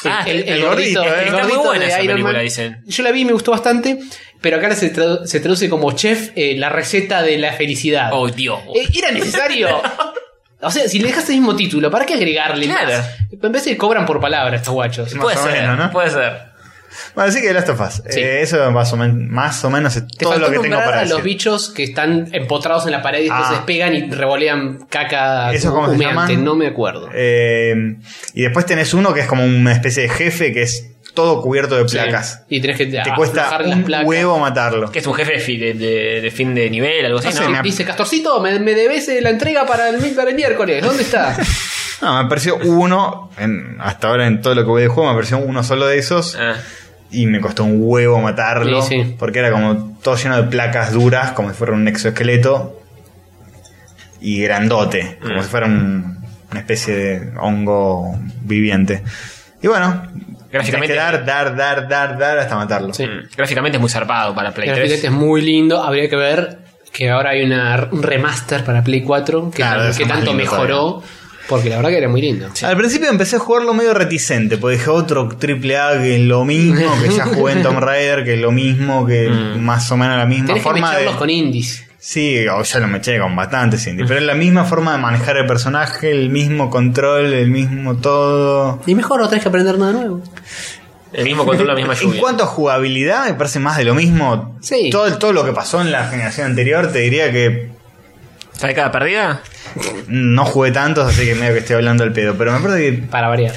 E: Ah, el- el
D: gordito, eh.
E: Está muy buena esa película, dicen.
C: Yo la vi y me gustó bastante, pero acá se, tradu- se traduce como chef eh, la receta de la felicidad.
E: Oh, Dios.
C: Eh, era necesario. O sea, si le dejaste el mismo título, ¿para qué agregarle
E: Claro.
C: más? En vez de cobran por palabra estos guachos.
D: Más
E: puede
D: o
E: ser,
D: menos, ¿no?
E: puede ser.
D: bueno, así que Last of Us.
C: Sí.
D: Eh, eso más o, men- más o menos es
C: Te
D: todo
C: faltó
D: lo que tengo
C: nombrar
D: para
C: a los
D: decir.
C: bichos que están empotrados en la pared y después
D: Ah.
C: se despegan y revolean caca
D: ¿Eso cómo se
C: humeante.
D: llaman?
C: No me acuerdo.
D: Eh, y después tenés uno que es como una especie de jefe que es todo cubierto de
C: Sí.
D: placas.
C: Y tenés que
D: Te
C: aflojar
D: cuesta
C: las
D: un
C: placas.
D: huevo matarlo.
E: Que es un jefe de, fi- de- de- de fin de nivel, algo así,
D: No
E: ¿no?
D: sé, me-
C: Dice, Castorcito, me, me debes eh, la entrega para el, para el miércoles. ¿Dónde está?
D: No, me pareció uno, en- hasta ahora en todo lo que voy de juego, me pareció uno solo de esos.
E: Ah.
D: Y me costó un huevo matarlo.
C: Sí, sí.
D: Porque era como todo lleno de placas duras, como si fuera un exoesqueleto. Y grandote, como
E: Mm.
D: si fuera un- una especie de hongo viviente. Y bueno,
E: Gráficamente-
D: tenés que dar, dar, dar, dar, dar hasta matarlo.
C: Sí.
E: Mm. Gráficamente es muy zarpado para Play
C: El
E: 3.
C: arquitecto es muy lindo. Habría que ver que ahora hay una, un remaster para Play 4 que,
D: Claro,
C: tan-
D: eso
C: que
D: es más
C: tanto
D: lindo
C: mejoró. Porque la verdad que era muy lindo.
D: Al principio empecé a jugarlo medio reticente, porque dije otro triple A que es lo mismo, que ya jugué en Tomb Raider, que es lo mismo, que más o menos la misma
C: Mm. Tenés que
D: forma
C: mecharlos
D: de...
C: con indies.
D: Sí, o ya lo meché con bastantes indies, pero es la misma forma de manejar el personaje, el mismo control, el mismo todo.
C: Y mejor no tenés que aprender nada nuevo.
E: El mismo control, la misma
D: En
E: lluvia.
D: cuanto a jugabilidad, me parece más de lo mismo.
C: Sí.
D: Todo, todo lo que pasó en la generación anterior, te diría que
E: ¿Sabes cada perdida?
D: no jugué tantos, así que medio que estoy hablando al pedo, pero me parece que
C: Para variar.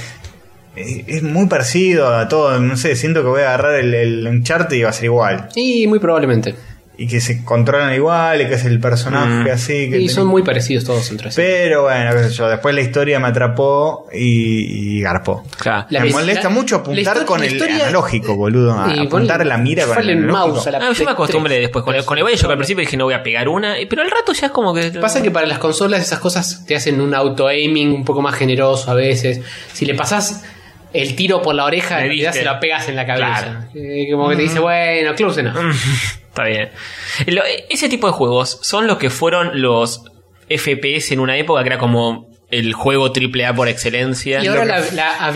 D: Es es muy parecido a todo, no sé, siento que voy a agarrar el, el Uncharted y va a ser igual.
C: Y muy probablemente.
D: Y que se controlan igual, y que es el
E: Mm.
D: personaje así. Que
C: Y
D: tenés-
C: son muy parecidos todos entre sí.
D: Pero bueno, qué sé yo, después la historia me atrapó y, y garpó.
E: Claro.
C: La
D: me
C: vis-
D: molesta
C: la-
D: mucho
C: la
D: apuntar
C: histo-
D: con
C: la
D: el
C: historia-
D: analógico, boludo. a-
C: Y
D: apuntar
C: ponle-
D: la mira con el
C: ponle el
D: analógico.
C: mouse a la-
E: Ah, yo me acostumbré
C: tres.
E: después con el, con el Bioshock, al principio dije no voy a pegar una, y- pero al rato ya es como que.
C: Pasa que para las consolas esas cosas te hacen un auto-aiming un poco más generoso a veces. Si le pasas el tiro por la
E: Le
C: oreja, en realidad
E: diste.
C: se lo pegas en la cabeza.
E: Claro.
C: Eh, como que te dice, bueno, close enough.
E: Está bien. Lo- ese tipo de juegos son los que fueron los FPS en una época que era como el juego AAA por excelencia.
C: Y ahora la, la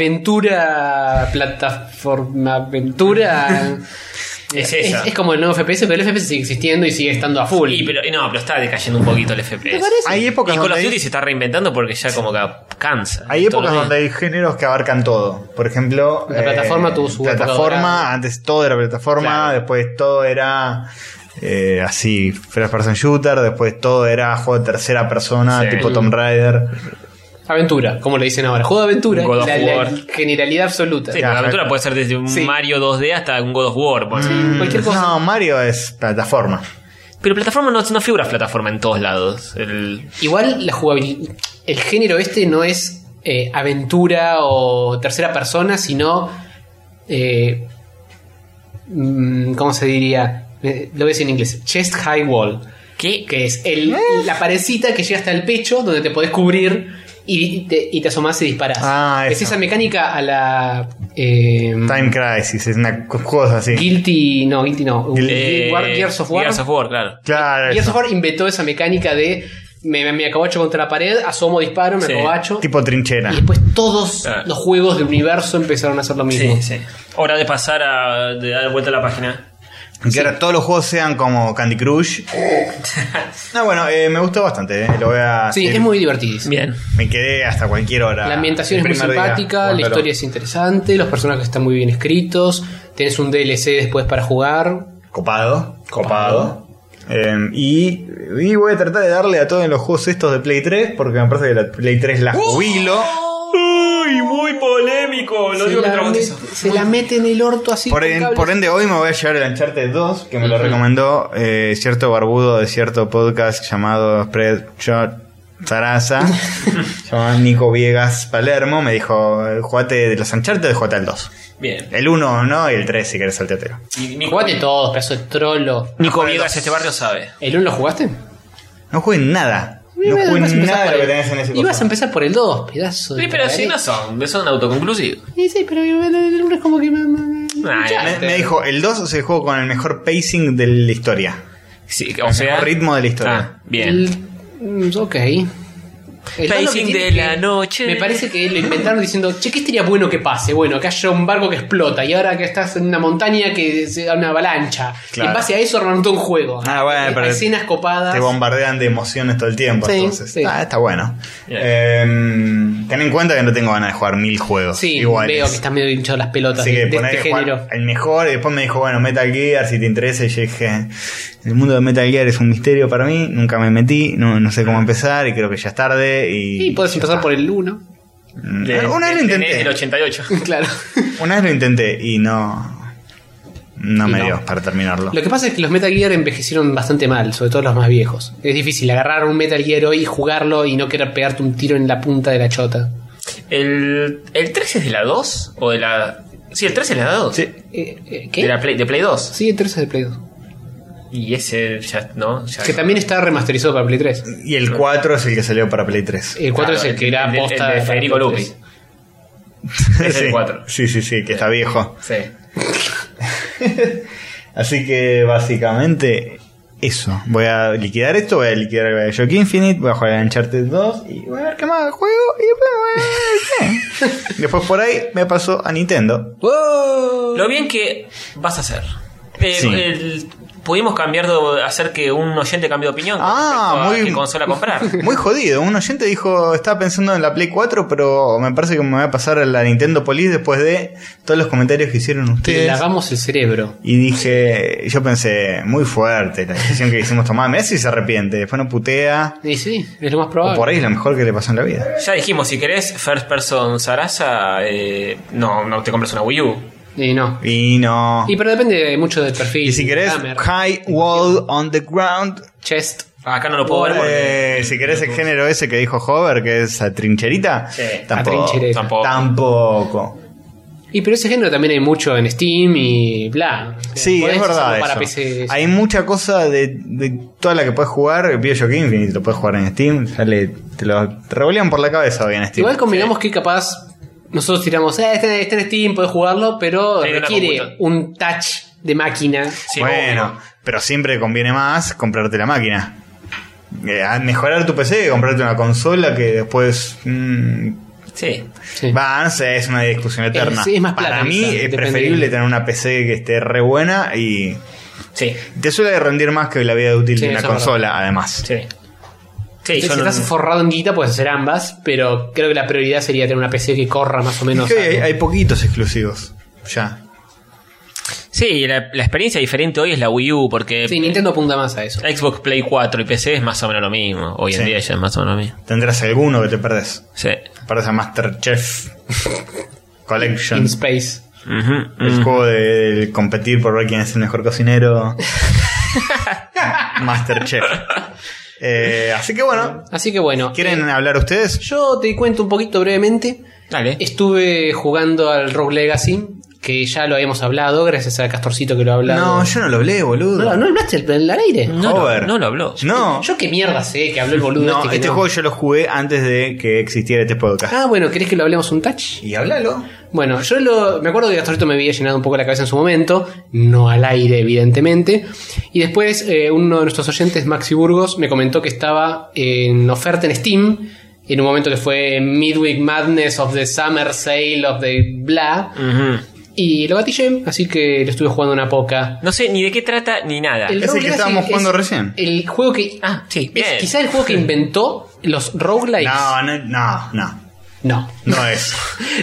C: aventura, plataforma aventura. eh,
E: Es esa.
C: es como el nuevo FPS, pero el FPS sigue existiendo y sigue estando a full.
E: Y, pero, y no, pero está decayendo un poquito el FPS.
D: Hay épocas
E: Y Call of
D: donde
E: Duty
D: hay-
E: se está reinventando porque ya como que cansa.
D: Hay
E: Todos
D: épocas
E: los
D: donde hay géneros que abarcan todo. Por ejemplo, eh,
C: La plataforma tuvo su época
D: plataforma,
C: dorada.
D: antes todo era plataforma,
E: Claro.
D: después todo era eh, así, first person shooter, después todo era juego de tercera persona,
E: Sí.
D: tipo Tomb Raider.
C: Aventura, como le dicen ahora. Juego de aventura.
E: God of
C: la, la
E: War.
C: generalidad absoluta.
E: Sí, pero la aventura
D: Claro.
E: puede ser desde un
C: Sí.
E: Mario 2D hasta un God of War. por ejemplo.
C: Mm, cualquier cosa.
D: No, Mario es plataforma.
E: Pero plataforma no, no figura plataforma en todos lados. El-
C: Igual la jugabilidad. El género este no es eh, aventura o tercera persona, sino. eh, mm, ¿Cómo se diría? Eh, Lo voy a decir en inglés. Chest high wall.
E: ¿Qué?
C: Que es
D: ¿Eh?
C: el, la parecita que llega hasta el pecho, donde te podés cubrir y te, y te asomás y disparás.
D: Ah,
C: es
D: eso.
C: esa mecánica a la. eh,
D: Time Crisis, es una cu- cosa así.
C: Guilty. No, Guilty no.
D: Guilty-
E: eh,
C: War- Gears of War.
E: Gears of War, claro.
D: claro,
C: Gears
D: eso.
C: of War inventó esa mecánica de. Me, me acobacho contra la pared, asomo, disparo, me
E: Sí,
C: acobacho.
D: tipo Ah. trinchera.
C: Y después todos
E: Claro.
C: los juegos del universo empezaron a hacer lo mismo.
E: Hora de pasar a de dar vuelta a la página.
D: Que ahora todos los juegos sean como Candy Crush. no, bueno, eh, me gustó bastante, eh, lo voy a...
C: Sí,
D: decir.
C: es muy divertidísimo.
E: Bien.
D: Me quedé hasta cualquier hora.
C: La ambientación
D: El
C: es muy
D: primer día,
C: simpática, la
D: jugándolo.
C: historia es interesante, los personajes están muy bien escritos, tenés un DLC después para jugar.
D: Copado. Copado. Eh, y, y voy a tratar de darle a todos los juegos estos de Play 3, porque me parece que la Play 3 la
C: ¡Uh!
D: jubilo.
E: Uy, muy polémico. Lo
C: se
E: digo que
C: la, met-
E: traumatizo.
C: se la mete en el orto así.
D: Por,
C: con
D: en-
C: cables.
D: por ende, hoy me voy a llevar el Uncharted 2, que me lo
C: Ujú.
D: recomendó eh, cierto barbudo de cierto podcast llamado Spread Shot Sarasa, llamado Nico Viegas Palermo. Me dijo: "Eh, Jugate de los Uncharted, jugate al 2.
E: Bien.
D: El 1 no, y el 3 si querés salteatelo.
E: Y Nico,
C: Jugate todo, pedazo de trolo.
E: Nico Viegas, este barrio sabe.
C: ¿El 1 lo jugaste?
D: No jueguen nada. No
C: Ibas a
D: jueguen
C: empezar
D: nada de
C: por
D: lo que
C: el-
D: tenés en ese
C: Ibas a
D: coso.
C: empezar por el 2, pedazo. de
E: Sí, pero si
C: taradero.
E: no son, son autoconclusivos.
C: Y sí, pero el el 1 es como que me- me-
E: Ay,
C: ya.
D: Me, me dijo, el 2 es el juego con el mejor pacing de la historia.
E: Sí, o sea.
D: mejor ritmo de la historia.
E: Ah, bien.
C: El- mm, ok. El malo que
E: Pacing
C: tiene
E: de
C: que-
E: la noche.
C: Me parece que lo inventaron diciendo, che, ¿qué estaría bueno que pase? Bueno, que haya un barco que explota y ahora que estás en una montaña que se da una avalancha.
D: Claro.
C: En base a eso armaron todo un juego.
D: Ah, bueno,
C: Eh,
D: pero
C: escenas copadas.
D: Te bombardean de emociones todo el tiempo,
C: Sí,
D: entonces.
C: sí.
D: Ah, está bueno.
E: Bien.
D: Eh, ten en cuenta que no tengo ganas de jugar mil juegos.
C: Sí,
D: iguales.
C: veo que estás medio hinchado las pelotas
D: Así
C: de,
D: que
C: de
D: poner
C: este género.
D: el mejor. Y después me dijo, bueno, Metal Gear, si te interesa. Y yo dije, el mundo de Metal Gear es un misterio para mí. Nunca me metí, no, no sé cómo empezar. Y creo que ya es tarde. Y,
C: Y podés empezar por el 1.
D: Mm,
E: De-
D: Una vez lo
E: de- de-
D: intenté.
E: El 88.
C: claro.
D: Una vez lo intenté y no. No
C: Y
D: me
C: no.
D: dio para terminarlo.
C: Lo que pasa es que los Metal Gear envejecieron bastante mal, sobre todo los más viejos. Es difícil agarrar un Metal Gear hoy, jugarlo y no querer pegarte un tiro en la punta de la chota.
E: ¿El, ¿El 3 es de la 2? ¿O de la.? Sí, el 3 es de la 2.
D: Sí.
C: Eh, eh,
E: De,
C: ¿Qué?
E: la Play, de Play 2.
C: Sí, el 3 es de Play 2.
E: Y ese ya. ¿No? Ya-
C: Que también está remasterizado para Play 3.
D: Y el 4 es el que salió para Play 3.
C: El 4
E: Claro,
C: es el, que era
E: de- el
C: posta
E: de
C: para
E: Federico
C: Play
E: Lupi.
C: 3.
E: Es
D: sí.
E: el 4.
D: Sí, sí, sí, que está viejo.
E: Sí.
D: Así que básicamente eso. Voy a liquidar esto, voy a liquidar el Bioshock Infinite, voy a jugar al Uncharted 2 y voy a ver qué más juego y después me voy a ver qué. Después por ahí me pasó a Nintendo.
C: ¡Oh!
E: Lo bien que vas a hacer. Eh,
D: Sí.
E: el- pudimos cambiar de, hacer que un oyente cambie de opinión. con
D: Ah,
E: respecto a
D: muy-
E: qué consola comprar.
D: Muy jodido, un oyente dijo, estaba pensando en la Play 4, pero me parece que me voy a pasar a la Nintendo Police después de todos los comentarios que hicieron
C: Le
D: ustedes.
C: lavamos el cerebro.
D: Y dije, yo pensé, muy fuerte la decisión que hicimos tomar. Mirá si se arrepiente, después no putea.
C: Y sí, es lo más
D: O
C: probable.
D: por ahí es lo mejor que le pasó en la vida.
E: ya dijimos, si querés First Person Sarasa, eh, no, no te compras una Wii U.
C: Y no.
D: Y no.
C: Y pero depende mucho del perfil.
D: Y si querés,
C: Hammer,
D: High Wall on the Ground.
C: chest.
E: Acá no lo puedo ver porque.
D: Eh, si querés el género ese que dijo Hover, que es a trincherita,
E: Sí,
D: tampoco.
C: atrinchereta.
E: Tampoco.
D: Tampoco.
C: Y pero ese género también hay mucho en Steam y bla.
D: Sí,
C: Podés
D: es verdad.
C: hacerlo Para
D: eso.
C: PC.
D: Hay mucha cosa de, de toda la que puedes jugar. Bioshock Infinite lo puedes jugar en Steam. Sale, te lo revolean por la cabeza hoy en Steam.
C: Igual combinamos que capaz nosotros tiramos, eh, está, en- está en Steam, podés jugarlo, pero
E: Sí, de una
C: requiere
E: computa.
C: un touch de máquina.
E: Sí,
D: bueno, pero siempre conviene más comprarte la máquina. eh, a mejorar tu PC, comprarte una consola que después. mm,
E: Sí.
C: Sí.
D: Va, no sé, es una discusión eterna.
C: sí, es más plata
D: Para mí
C: quizá,
D: es
C: depende
D: preferible
C: de-
D: tener una PC que esté re buena y
E: Sí.
D: te suele rendir más que la vida útil
C: Sí,
D: de una
C: eso es
D: consola, además.
E: Sí. Sí,
C: si
E: yo no-
C: estás forrado en guita, puedes hacer ambas, pero creo que la prioridad sería tener una PC que corra más o menos.
D: Es que hay,
C: algo.
D: hay poquitos exclusivos ya.
E: Sí, la, la experiencia diferente hoy es la Wii U, porque
C: Sí, Nintendo apunta más a eso.
E: Xbox Play 4 y PC es más o menos lo mismo. Hoy en
D: Sí.
E: día ya es más o menos lo mismo.
D: Tendrás alguno que te perdés.
E: Sí.
D: Perdés a Masterchef Collection.
C: In Space.
E: Ujú,
D: El
C: Mm.
E: ujú.
D: juego de, del competir por ver quién es el mejor cocinero. Masterchef. Eh, así que bueno,
C: Así que bueno.
D: ¿quieren
C: eh,
D: hablar ustedes?
C: yo te cuento un poquito brevemente.
E: Dale.
C: Estuve jugando al Rogue Legacy, que ya lo habíamos hablado, gracias a Castorcito que lo ha hablado.
D: No, yo no lo hablé, boludo.
C: No, no hablaste del al aire.
E: No, lo-
D: Over.
E: no lo habló.
D: No,
C: Yo qué mierda sé que habló el boludo
D: no,
C: este que
D: este
C: no.
D: juego yo lo jugué antes de que existiera este podcast.
C: Ah, bueno, ¿querés que lo hablemos un touch?
D: Y háblalo.
C: Bueno, yo lo, me acuerdo que Gastorcito me había llenado un poco la cabeza en su momento, no al aire, evidentemente. Y después eh, uno de nuestros oyentes, Maxi Burgos, me comentó que estaba en oferta en Steam, en un momento que fue Midweek Madness of the Summer Sale of the Bla,
E: Ujú.
C: y lo gatillé, así que lo estuve jugando una poca.
E: No sé ni de qué trata ni nada.
D: Ah, Es el
C: Rogue
D: que
C: Legacy
D: estábamos jugando
C: es
D: recién.
C: El juego que. Ah,
E: sí,
C: es
E: bien.
C: quizá el juego que inventó los roguelikes.
D: No, no, no, no.
C: No.
D: No es.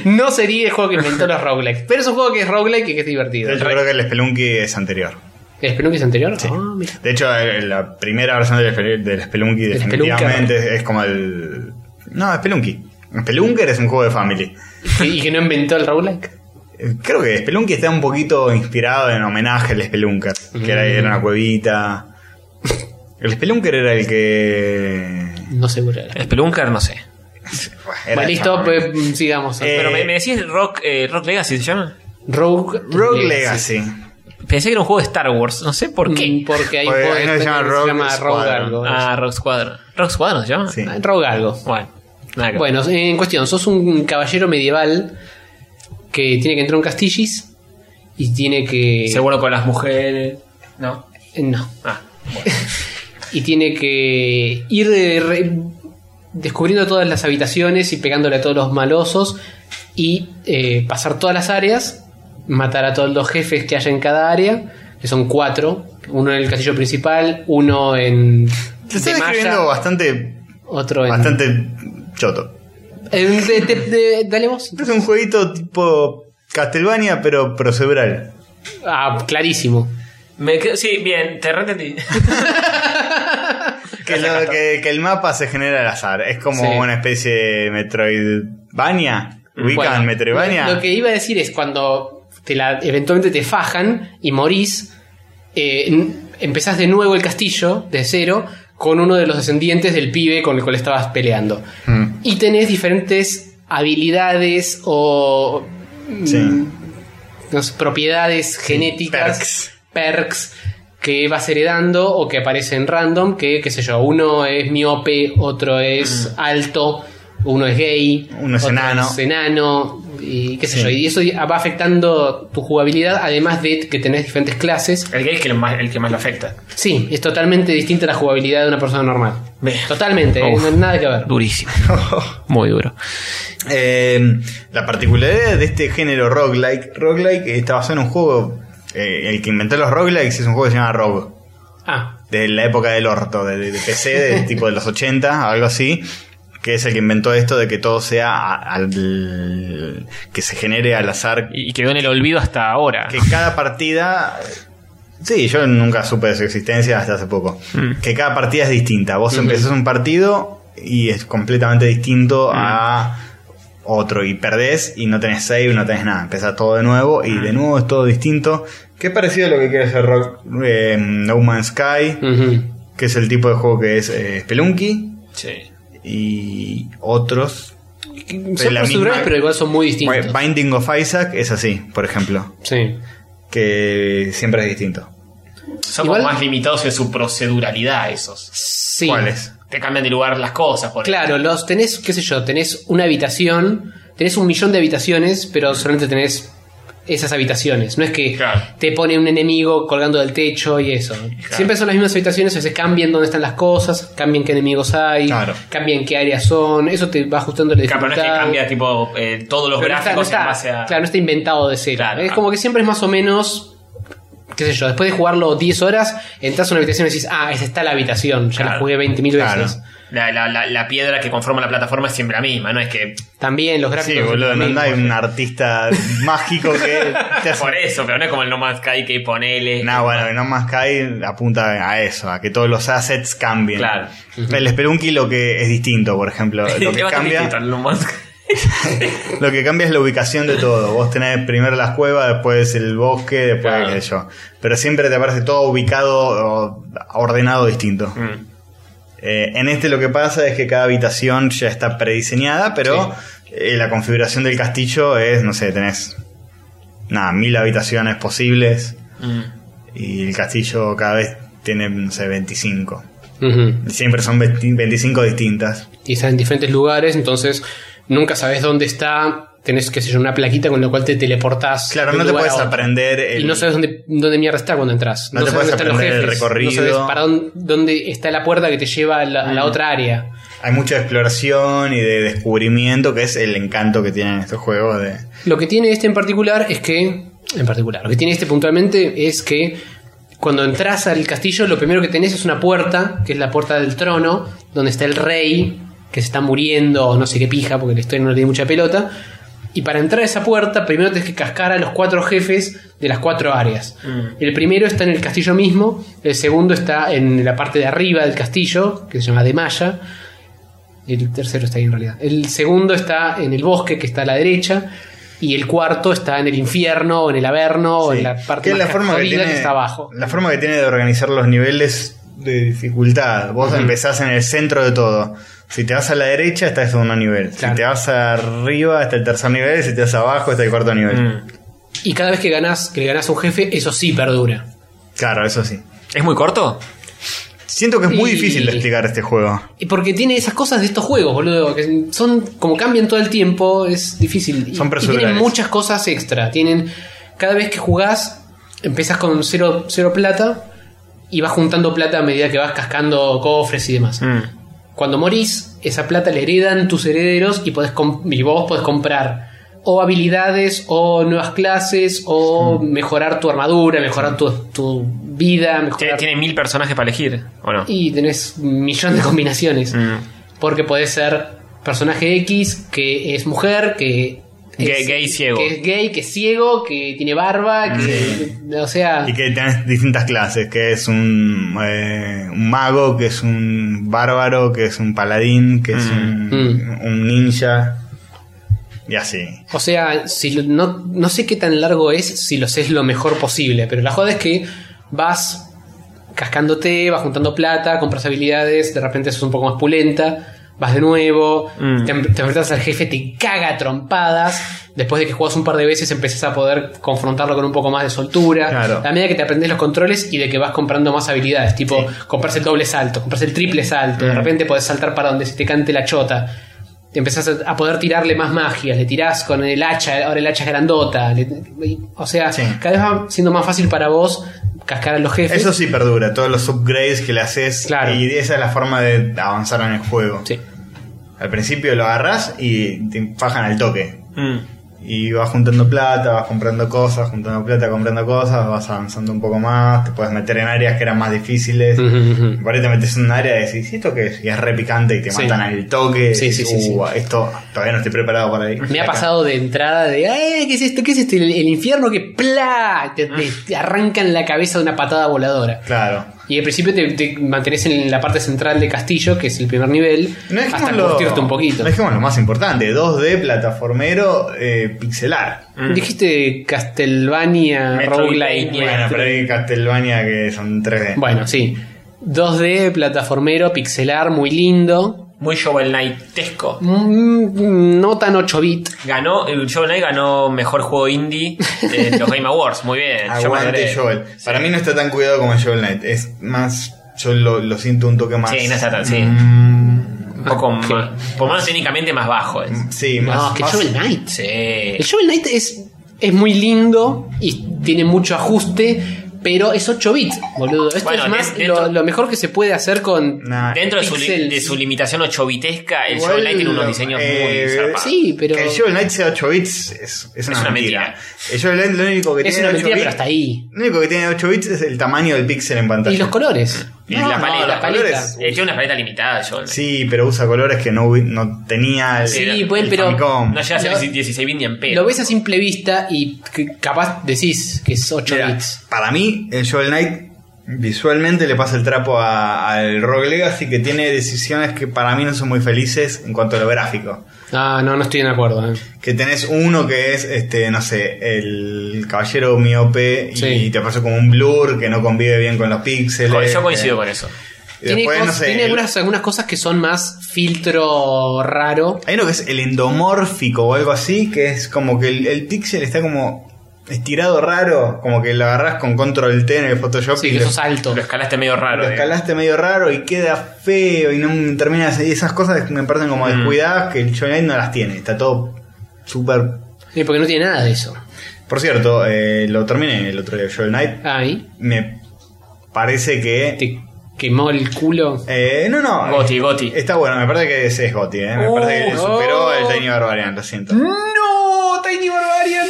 C: No sería el juego que inventó los roguelikes. Pero es un juego que es roguelike y que es divertido.
D: Yo creo que el Spelunky es anterior.
C: ¿El Spelunky es anterior? Ah, mira.
D: De hecho, eh, la primera versión del, Spel- del Spelunky
C: Del
D: definitivamente es, es como el... No, Spelunky. Spelunker es un juego de family.
C: ¿Y y que no inventó el roguelike?
D: Eh, Creo que Spelunky está un poquito inspirado en homenaje al Spelunker. Que era, era una cuevita. El Spelunker era el que...
C: No seguro. Bueno,
E: Spelunker, no sé.
D: Era
C: listo,
D: chamán.
C: pues, mm, sigamos.
D: Eh,
E: Pero me, me decís Rock, eh, Rock Legacy se llama.
C: Rogue,
D: Rogue Legacy.
E: Pensé que era un juego de Star Wars, no sé por
C: Mm,
E: qué.
C: Porque hay un
D: Porque
C: juego de
D: ahí no se
C: Spelunky
D: llama
C: que
D: Rogue
C: se llama Rogue
D: Squadron.
C: algo.
E: Ah, Rock Squadron. ¿Rock Squadron se llama?
D: Sí.
C: Ah, Rogue algo.
E: Bueno, nada que ver.
C: Bueno, en cuestión, sos un caballero medieval que tiene que entrar a un castillis y tiene
D: eh,
C: que... Eh,
E: Seguro con las mujeres. No.
C: No.
E: Ah,
C: Y tiene que ir eh, re- descubriendo todas las habitaciones y pegándole a todos los malosos y eh, pasar todas las áreas, matar a todos los jefes que haya en cada área, que son cuatro, uno en el castillo principal, uno en...
D: Te estás
C: de Maya,
D: escribiendo bastante,
C: Otro en...
D: bastante choto.
C: en- de- de- de- dale vos.
D: Es un jueguito tipo Castlevania, pero procedural.
C: Ah, clarísimo.
E: Me quedo- sí, bien, te reentendí.
D: Que, lo- que- que el mapa se genera al azar. Es como
C: Sí.
D: una especie de Metroidvania. ¿Ubican
C: Bueno,
D: Metroidvania?
C: Lo, lo que iba a decir es cuando te la, eventualmente te fajan y morís, eh, n- empezás de nuevo el castillo, de cero, con uno de los descendientes del pibe con el cual estabas peleando.
D: Mm.
C: Y tenés diferentes habilidades o mm,
D: Sí.
C: no sé, propiedades genéticas,
D: perks.
C: perks que vas heredando o que aparecen random, que qué sé yo, uno es miope, otro es alto, uno es gay,
D: Mm. Uno es
C: otro
D: enano.
C: es enano, y qué sé
D: Sí.
C: yo, y eso va afectando tu jugabilidad, además de que tenés diferentes clases.
E: El gay es que lo más- el que más lo afecta.
C: Sí, es totalmente distinta la jugabilidad de una persona normal.
E: Bien.
C: Totalmente, eh,
E: Uf.
C: no- nada que ver.
E: Durísimo. Muy duro.
D: Eh, la particularidad de este género roguelike, roguelike eh, está basado en un juego. eh, el que inventó los roguelikes es un juego que se llama Rogue.
C: Ah,
D: de la época del orto, de, de- de PC, de tipo de los 80, algo así, que es el que inventó esto de que todo sea a- al, que se genere al azar,
E: Y, y quedó en el olvido hasta ahora.
D: que cada partida... Sí, yo nunca supe de su existencia hasta hace poco. Que cada partida es distinta. Vos empezás un partido y es completamente distinto a otro. Y perdés y no tenés save, no tenés nada. Empezás todo de nuevo y de nuevo es todo distinto. Que Mm. es parecido a lo que quiere hacer Rock, eh, No Man's Sky
C: ujú.
D: que es el tipo de juego que es eh, Spelunky
E: Sí.
D: y otros.
C: son
D: la
C: procedurales,
D: misma-
C: pero igual son muy distintos.
D: Binding of Isaac es así, por ejemplo,
C: Sí.
D: que siempre es distinto.
E: Son
C: Igual-
E: como más limitados en su proceduralidad esos.
C: Sí.
D: ¿Cuál es?
E: Te cambian de lugar las cosas. Por
C: Claro, los tenés, qué sé yo, tenés una habitación, tenés un millón de habitaciones, pero solamente tenés esas habitaciones. No es que
E: Claro.
C: te pone un enemigo colgando del techo y eso. Siempre son las mismas habitaciones, a veces cambian dónde están las cosas, cambian qué enemigos hay,
D: Claro.
C: cambian qué áreas son, eso te va ajustando la
E: Claro, pero
C: dificultad.
E: no es que cambia tipo eh, todos los
C: Pero no está-
E: gráficos
C: no está-
E: en base a.
C: Claro, no está inventado de cero.
E: Claro.
C: Es como que siempre es más o menos. Qué sé yo, después de jugarlo 10 horas, entras a una habitación y decís, ah, esa está la habitación, ya la
E: Claro.
C: jugué 20.000
D: Claro.
C: veces.
E: La, la- la- la piedra que conforma la plataforma es siempre la misma, no es que.
C: También los
D: Sí,
C: gráficos.
D: boludo, no
C: también.
D: hay un artista mágico que te hace
E: Por eso, pero no es como el No Man's Sky que ponele.
D: No, bueno, que No Man's Sky apunta a eso, a que todos los assets cambien.
E: Claro.
D: El Spelunky lo que es distinto, por ejemplo. Lo que,
E: Es bastante distinto
D: cambia,
E: al No Man's Sky.
D: lo que cambia es la ubicación de todo. Vos tenés primero las cuevas, después el bosque, después
E: Claro.
D: qué sé yo. Pero siempre te aparece todo ubicado, o ordenado distinto.
E: Mm.
D: Eh, en este lo que pasa es que cada habitación ya está prediseñada, pero eh, la configuración del castillo es, no sé, tenés nada, mil habitaciones posibles
E: Mm.
D: y el castillo cada vez tiene, no sé, 25.
C: Ujú.
D: Y Siempre son 20 25 distintas.
C: Y están en diferentes lugares, entonces nunca sabes dónde está. Tenés, qué sé yo, una plaquita con la cual te teleportás.
D: Claro,
C: de un
D: no te
C: lugar a
D: puedes
C: otro.
D: aprender el-
C: Y no sabes dónde, dónde mierda está cuando entras.
D: No te
C: sabes
D: puedes
C: dónde están los
D: aprender el
C: jefes.
D: recorrido.
C: No sabes para dónde, dónde está la puerta que te lleva a la, a la otra área.
D: Hay mucha exploración y de descubrimiento, que es el encanto que tienen estos juegos de...
C: Lo que tiene este en particular es que. En particular, lo que tiene este puntualmente es que cuando entras al castillo, lo primero que tenés es una puerta, que es la puerta del trono, donde está el rey, que se está muriendo, o no sé qué pija, porque la historia no le tiene mucha pelota. Y para entrar a esa puerta, primero tenés que cascar a los cuatro jefes de las cuatro áreas.
D: Mm.
C: El primero está en el castillo mismo, el segundo está en la parte de arriba del castillo, que se llama de Maya. El tercero está ahí en realidad. El segundo está en el bosque, que está a la derecha. Y el cuarto está en el infierno, o en el averno, o en la parte
D: Que es
C: más
D: la forma que,
C: jodida
D: tiene,
C: que está abajo.
D: La forma que tiene de organizar los niveles de dificultad. Vos empezás en el centro de todo. Si te vas a la derecha, está el segundo nivel.
C: Claro.
D: Si te vas arriba, está el tercer nivel. Si te vas abajo, está el cuarto nivel.
E: Mm.
C: Y cada vez que ganás, que le ganás a un jefe, eso sí perdura.
D: Claro, eso sí.
E: ¿Es muy corto?
D: Siento que es muy
C: Y-
D: difícil de explicar este juego.
C: Y Porque tiene esas cosas de estos juegos, boludo, que son como cambian todo el tiempo, es difícil. Y-
D: Son
C: y, tienen
D: presulares.
C: muchas cosas extra. Tienen cada vez que jugás, empezás con cero, cero plata y vas juntando plata a medida que vas cascando cofres y
E: Mm.
C: demás.
D: Mm.
C: Cuando morís, esa plata le heredan tus herederos y, podés com- y vos podés comprar o habilidades o nuevas clases o
E: Mm.
C: mejorar tu armadura, mejorar tu, tu vida,
E: Tiene,
C: mejorar...
E: tiene mil personajes para elegir, ¿o no?
C: Y tenés un millón de combinaciones.
E: Mm.
C: Porque puede ser personaje X que es mujer, que
E: Gay-
C: es,
E: gay ciego.
C: que es gay, que es ciego, que tiene barba, que o sea,
D: Y que tenés distintas clases, que es un, eh, un mago, que es un bárbaro, que es un paladín, que es un,
C: Mm.
D: un ninja. Y así.
C: o sea, si lo- no no sé qué tan largo es si lo haces lo mejor posible, pero la joda es que vas cascándote, vas juntando plata, compras habilidades, de repente sos un poco más pulenta, vas de nuevo,
E: Mm.
C: te, te enfrentas al jefe, te caga a trompadas, después de que jugás un par de veces empezás a poder confrontarlo con un poco más de soltura,
D: Claro.
C: a medida que te aprendes los controles y de que vas comprando más habilidades, tipo compras el doble salto, compras el triple salto, de repente podés saltar para donde se te cante la chota. Te empezás a- a poder tirarle más magias, le tirás con el hacha, ahora el hacha es grandota. le- y- o sea,
D: Sí.
C: cada vez va siendo más fácil para vos cascar a los jefes.
D: Eso sí perdura, todos los upgrades que le haces.
C: Claro.
D: Y esa es la forma de avanzar en el juego.
C: Sí.
D: Al principio lo agarras y te fajan al toque.
E: Mm.
D: Y vas juntando plata, vas comprando cosas, juntando plata, comprando cosas, vas avanzando un poco más, te puedes meter en áreas que eran más difíciles. Por ahí te metes en un área y decís, "¿Y ¿esto qué es? Y es re picante y te
C: Sí.
D: matan al toque.
C: Sí,
D: Y
C: sí,
D: decís,
C: sí, sí.
D: "Uh, Esto todavía no estoy preparado para ir.
C: Me ha
D: acá".
C: pasado de entrada de, "Ay, ¿Qué es esto? ¿Qué es esto? El, el infierno que ¡plá! Te, te- te
D: Ah.
C: arrancan la cabeza de una patada voladora.
D: Claro.
C: Y al principio te, te mantenés en la parte central de castillo, que es el primer nivel,
D: No es
C: hasta
D: como lo,
C: curtirte un poquito.
D: no dijimos lo más importante, 2D plataformero eh, pixelar.
E: Mm.
C: Dijiste Castlevania,
E: Metroidvania.
C: roguelike.
D: Bueno, pero hay Castlevania que son 3D.
C: Bueno, sí. 2D, plataformero, pixelar, muy lindo.
E: Muy Shovel Knight-tesco.
C: Mm, no tan 8-bit.
E: Ganó, el Shovel Knight ganó mejor juego indie en los Game Awards. Muy bien. yo me
D: Aguante
E: alegré.
D: Joel. Para mí no está tan cuidado como el Joel Knight. Es más. Yo lo, lo siento un toque más.
E: Sí, no está tan- sí.
D: Mm,
E: Un poco
C: Ok.
E: más- por lo menos técnicamente más bajo. es.
D: sí, más.
C: No, es que
D: más-
C: Shovel Knight.
E: Sí.
C: El Shovel Knight es es muy lindo y tiene mucho ajuste, pero es 8 bits, boludo. Esto
E: Bueno,
C: es más
E: de- dentro-
C: lo, lo mejor que se puede hacer con.
D: Nah,
E: Dentro de su, li-
C: Pixels.
E: de su limitación ochovitesca, el
D: Igual,
E: Shovel Knight tiene unos diseños
D: eh,
E: muy zarpados.
C: Sí, pero.
D: Que el Shovel Knight sea 8 bits es, es una,
E: una
D: mentira.
E: mentira.
D: El Shovel Knight lo único que
C: es
D: tiene
C: una
D: 8
C: mentira,
D: bits-
C: pero hasta ahí.
D: Lo único que tiene 8 bits es el tamaño del píxel en pantalla.
C: Y los colores.
E: Y la
D: No,
E: paleta.
D: los
E: la paleta.
D: colores.
E: Eh, tiene una paleta limitada, el Shovel Knight.
D: Sí, pero usa colores que no, hubi- no tenía el,
E: Sí,
D: el
C: pues, pero-
D: Famicom.
E: No llega a ser
C: Lo-
E: 16 bit ni en pedo.
C: Lo ves a simple vista y c- capaz decís que es 8
D: Mira,
C: bits.
D: Para mí, el Shovel Knight visualmente le pasa el trapo a- al Rogue Legacy que tiene decisiones que para mí no son muy felices en cuanto a lo gráfico.
C: Ah, no, no estoy de acuerdo. eh.
D: Que tenés uno que es, este, no sé, el caballero miope y,
C: Sí.
D: te aparece como un blur que no convive bien con los píxeles.
E: Yo coincido
D: eh,
E: con eso.
D: y
C: Tiene,
D: después,
C: cos-
D: no sé,
C: tiene
D: el-
C: algunas, algunas cosas que son más filtro raro.
D: Hay uno que es el endomórfico o algo así, que es como que el, el píxel está como estirado raro, como que lo agarrás con control T en el Photoshop
C: Sí,
D: y
C: que
D: lo,
C: eso es alto.
E: Lo escalaste medio raro.
D: lo
E: eh.
D: escalaste medio raro y queda feo y no terminas. Y esas cosas me parecen como
E: Mm.
D: descuidadas que el Shovel Knight no las tiene, está todo súper.
C: Sí, porque no tiene nada de eso.
D: Por cierto, eh, lo terminé el otro día, Shovel Knight.
C: Ahí.
D: Me parece que.
C: Te quemó el culo.
D: eh, no, no.
E: Goti, Goti.
D: Está bueno, me parece que ese es Gotti, eh. me
E: Oh,
D: parece que le superó
C: oh. Mm.
D: el Tiny Barbarian, lo siento.
C: ¡No! ¡Tiny Barbarian!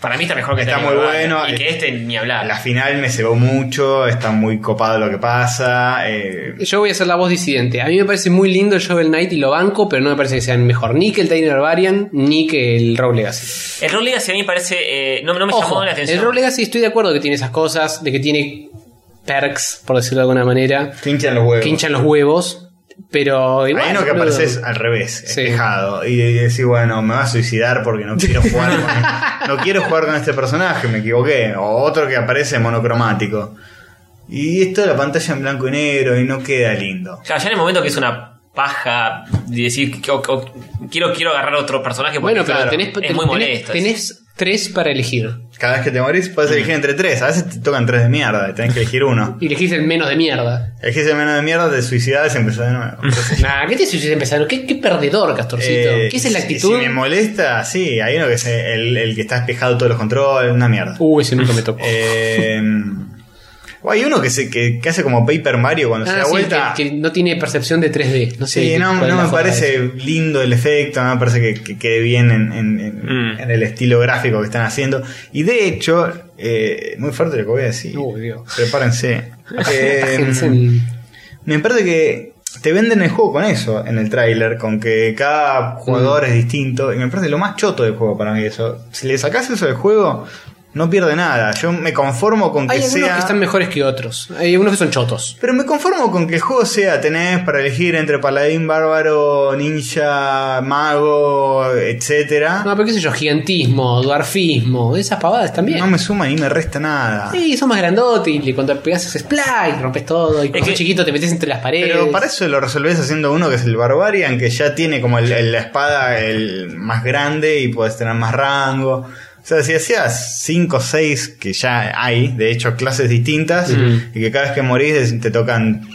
E: Para mí está mejor que
D: Está
E: Tiny
D: muy
E: Barbarian.
D: bueno,
E: Y
D: eh,
E: que este ni hablar.
D: La final me cebó mucho, está muy copado lo que pasa. eh,
C: Yo voy a hacer la voz disidente. A mí me parece muy lindo el Shovel Knight y lo banco, pero no me parece que sean mejor ni que el Tiny Barbarian ni que el Rogue Legacy.
E: El Rogue Legacy a mí me parece. eh, no, no me
C: Ojo,
E: llamó la atención.
C: el Rogue Legacy estoy de acuerdo que tiene esas cosas, de que tiene perks, por decirlo de alguna manera,
D: te hinchan los huevos.
C: que hinchan los huevos, pero igual.
D: Hay uno que
C: boludo.
D: apareces al revés,
C: Sí.
D: espejado. Y decís, bueno, me va a suicidar porque no quiero jugar con, no quiero jugar con este personaje, me equivoqué. O otro que aparece monocromático. Y esto la pantalla en blanco y negro y no queda lindo.
E: Ya, ya en el momento que es una paja y decir que- o- o- quiero, quiero agarrar otro personaje porque
C: Bueno, pero
D: claro,
C: tenés,
E: es
C: tenés-
E: muy molesto.
C: tenés tres para elegir.
D: Cada vez que te morís puedes elegir entre tres. A veces te tocan tres de mierda, y tenés que elegir uno.
C: Y elegís el menos de mierda.
D: Elegís el menos de mierda, te suicidas y empezás de nuevo.
C: Nah, ¿qué te sucede empezar? ¿Qué, qué perdedor, Castorcito?
D: Eh,
C: ¿Qué es la
D: si-
C: actitud?
D: Si, me molesta, sí, hay uno que es el, el que está espejado todos los controles, una mierda.
C: Uh, ese nunca me tocó.
D: Eh, o hay uno que, se, que, que hace como Paper Mario cuando se
C: Ah,
D: da
C: sí,
D: vuelta.
C: que, que no tiene percepción de 3D. No sé.
D: Sí,
C: qué-
D: no,
C: cuál es
D: no
C: la
D: me
C: joda de
D: parece
C: eso.
D: lindo el efecto, no me parece que, que quede bien en, en- en-
E: Mm.
D: en el estilo gráfico que están haciendo. Y de hecho, eh, muy fuerte lo que voy a decir.
C: Uy, Dios.
D: Prepárense. Eh,
C: Jensen,
D: Me parece que te venden el juego con eso en el tráiler, con que cada jugador
C: Mm.
D: es distinto. Y me parece lo más choto del juego para mí eso. Si le sacas eso del juego, no pierde nada. Yo me conformo con que
C: Hay algunos
D: sea.
C: que están mejores que otros. Hay algunos que son chotos.
D: Pero me conformo con que el juego sea, tenés para elegir entre paladín, bárbaro, ninja, mago, etcétera.
C: No,
D: No,
C: pero qué sé yo, gigantismo, dwarfismo, esas pavadas también.
D: me suma ni me resta nada.
C: Sí, son más grandotes y le- cuando pegas haces splash, rompes todo. Y cuando
E: que-
C: sos chiquito te metes entre las paredes.
D: Pero para eso lo resolvés haciendo uno que es el Barbarian, que ya tiene como el- el- la espada el más grande y puedes tener más rango. O sea, si hacías 5 o 6, que ya hay, de hecho, clases distintas, y que cada vez que morís te tocan,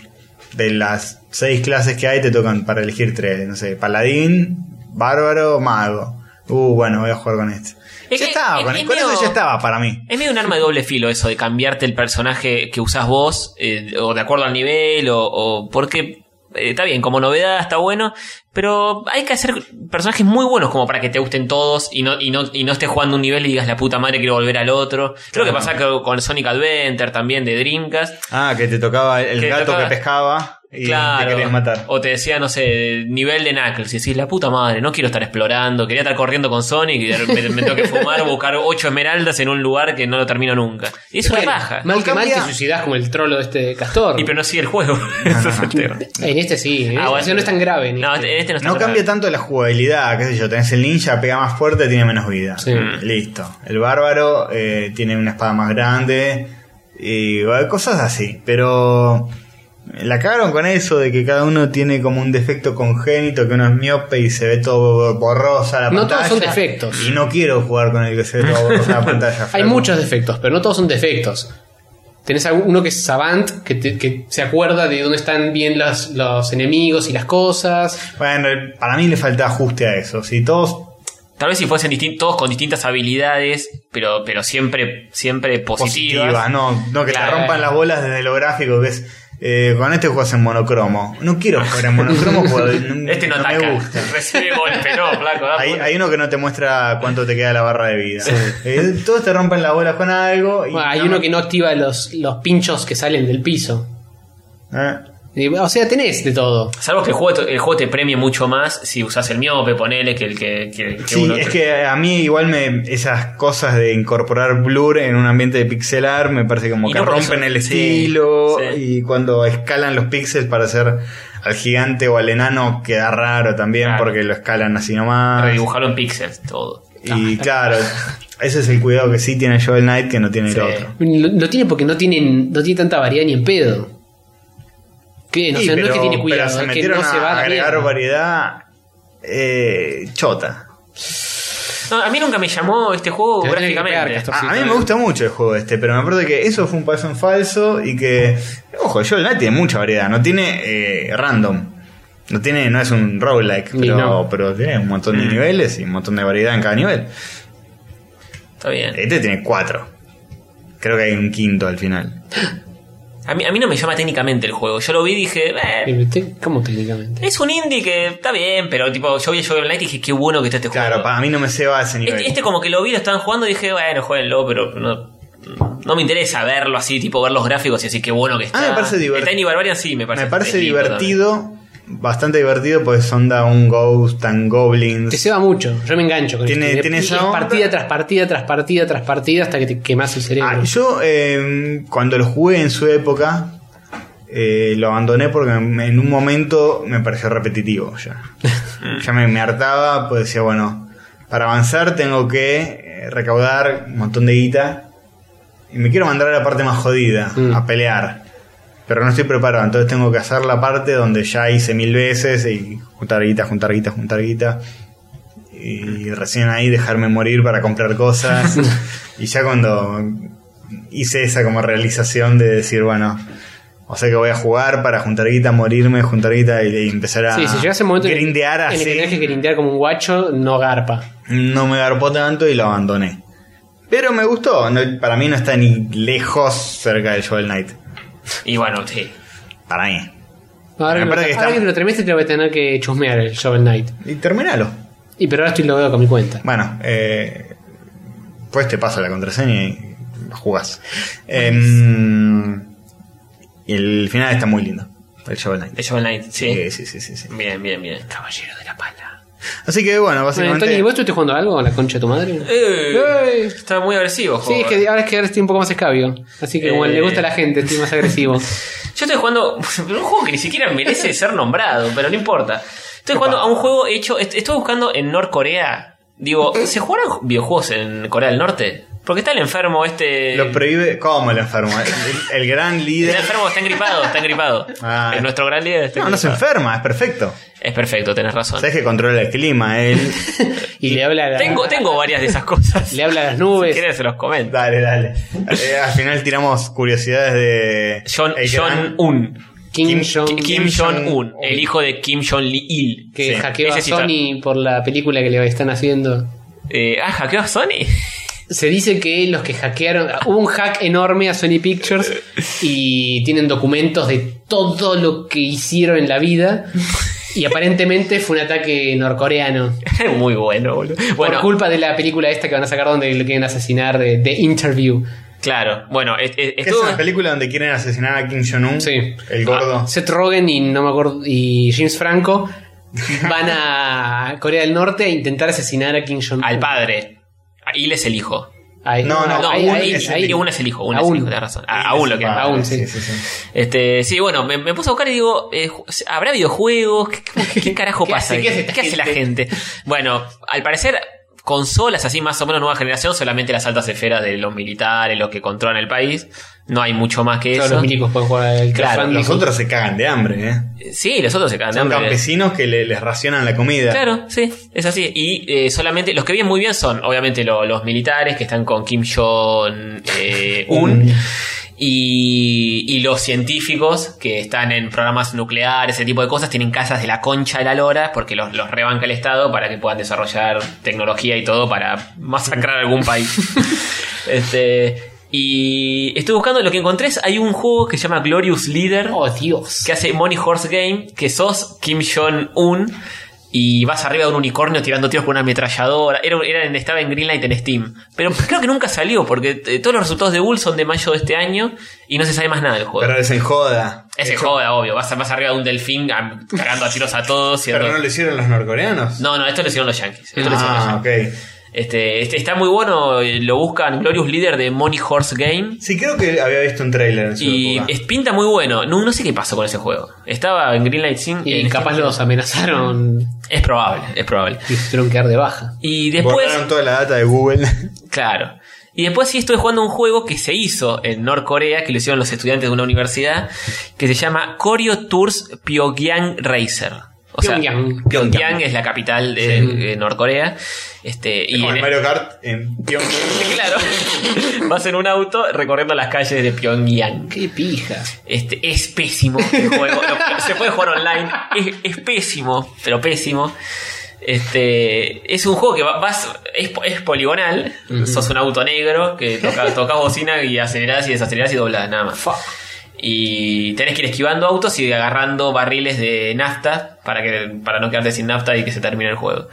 D: de las 6 clases que hay, te tocan para elegir 3, no sé, paladín, bárbaro, mago. Uh, bueno, voy a jugar con este.
E: Es
D: ya
E: que-
D: estaba,
E: es-
D: con,
E: es
D: con eso
E: medio-
D: ya estaba para mí.
E: Es medio un arma de doble filo eso de cambiarte el personaje que usás vos, eh, o de acuerdo al nivel, o, o porque eh, está bien, como novedad está bueno, pero hay que hacer personajes muy buenos como para que te gusten todos y no, y no, y no estés jugando un nivel y digas la puta madre quiero volver al otro. Creo que pasa co- con Sonic Adventure también de Dreamcast.
D: Ah, que te tocaba el
E: Que te
D: gato
E: tocaba-
D: que pescaba y
E: claro.
D: te querías matar.
E: O te decía, no sé, nivel de Knuckles. Y decís, la puta madre, no quiero estar explorando, quería estar corriendo con Sonic y de repente me tengo que fumar, buscar ocho esmeraldas en un lugar que no lo termino nunca. Y es una
C: Bueno,
E: paja.
C: Mal que mal
D: Cambia-
C: te suicidas como el trolo de este castor.
E: Y pero no sigue el juego. Ese es el tema.
C: En este sí, en
E: Ah,
C: este
E: bueno.
C: no es tan grave. en
E: No,
C: este.
E: en este no está
D: No
E: tan
D: cambia
E: grave.
D: tanto la jugabilidad, qué sé yo, tenés el ninja, pega más fuerte, tiene menos vida.
C: Sí.
D: Listo. El bárbaro eh, tiene una espada más grande y bueno, cosas así. Pero la cagaron con eso de que cada uno tiene como un defecto congénito, que uno es miope y se ve todo borrosa la
C: No
D: pantalla.
C: todos son defectos.
D: Y no quiero jugar con el que se ve todo borrosa la pantalla.
C: Hay
D: flaco.
C: muchos defectos, pero no todos son defectos. Tenés algún- uno que es savant, que, te- que se acuerda de dónde están bien los, los enemigos y las cosas.
D: Bueno, para mí le falta ajuste a eso. Si todos
E: Tal vez si fuesen distin- todos con distintas habilidades, pero, pero siempre, siempre positivas.
D: Positiva, no, no que
E: Claro.
D: te rompan las bolas desde lo gráfico, que es. eh, con este juegas en monocromo. No quiero jugar en monocromo porque no-
E: Este no,
D: no
E: ataca.
D: me gusta.
E: Recibe golpe, no, flaco. da
D: Hay,
E: bola.
D: hay uno que no te muestra cuánto te queda la barra de vida. Eh, todos te rompen las bolas con algo. Y
C: Bueno, hay uno que no activa los, los pinchos que salen del piso.
D: Eh,
C: Y, O sea, tenés de todo.
E: Salvo que el juego, te- el juego te premie mucho más si usas el miope, ponele, que el que, que, que
D: Sí,
E: uno-
D: es que a mí igual me esas cosas de incorporar blur en un ambiente de pixelar me parece como
E: Y
D: que
E: no, porque
D: rompen
E: son-
D: el
E: sí,
D: estilo
E: sí.
D: y cuando escalan los píxeles para hacer al gigante o al enano queda raro también
E: Claro.
D: porque lo escalan así nomás.
E: Redibujarlo en píxeles, todo.
D: Y claro, ese es el cuidado que sí tiene Joel Knight que no tiene
E: Sí.
D: el otro.
C: Lo, lo tiene porque no tienen no tiene tanta variedad ni en pedo. ¿Qué? No, o
D: Sí,
C: sea, no
D: pero-
C: es que tiene
D: pero
C: cuidado,
D: se
C: es que
D: metieron
C: no
D: a
C: se va a la
D: agregar
C: mierda.
D: variedad eh, chota.
E: No, a mí nunca me llamó este juego
C: Te la tenés que
E: gráficamente.
C: pegar, Castor.
D: Ah, a mí
C: está
D: me
C: bien.
D: gusta mucho el juego este, pero me parece que eso fue un paso en falso y que. Ojo, Joel Knight tiene mucha variedad, no tiene eh, random. No tiene, no es un roguelike,
C: Y
D: pero,
C: no. Mm.
D: pero tiene un montón de niveles y un montón de variedad en cada nivel.
E: Está bien.
D: Este tiene cuatro. Creo que hay un quinto al final.
E: A mí, a mí no me llama técnicamente el juego. Yo lo vi y dije, eh,
C: Pero te- ¿Cómo técnicamente?
E: es un indie que está bien, pero tipo, yo vi a Joel Knight y dije, qué bueno que está este
D: Claro,
E: juego.
D: para mí no me se va a ese nivel.
E: Este, este como que lo vi, lo estaban jugando y dije, bueno, jueguenlo, pero no, no me interesa verlo así, tipo ver los gráficos y así, qué bueno que está.
D: Ah, me parece divertido.
E: El Tiny Barbarian sí, me parece.
D: me parece
E: es lindo
D: divertido, bastante divertido, pues onda un Ghost and Goblins.
C: Te ceba mucho, yo me engancho con
D: Tiene-
C: esto.
D: tiene
C: Y
D: esa
C: es
D: onda.
C: partida tras partida tras partida tras partida hasta que te quemas el cerebro.
D: Ah, yo eh, cuando lo jugué en su época eh, lo abandoné porque me- en un momento me pareció repetitivo ya. ya me, me hartaba, pues decía, bueno, para avanzar tengo que eh, recaudar un montón de guita y me quiero mandar a la parte más jodida,
C: Mm.
D: a pelear. Pero no estoy preparado, entonces tengo que hacer la parte donde ya hice mil veces y juntar guita, juntar guita, juntar guita. Y recién ahí dejarme morir para comprar cosas. y ya cuando hice esa como realización de decir, bueno, o sea que voy a jugar para juntar guita, morirme, juntar guita y, y empezar a
C: sí, si llegas a un momento en el-
D: grindear
C: en el que
D: así.
C: tenés que grindear como un guacho, no garpa.
D: No me garpó tanto y lo abandoné. Pero me gustó, no- para mí no está ni lejos cerca del Joel Knight.
E: también. Y bueno, sí.
D: Para mí.
C: Ahora, que,
D: Aparte
C: lo,
D: que
C: ahora
D: está-
C: que lo tremeste te lo voy a tener que chusmear el Shovel Knight.
D: Y terminalo.
C: Y pero ahora estoy logrado con mi cuenta.
D: Bueno, eh, pues te paso la contraseña y lo jugás. Em, y el final está muy lindo. El Shovel Knight.
E: De Joel Knight, sí.
D: Sí, sí, sí, sí, sí.
E: Bien, bien, bien.
C: Caballero de la pala.
D: Así que bueno,
C: Bueno,
D: básicamente.
C: Tony, ¿y ¿vos estuviste jugando algo con la concha de tu madre?
E: Eh,
C: Ey.
E: Está muy agresivo, el
C: Sí,
E: juego.
C: es que ahora es que ahora estoy un poco más escabio. Así que como
E: Eh.
C: le gusta a la gente, estoy más agresivo.
E: Yo estoy jugando un juego que ni siquiera merece ser nombrado, pero no importa. Estoy jugando a un juego hecho. est- Estoy buscando en Norcorea. Digo, ¿se juegan videojuegos en Corea del Norte? Porque está el enfermo este.
D: Lo prohíbe. ¿Cómo el enfermo? El- El, el gran
E: el
D: líder.
E: enfermo está engripado, está engripado.
D: Ah.
E: Es nuestro gran líder. está
D: No, no se
E: engripado.
D: enferma, es perfecto.
E: Es perfecto, tenés razón.
D: Sabes que controla el clima, él.
C: Y le habla a la-
E: Tengo, tengo varias de esas cosas.
C: le habla a las
E: Si
C: nubes.
E: quieres, se los comento.
D: Dale, dale. Eh, al final tiramos curiosidades de.
E: John,
D: el gran-
E: John Un.
C: Kim
D: Kim-
C: Jong
E: Kim
D: Kim
E: Jong-un,
D: Jong-un.
E: el hijo de Kim Jong-il.
C: que
D: Sí.
C: hackeó a
E: Ese sí está.
C: Sony por la película que le están haciendo.
E: Eh, ah, hackeó a Sony.
C: Se dice que los que hackearon. Hubo un hack enorme a Sony Pictures y tienen documentos de todo lo que hicieron en la vida. Y aparentemente fue un ataque norcoreano.
E: Muy bueno, boludo. Bueno,
C: por culpa de la película esta que van a sacar donde lo quieren asesinar de, de Interview.
E: claro. Bueno, es- es-
D: Que
E: estuvo-
D: Es una película donde quieren asesinar a Kim Jong-un.
C: Sí. Ah,
D: El gordo.
C: Seth Rogen y no me acuerdo y James Franco van a Corea del Norte a intentar asesinar a Kim Jong
E: al padre. A Il es el hijo.
D: No, no,
E: No,
D: ahí-
E: un,
D: ahí-
E: es el
D: ahí-
E: hijo. un es el hijo, un es
C: Aún.
E: el hijo, tenés razón. A- aún lo que
D: Ah,
C: aún, sí.
D: sí.
E: este, Sí, bueno, me, me puse a buscar y digo, eh, ju- ¿habrá videojuegos? ¿Qué, qué- qué carajo
C: ¿Qué
E: pasa?
C: hace- qué hace esta
E: la gente? Bueno, al parecer, consolas así más o menos nueva generación, solamente las altas esferas de los militares, los que controlan el país. No hay mucho más que
C: Todos
E: eso.
C: los milicos pueden jugar al
E: Claro,
C: crowdfunding.
D: Ah, Los otros se cagan de hambre, ¿eh?
E: Sí, los otros se cagan de
D: Son
E: hambre. eh.
D: campesinos que le- les racionan la comida.
E: Claro, sí, es así. Y eh, solamente los que vienen muy bien son, obviamente, lo- los militares que están con Kim Jong-un. eh, Y, y los científicos que están en programas nucleares, ese tipo de cosas, tienen casas de la concha de la lora porque los, los rebanca el Estado para que puedan desarrollar tecnología y todo para masacrar algún país. este, y estoy buscando lo que encontré. es- Hay un juego que se llama Glorious Leader
C: Oh, Dios.
E: que hace Money Horse Game, que sos Kim Jong-un y vas arriba de un unicornio tirando tiros con una ametralladora. Era, era en- estaba en Greenlight en Steam. Pero creo que nunca salió, porque eh, todos los resultados de Bull son de mayo de este año y no se sabe más nada del juego.
D: Pero es en joda.
E: Ese joda, obvio. Vas, vas arriba de un delfín a- cagando a tiros a todos. y a
D: Pero
E: todo-
D: no lo hicieron los norcoreanos.
E: no, no, esto lo hicieron los Yankees. Esto lo hicieron los
D: ah,
E: Yankees.
D: ok.
E: Este, este- está muy bueno, eh, lo buscan Glorious Leader de Money Horse Game.
D: Sí, creo que había visto un trailer en su
E: Y
D: época.
E: es- pinta muy bueno. No, no sé qué pasó con ese juego. Estaba en Greenlight Sin. eh,
C: Y
E: en
C: capaz
E: Steam.
C: los amenazaron
E: Es probable, es probable.
C: y se tuvieron que dar de baja.
E: Y después,
D: Borraron toda la data de Google.
E: claro. Y después sí estuve jugando un juego que se hizo en Norcorea, que lo hicieron los estudiantes de una universidad, que se llama Koryo Tours Pyongyang Racer. O sea,
C: Pyongyang.
E: Pyongyang es la capital de, de Norcorea. Este, y
D: Como
E: en-
D: el Mario Kart en Pyongyang.
E: claro, vas en un auto recorriendo las calles de Pyongyang.
C: Qué pija.
E: Este, es pésimo el juego. Lo- se puede jugar online. Es, es pésimo, pero pésimo. Este, es un juego que va- vas, es, po- es poligonal. Sos un auto negro que toca, tocas bocina y acelerás y desacelerás y doblás, nada más. Y tenés que ir esquivando autos y agarrando barriles de nafta para, que, para no quedarte sin nafta y que se termine el juego.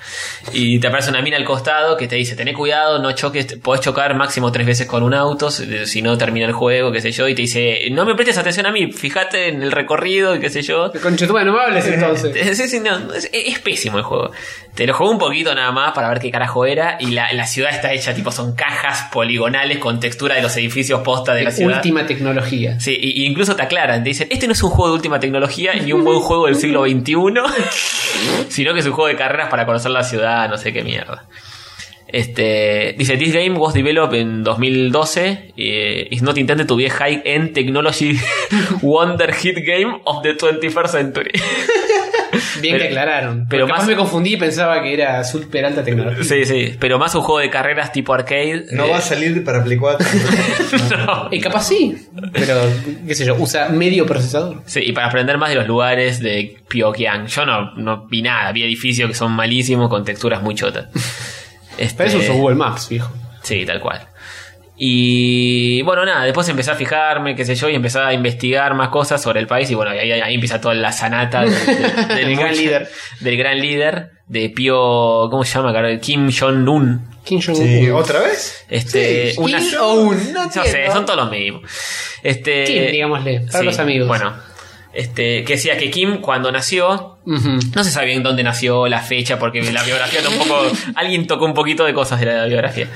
E: Y te aparece una mina al costado que te dice, tené cuidado, no choques, te- podés chocar máximo tres veces con un auto, si si no termina el juego, qué sé yo, y te dice, no me prestes atención a mí, fíjate en el recorrido, y qué sé yo.
C: Conchetuda, no me hables entonces.
E: Sí, sí, no, es, es pésimo el juego. Te lo jugué un poquito nada más para ver qué carajo era. Y la, la ciudad está hecha, tipo, son cajas poligonales con textura de los edificios posta de la ciudad.
C: Última tecnología.
E: Sí, y, y incluso te aclaran, te dicen, este no es un juego de última tecnología ni un buen juego del siglo XXI, sino que es un juego de carreras para conocer la ciudad, no sé qué mierda. Este, dice, this game was developed en 2012, eh, is not intended to be a high-end technology wonder hit game of the 21st century.
C: Bien
E: Pero-
C: que aclararon.
E: pero
C: Pero más
E: más-
C: me confundí y pensaba que era super alta tecnología.
E: sí, sí, pero más un juego de carreras tipo arcade.
D: No
E: eh,
D: va a salir para Play 4.
E: no.
C: Eh, capaz sí, pero qué sé yo, usa medio procesador.
E: Sí, y para aprender más de los lugares de Pyongyang. Yo no, no vi nada, vi edificios que son malísimos con texturas muy chotas. Este,
C: Para eso uso Google Maps, viejo.
E: Sí, tal cual. Y bueno, nada, después empecé a fijarme, qué sé yo, y empecé a investigar más cosas sobre el país. Y bueno, ahí, ahí- ahí empieza toda la sanata de- de- del gran líder. Del gran líder de Pio. ¿Cómo se llama? carajo? Kim Jong-un.
C: Kim Jong-un.
D: Sí, ¿Otra vez?
E: Este,
C: Sí, Kim Jong-un, no
E: sé,
C: entiendo.
E: son todos los mismos. Este,
C: Kim, digámosle, para
E: sí,
C: los amigos.
E: Bueno, este, que decía que Kim cuando nació,
C: Ujú.
E: no se sabe bien dónde nació, la fecha, porque la biografía tampoco. Alguien tocó un poquito de cosas de la biografía.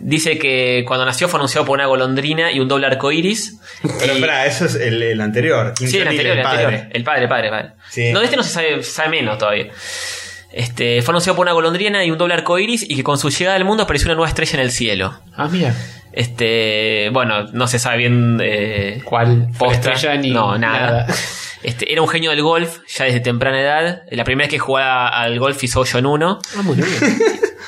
E: Dice que cuando nació fue anunciado por una golondrina y un doble arco iris.
D: Pero espera, eso es el, el anterior. Kim
E: Sí, el
D: Jong-il,
E: anterior, el,
D: el
E: anterior.
D: padre.
E: El padre, el padre, el padre.
D: Sí.
E: No, de este no se sabe, se sabe menos todavía. Este, fue anunciado por una golondrina y un doble arco iris y que con su llegada al mundo apareció una nueva estrella en el cielo.
C: Ah, mira.
E: Este, bueno, no se sabe bien eh,
C: ¿Cuál?
E: posta.
C: Estrella ni
E: no, nada. Este, era un genio del golf ya desde temprana edad. La primera vez que jugaba al golf hizo hoyo en uno.
C: Ah, muy bien.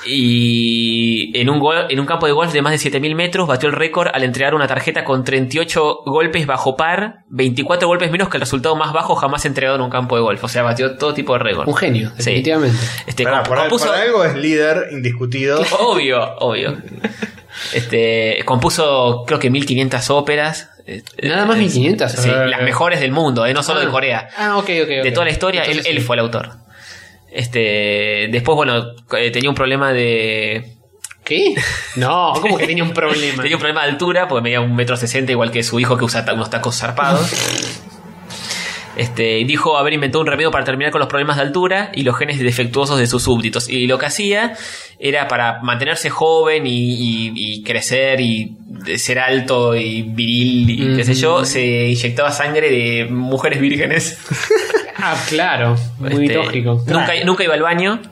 E: Y en un, gol- en un campo de golf de más de 7000 metros batió el récord al entregar una tarjeta con 38 golpes bajo par, 24 golpes menos que el resultado más bajo jamás entregado en un campo de golf. O sea, batió todo tipo de récord.
C: Un genio,
E: Sí.
C: definitivamente.
E: Este,
D: Pará,
E: comp-
D: por, al-
E: compuso- Oh.
D: por algo es líder indiscutido.
E: Obvio, obvio. Este, compuso creo que 1500 óperas. Eh,
C: Nada más
E: eh,
C: 1500,
E: Sí,
C: eh.
E: las mejores del mundo, eh, no solo de Corea.
C: Ah, ok, ok.
E: De
C: ok.
E: toda la historia, él,
C: Entonces,
E: él fue el autor. Este, después, bueno, eh, tenía un problema de...
C: ¿Qué? No, ¿cómo que tenía un problema?
E: Tenía un problema de altura, porque medía un metro sesenta, igual que su hijo que usa ta- unos tacos zarpados. Este, y dijo haber inventado un remedio para terminar con los problemas de altura y los genes defectuosos de sus súbditos. Y lo que hacía era para mantenerse joven y, y- y crecer y de ser alto y viril y qué sé yo, se inyectaba sangre de mujeres vírgenes.
C: Ah, claro. Muy
E: Este,
C: lógico.
E: Nunca, nunca iba al baño.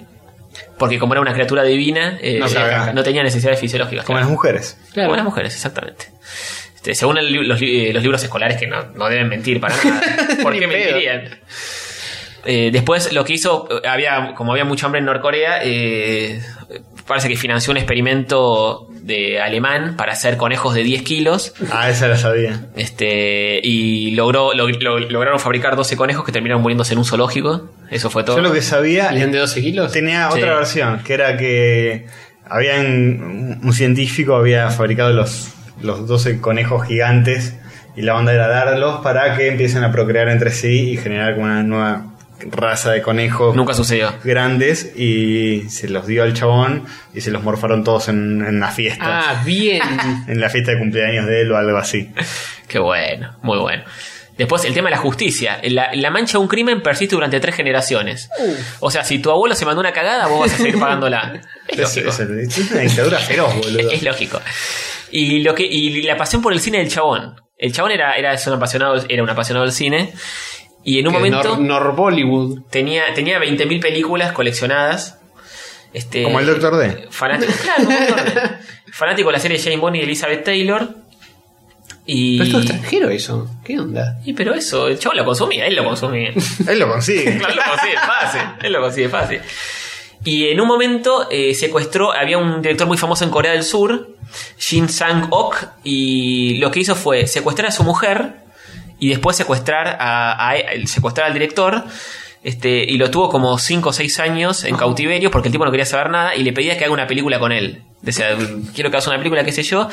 E: Porque como era una criatura divina, eh,
D: No
E: eh,
D: caga.
E: no tenía necesidades fisiológicas.
D: Como
E: claro.
D: las mujeres.
C: Claro.
E: Como las mujeres, exactamente. Este, según el li- los, li- eh, los libros escolares que no, no deben mentir para nada. ¿Por
C: Ni
E: qué
C: pedo.
E: mentirían? Eh, después lo que hizo, eh, había, como había mucho hambre en Norcorea, eh, parece que financió un experimento de alemán para hacer conejos de 10 kilos.
D: Ah, esa la sabía.
E: Este, y logró, log- log- lograron fabricar 12 conejos que terminaron muriéndose en un zoológico. Eso fue todo.
D: Yo lo que sabía.
C: ¿Alien de 12 kilos?
D: Tenía
E: Sí.
D: otra versión, que era que habían un un científico había fabricado los, los 12 conejos gigantes y la onda era darlos para que empiecen a procrear entre sí y generar como una nueva raza de conejos
E: Nunca sucedió.
D: grandes y se los dio al chabón y se los morfaron todos en, en una fiesta.
C: Ah, bien.
D: En la fiesta de cumpleaños de él o algo así.
E: Qué bueno, muy bueno. Después el tema de la justicia. La, la mancha de un crimen persiste durante tres generaciones.
C: Uh.
E: O sea, si tu abuelo se mandó una cagada, vos vas a seguir pagándola. Es
D: Es,
E: lógico.
D: es- es una dictadura feroz, boludo.
E: Es lógico. Y lo que y la pasión por el cine del chabón. El chabón era era es un apasionado era un apasionado del cine y en un
C: Que
E: momento
C: Nor, Nor Bollywood.
E: tenía tenía 20.000 películas coleccionadas. Este
D: Como el Doctor D.
E: fanático, claro, como el Dr. D. fanático de la serie Jane Bond y Elizabeth Taylor. Y
C: Pero es todo extranjero eso. ¿Qué onda?
E: y pero eso, el chabón lo consumía, él lo consumía.
D: Él lo consigue.
E: Claro, él lo consigue fácil. Él lo consigue fácil. Y en un momento eh, secuestró, había un director muy famoso en Corea del Sur, Shin Sang-ok, y lo que hizo fue secuestrar a su mujer y después secuestrar, a, a- a- secuestrar al director. Este, y lo tuvo como 5 o 6 años en cautiverio porque el tipo no quería saber nada y le pedía que haga una película con él. Decía, quiero que hagas una película, qué sé yo.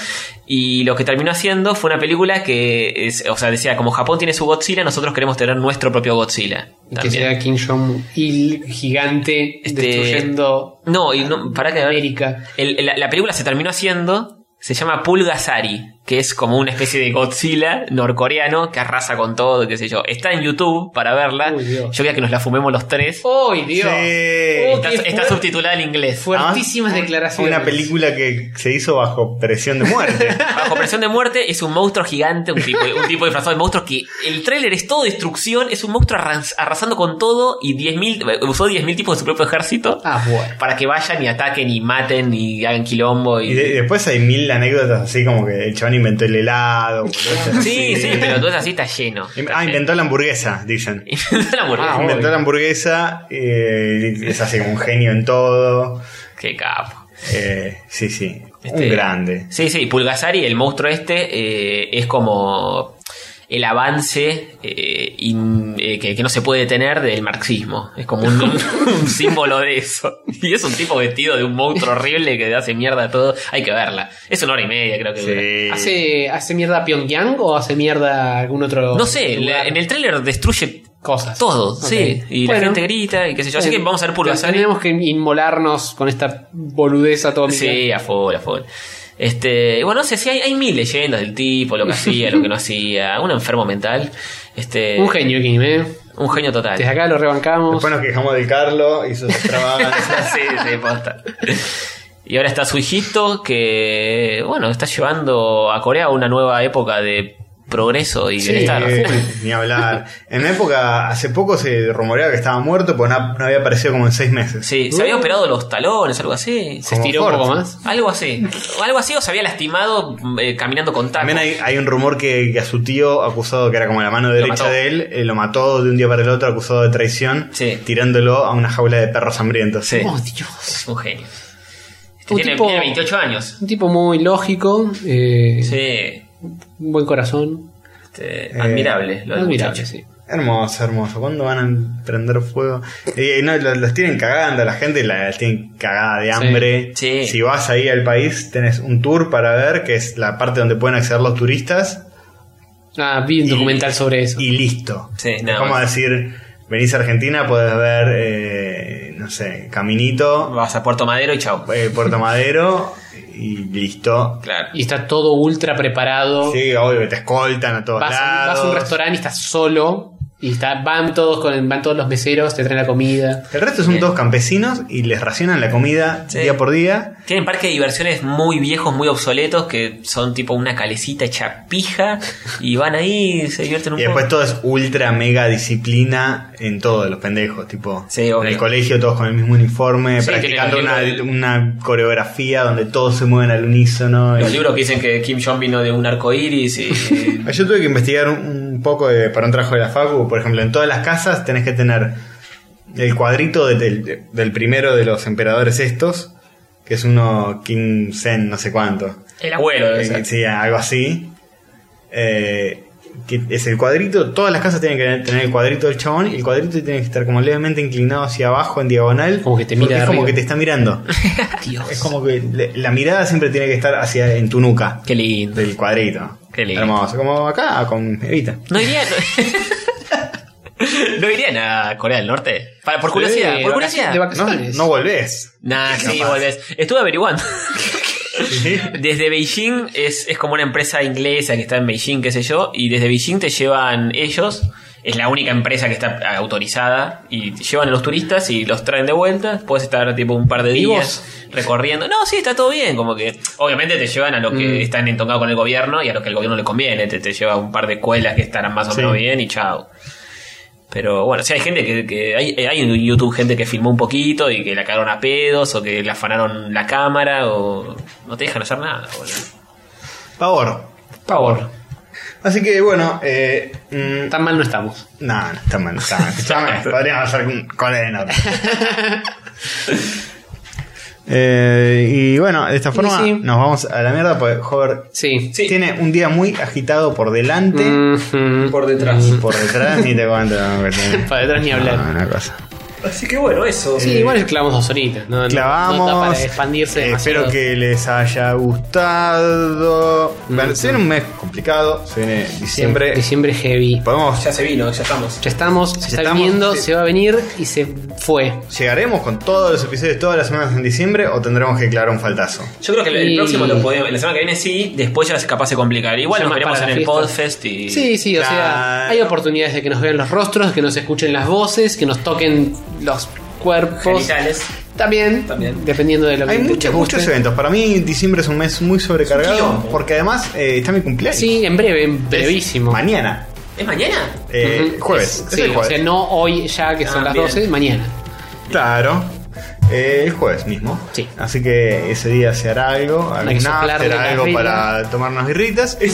E: Y lo que terminó haciendo fue una película que, es- o sea, decía, como Japón tiene su Godzilla, nosotros queremos tener nuestro propio Godzilla.
C: Y Que
E: también.
C: sea Kim Jong-il gigante
E: Este-
C: destruyendo
E: No, y no, para que
C: América.
E: El- la, la película se terminó haciendo, se llama Pulgasari, que es como una especie de Godzilla norcoreano que arrasa con todo, qué sé yo. Está en YouTube para verla.
C: Uy,
E: yo
C: Dios.
E: quería que nos la fumemos los tres.
C: ¡Uy, Dios!
D: Sí.
C: Oh,
E: está
C: qué
E: está
C: fuerte.
E: subtitulada en inglés.
C: Fuertísimas
D: Además,
C: declaraciones.
D: Una película que se hizo bajo presión de muerte.
E: Bajo presión de muerte es un monstruo gigante, un tipo, un tipo disfrazado de monstruo que el tráiler es todo destrucción, es un monstruo arras- arrasando con todo y 10.000 usó 10.000 tipos de su propio ejército
C: Ah, bueno.
E: para que vayan y ataquen y maten y hagan quilombo
D: Y de- después hay mil anécdotas así como que el chabón inventó el helado. boludeces
E: Sí,
D: así.
E: sí, pero todo así está lleno.
D: Im- Ah, inventó la hamburguesa, dicen.
E: Inventó la hamburguesa.
C: Ah,
D: inventó
C: obvio.
D: la hamburguesa, eh, es así como un genio en todo.
C: Ah.
E: Qué capo.
D: Eh, sí, sí.
E: Este-
D: Un grande.
E: Sí, sí, Pulgasari, el monstruo este, eh, es como el avance eh, in- eh, que, que no se puede detener del marxismo. Es como un, un símbolo de eso. Y es un tipo vestido de un monstruo horrible que hace mierda a todo. Hay que verla. Es una hora y media, creo que. dura.
D: Sí.
C: ¿Hace, ¿Hace mierda a Pyongyang o hace mierda a algún otro
E: No sé, la-
C: lugar?
E: en el tráiler destruye
C: Cosas.
E: todo,
C: Ok.
E: sí. Y la
C: Bueno. Eh,
E: gente grita y qué sé yo. Así que
C: Bien.
E: vamos a ver Pulgasari.
C: Tenemos que inmolarnos con esta boludez atómica.
E: Sí, a full, a full. Este, y bueno, no sé si hay, hay mil leyendas del tipo, lo que hacía, lo que no hacía, un enfermo mental. Este,
C: Un genio, Kim, ¿eh?
E: Un genio total.
C: Desde acá lo rebancamos.
D: Después nos quejamos del Carlos y sus extravagancias.
E: sí, sí, posta. Y ahora está su hijito que, bueno, está llevando a Corea a una nueva época de progreso y bienestar.
D: Eh, ni hablar. En una época, hace poco se rumoreaba que estaba muerto, pero no, no había aparecido como en seis meses.
E: Sí, se
C: Uh.
E: había operado los talones, algo así.
C: Se estiró
D: Ford.
C: un poco más.
E: Algo así. Algo así o se había lastimado eh, caminando con tacos.
D: También hay, hay un rumor que, que a su tío, acusado que era como la mano derecha
E: mató.
D: de él, eh, lo mató de un día para el otro, acusado de traición,
E: Sí.
D: tirándolo a una jaula de perros hambrientos.
E: Sí.
C: Oh, Dios.
E: Es un genio. Este
C: Un
E: tiene,
C: tipo-
E: tiene 28 años.
C: Un tipo muy lógico. eh,
E: Sí.
C: Un buen corazón.
E: Este, admirable, lo del
C: Admirable,
E: muchacho.
C: sí.
D: Hermoso, hermoso. ¿Cuándo van a prender fuego? Eh, no, los, los tienen cagando, la gente la, la tienen cagada de hambre.
E: sí.
D: Si vas ahí al país, tenés un tour para ver, que es la parte donde pueden acceder los turistas,
C: Ah, vi un documental sobre eso.
D: y listo.
E: Sí, nada
D: Vamos a
E: más.
D: decir, venís a Argentina, podés ver, eh, no sé, Caminito,
E: Vas a Puerto Madero y chao.
D: eh, Puerto Madero y listo.
E: Claro.
C: Y está todo ultra preparado.
D: Sí, obvio, te escoltan a todos
C: vas, a-
D: lados.
C: vas a un restaurante y estás solo. Y está, van todos con el- van todos los meseros, te traen la comida.
D: El resto son
E: Bien.
D: todos campesinos y les racionan la comida
E: Sí.
D: día por día.
E: Tienen parques de diversiones muy viejos, muy obsoletos, que son tipo una calecita hecha pija y van ahí y se divierten un
D: Y después
E: poco.
D: todo es ultra mega disciplina en todos los pendejos, tipo
E: Sí, obvio.
D: en el colegio todos con el mismo uniforme,
E: Sí,
D: practicando
E: tienen
D: una,
E: el libro
D: una coreografía donde todos se mueven al unísono.
E: Los
D: y-
E: libros que dicen que Kim Jong vino de un arco iris y.
D: Yo tuve que investigar un, un poco de- para un trabajo de la Facu. Por ejemplo, en todas las casas tenés que tener el cuadrito de- del, del primero de los emperadores estos, que es uno King Zen, no sé cuánto.
F: El abuelo.
E: Puede
D: Eh,
E: ser.
D: sí, algo así. Eh, que es el cuadrito, todas las casas tienen que tener el cuadrito del chabón y el cuadrito tiene que estar como levemente inclinado hacia abajo en diagonal.
C: Como que te
D: porque
C: mira de
D: Es como
C: arriba.
D: que te está mirando.
C: Dios.
D: es como que le- la mirada siempre tiene que estar hacia en tu nuca
F: Qué lindo.
D: del cuadrito.
E: Qué lindo.
D: Hermoso, como acá con Evita.
E: No iría. No irían a Corea del Norte. Para, por curiosidad,
C: Sí,
E: por
C: de
E: curiosidad.
C: vacaciones, de
D: No,
C: vacaciones.
D: no volvés.
E: Nah, sí,
D: capaz.
E: volvés. Estuve averiguando.
D: Sí.
E: Desde Beijing es, es como una empresa inglesa que está en Beijing, qué sé yo, y desde Beijing te llevan ellos, es la única empresa que está autorizada, y te llevan a los turistas y los traen de vuelta, puedes estar tipo un par de días recorriendo. No, sí, está todo bien, como que obviamente te llevan a lo que están entongados con el gobierno y a lo que el gobierno le conviene, te, te lleva a un par de escuelas que estarán más o
D: Sí.
E: menos bien y chao. Pero bueno, si hay gente que, que hay, hay en YouTube gente que filmó un poquito y que la cagaron a pedos o que le afanaron la cámara o no te dejan hacer nada, boludo.
D: Pavor.
E: Pavor.
D: Así que bueno, eh, mm,
C: Tan mal no estamos.
D: No, no está mal. Está mal, está mal. Podríamos hacer un Corea del Norte. Eh, y bueno, de esta forma
C: sí.
D: nos vamos a la mierda porque Hover
C: Sí.
D: tiene un día muy agitado por delante
C: Mhm.
E: Por detrás.
D: y por detrás ni te cuento. no, que tiene.
C: Para detrás ni hablar.
D: No, una cosa.
E: Así que bueno, eso.
D: Eh.
C: Sí, igual clavamos dos horitas. No, No-
D: Clavamos.
C: no da para expandirse
D: Eh,
C: demasiado. Mm.
D: espero que les haya gustado. Bueno, se viene un mes complicado. Se viene
C: Sí,
D: diciembre.
C: Diciembre heavy.
D: Podemos.
E: Ya se vino, ya estamos.
C: Ya estamos, se está
D: estamos,
C: viniendo,
D: sí.
C: se va a venir y se fue.
D: ¿Llegaremos con todos los episodios todas las semanas en diciembre o tendremos que declarar un faltazo?
E: Yo creo que el, el
C: Y-
E: próximo lo podemos, la semana que viene sí, después ya es capaz de complicar. Igual
C: Ya
E: nos
C: más
E: veremos en
C: para la
E: el
C: fiesta.
E: Podfest y.
C: Sí, sí, o sea,
D: Claro.
C: hay oportunidades de que nos vean los rostros, que nos escuchen las voces, que nos toquen los cuerpos.
E: Genitales.
C: También,
E: También.
C: dependiendo de lo
D: Hay
C: que te
D: muchos,
C: guste.
D: muchos eventos. Para mí diciembre es un mes muy
E: Es un
D: sobrecargado
E: quilombo.
D: porque además eh, está mi cumpleaños.
C: Sí, en breve, en
D: Es
C: brevísimo.
D: Mañana.
E: ¿Es mañana?
D: Eh,
C: Ujú.
D: Jueves. Es
C: sí,
D: el jueves.
C: o sea, no hoy ya que son
E: Ah,
C: las
E: bien.
C: 12, mañana.
D: Claro. Eh, el jueves mismo.
C: Sí.
D: Así que ese día se hará algo.
C: que
D: Algún
C: soplarle
D: after,
C: las
D: algo
C: birras.
D: para tomarnos birritas. De-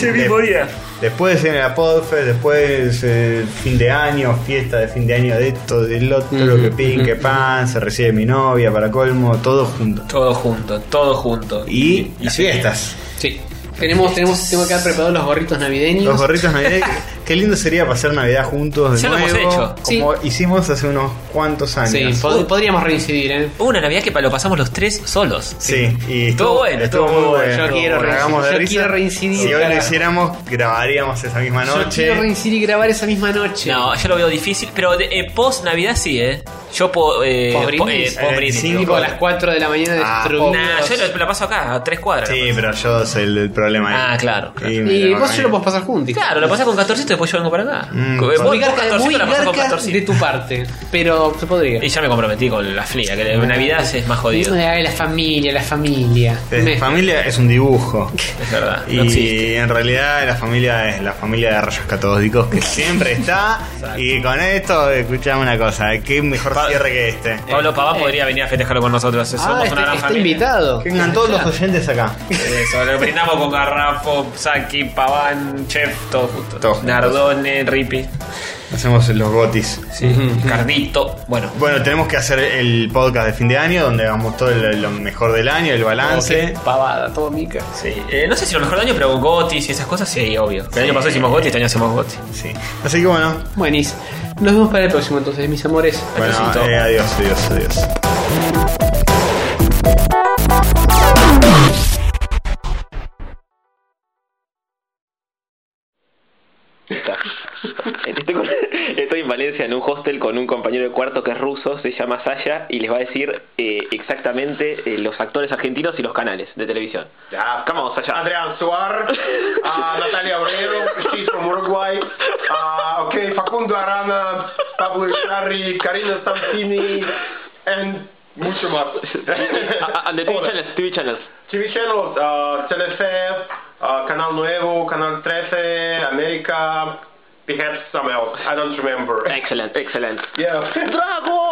E: día.
D: Después viene la Podfest, después eh, fin de año, fiesta de fin de año de esto, del otro,
C: Ujú,
D: que pin, que pan, se recibe mi novia para colmo, todo junto.
E: Todo junto, todo junto.
D: Y, las fiestas.
C: Sí. Tenemos, tenemos, tengo que haber preparado los gorritos navideños.
D: Los gorritos navideños. Qué lindo sería pasar Navidad juntos de
E: Ya lo
D: nuevo.
E: hemos hecho.
D: Como hicimos hace unos cuantos
C: Sí,
D: años.
C: pod- podríamos reincidir, ¿eh?
E: Hubo una Navidad que pa- lo pasamos los tres solos.
D: Sí, y
E: Estuvo bueno,
D: estuvo
E: estuvo
D: muy
E: bueno.
D: bueno.
C: Yo quiero
D: Nos cagamos de
C: reincidir, yo
D: risa.
C: quiero reincidir,
D: Si hoy lo
C: carajo.
D: hiciéramos, grabaríamos esa misma
C: Yo
D: noche.
C: quiero reincidir y grabar esa misma noche.
E: No, yo lo veo difícil, pero de- eh, post Navidad sí, ¿eh? Yo puedo. Eh,
C: Post
E: po-
C: brindis.
E: eh, post
D: Eh,
E: brindis.
D: sí.
C: Tipo a las 4 de este la mañana
D: Ah,
C: destruidos.
E: Nah, yo lo, la paso acá, a tres cuadras.
D: Sí, pero yo soy el, el problema. ahí.
E: Ah, claro, claro.
D: Y me
C: Y
D: la
C: vos yo lo
D: comí.
C: podés pasar juntos.
E: Claro, lo pasás con 14 y después yo vengo para acá. eh,
D: Mm,
E: Vos-
D: muy
E: vos
C: Garca-
E: 14
C: muy
E: la pasás con
C: garca
E: 14.
C: de tu parte, pero se podría.
E: Y ya me comprometí con la fría, que de Navidad es más jodido.
C: Ay, la familia, la familia.
D: Eh,
C: Me-
D: familia es un dibujo.
E: Es verdad,
D: Y
E: no existe.
D: en realidad la familia es la familia de rayos catódicos que siempre está. y con esto, escuchame una cosa, eh, qué mejor
E: Pa- Eh,
D: cierre que este.
E: Pablo Pavá podría venir a festejarlo con nosotros. eh, Somos
C: Ah,
E: una
C: está,
E: gran
C: está
E: familia.
C: invitado.
D: Que vengan todos los oyentes acá.
E: Eso, lo brindamos con Garrafo, Saki, Paván, Chef, todo justo.
D: Todo junto.
E: Nardone, Ripi,
D: Hacemos los gotis.
E: Cardito. Bueno,
D: Bueno, tenemos que hacer el podcast de fin de año donde hagamos todo el- lo mejor del año, el
E: Oh,
D: balance.
C: Pavada, todo mica.
E: sí. Eh, no sé si lo mejor del año, pero Gotis y esas cosas, sí, obvio. El año pasado hicimos Gotis, este año hacemos Gotis.
D: Sí. Así que bueno,
C: Buenis. Nos vemos para el próximo entonces, mis amores.
D: bueno
E: Adiósito.
D: eh, adiós, adiós, adiós.
G: Estoy, con- estoy en Valencia en un hostel con un compañero de cuarto que es ruso, se llama Sasha, y les va a decir eh, exactamente eh, los actores argentinos y los canales de televisión. Come on, Sasha.
H: Adrián Suar, a Natalia Obrero, she's from Uruguay, uh, okay, Facundo Arana, Pablo Echarri, Karina Santini, and mucho más.
G: A- a- and the TV channels, TV channels.
H: TV channels, uh, Telefe, uh, Canal Nuevo, Canal 13, América, perhaps some else, I don't remember.
G: Excellent, excellent.
H: Yeah. Drago!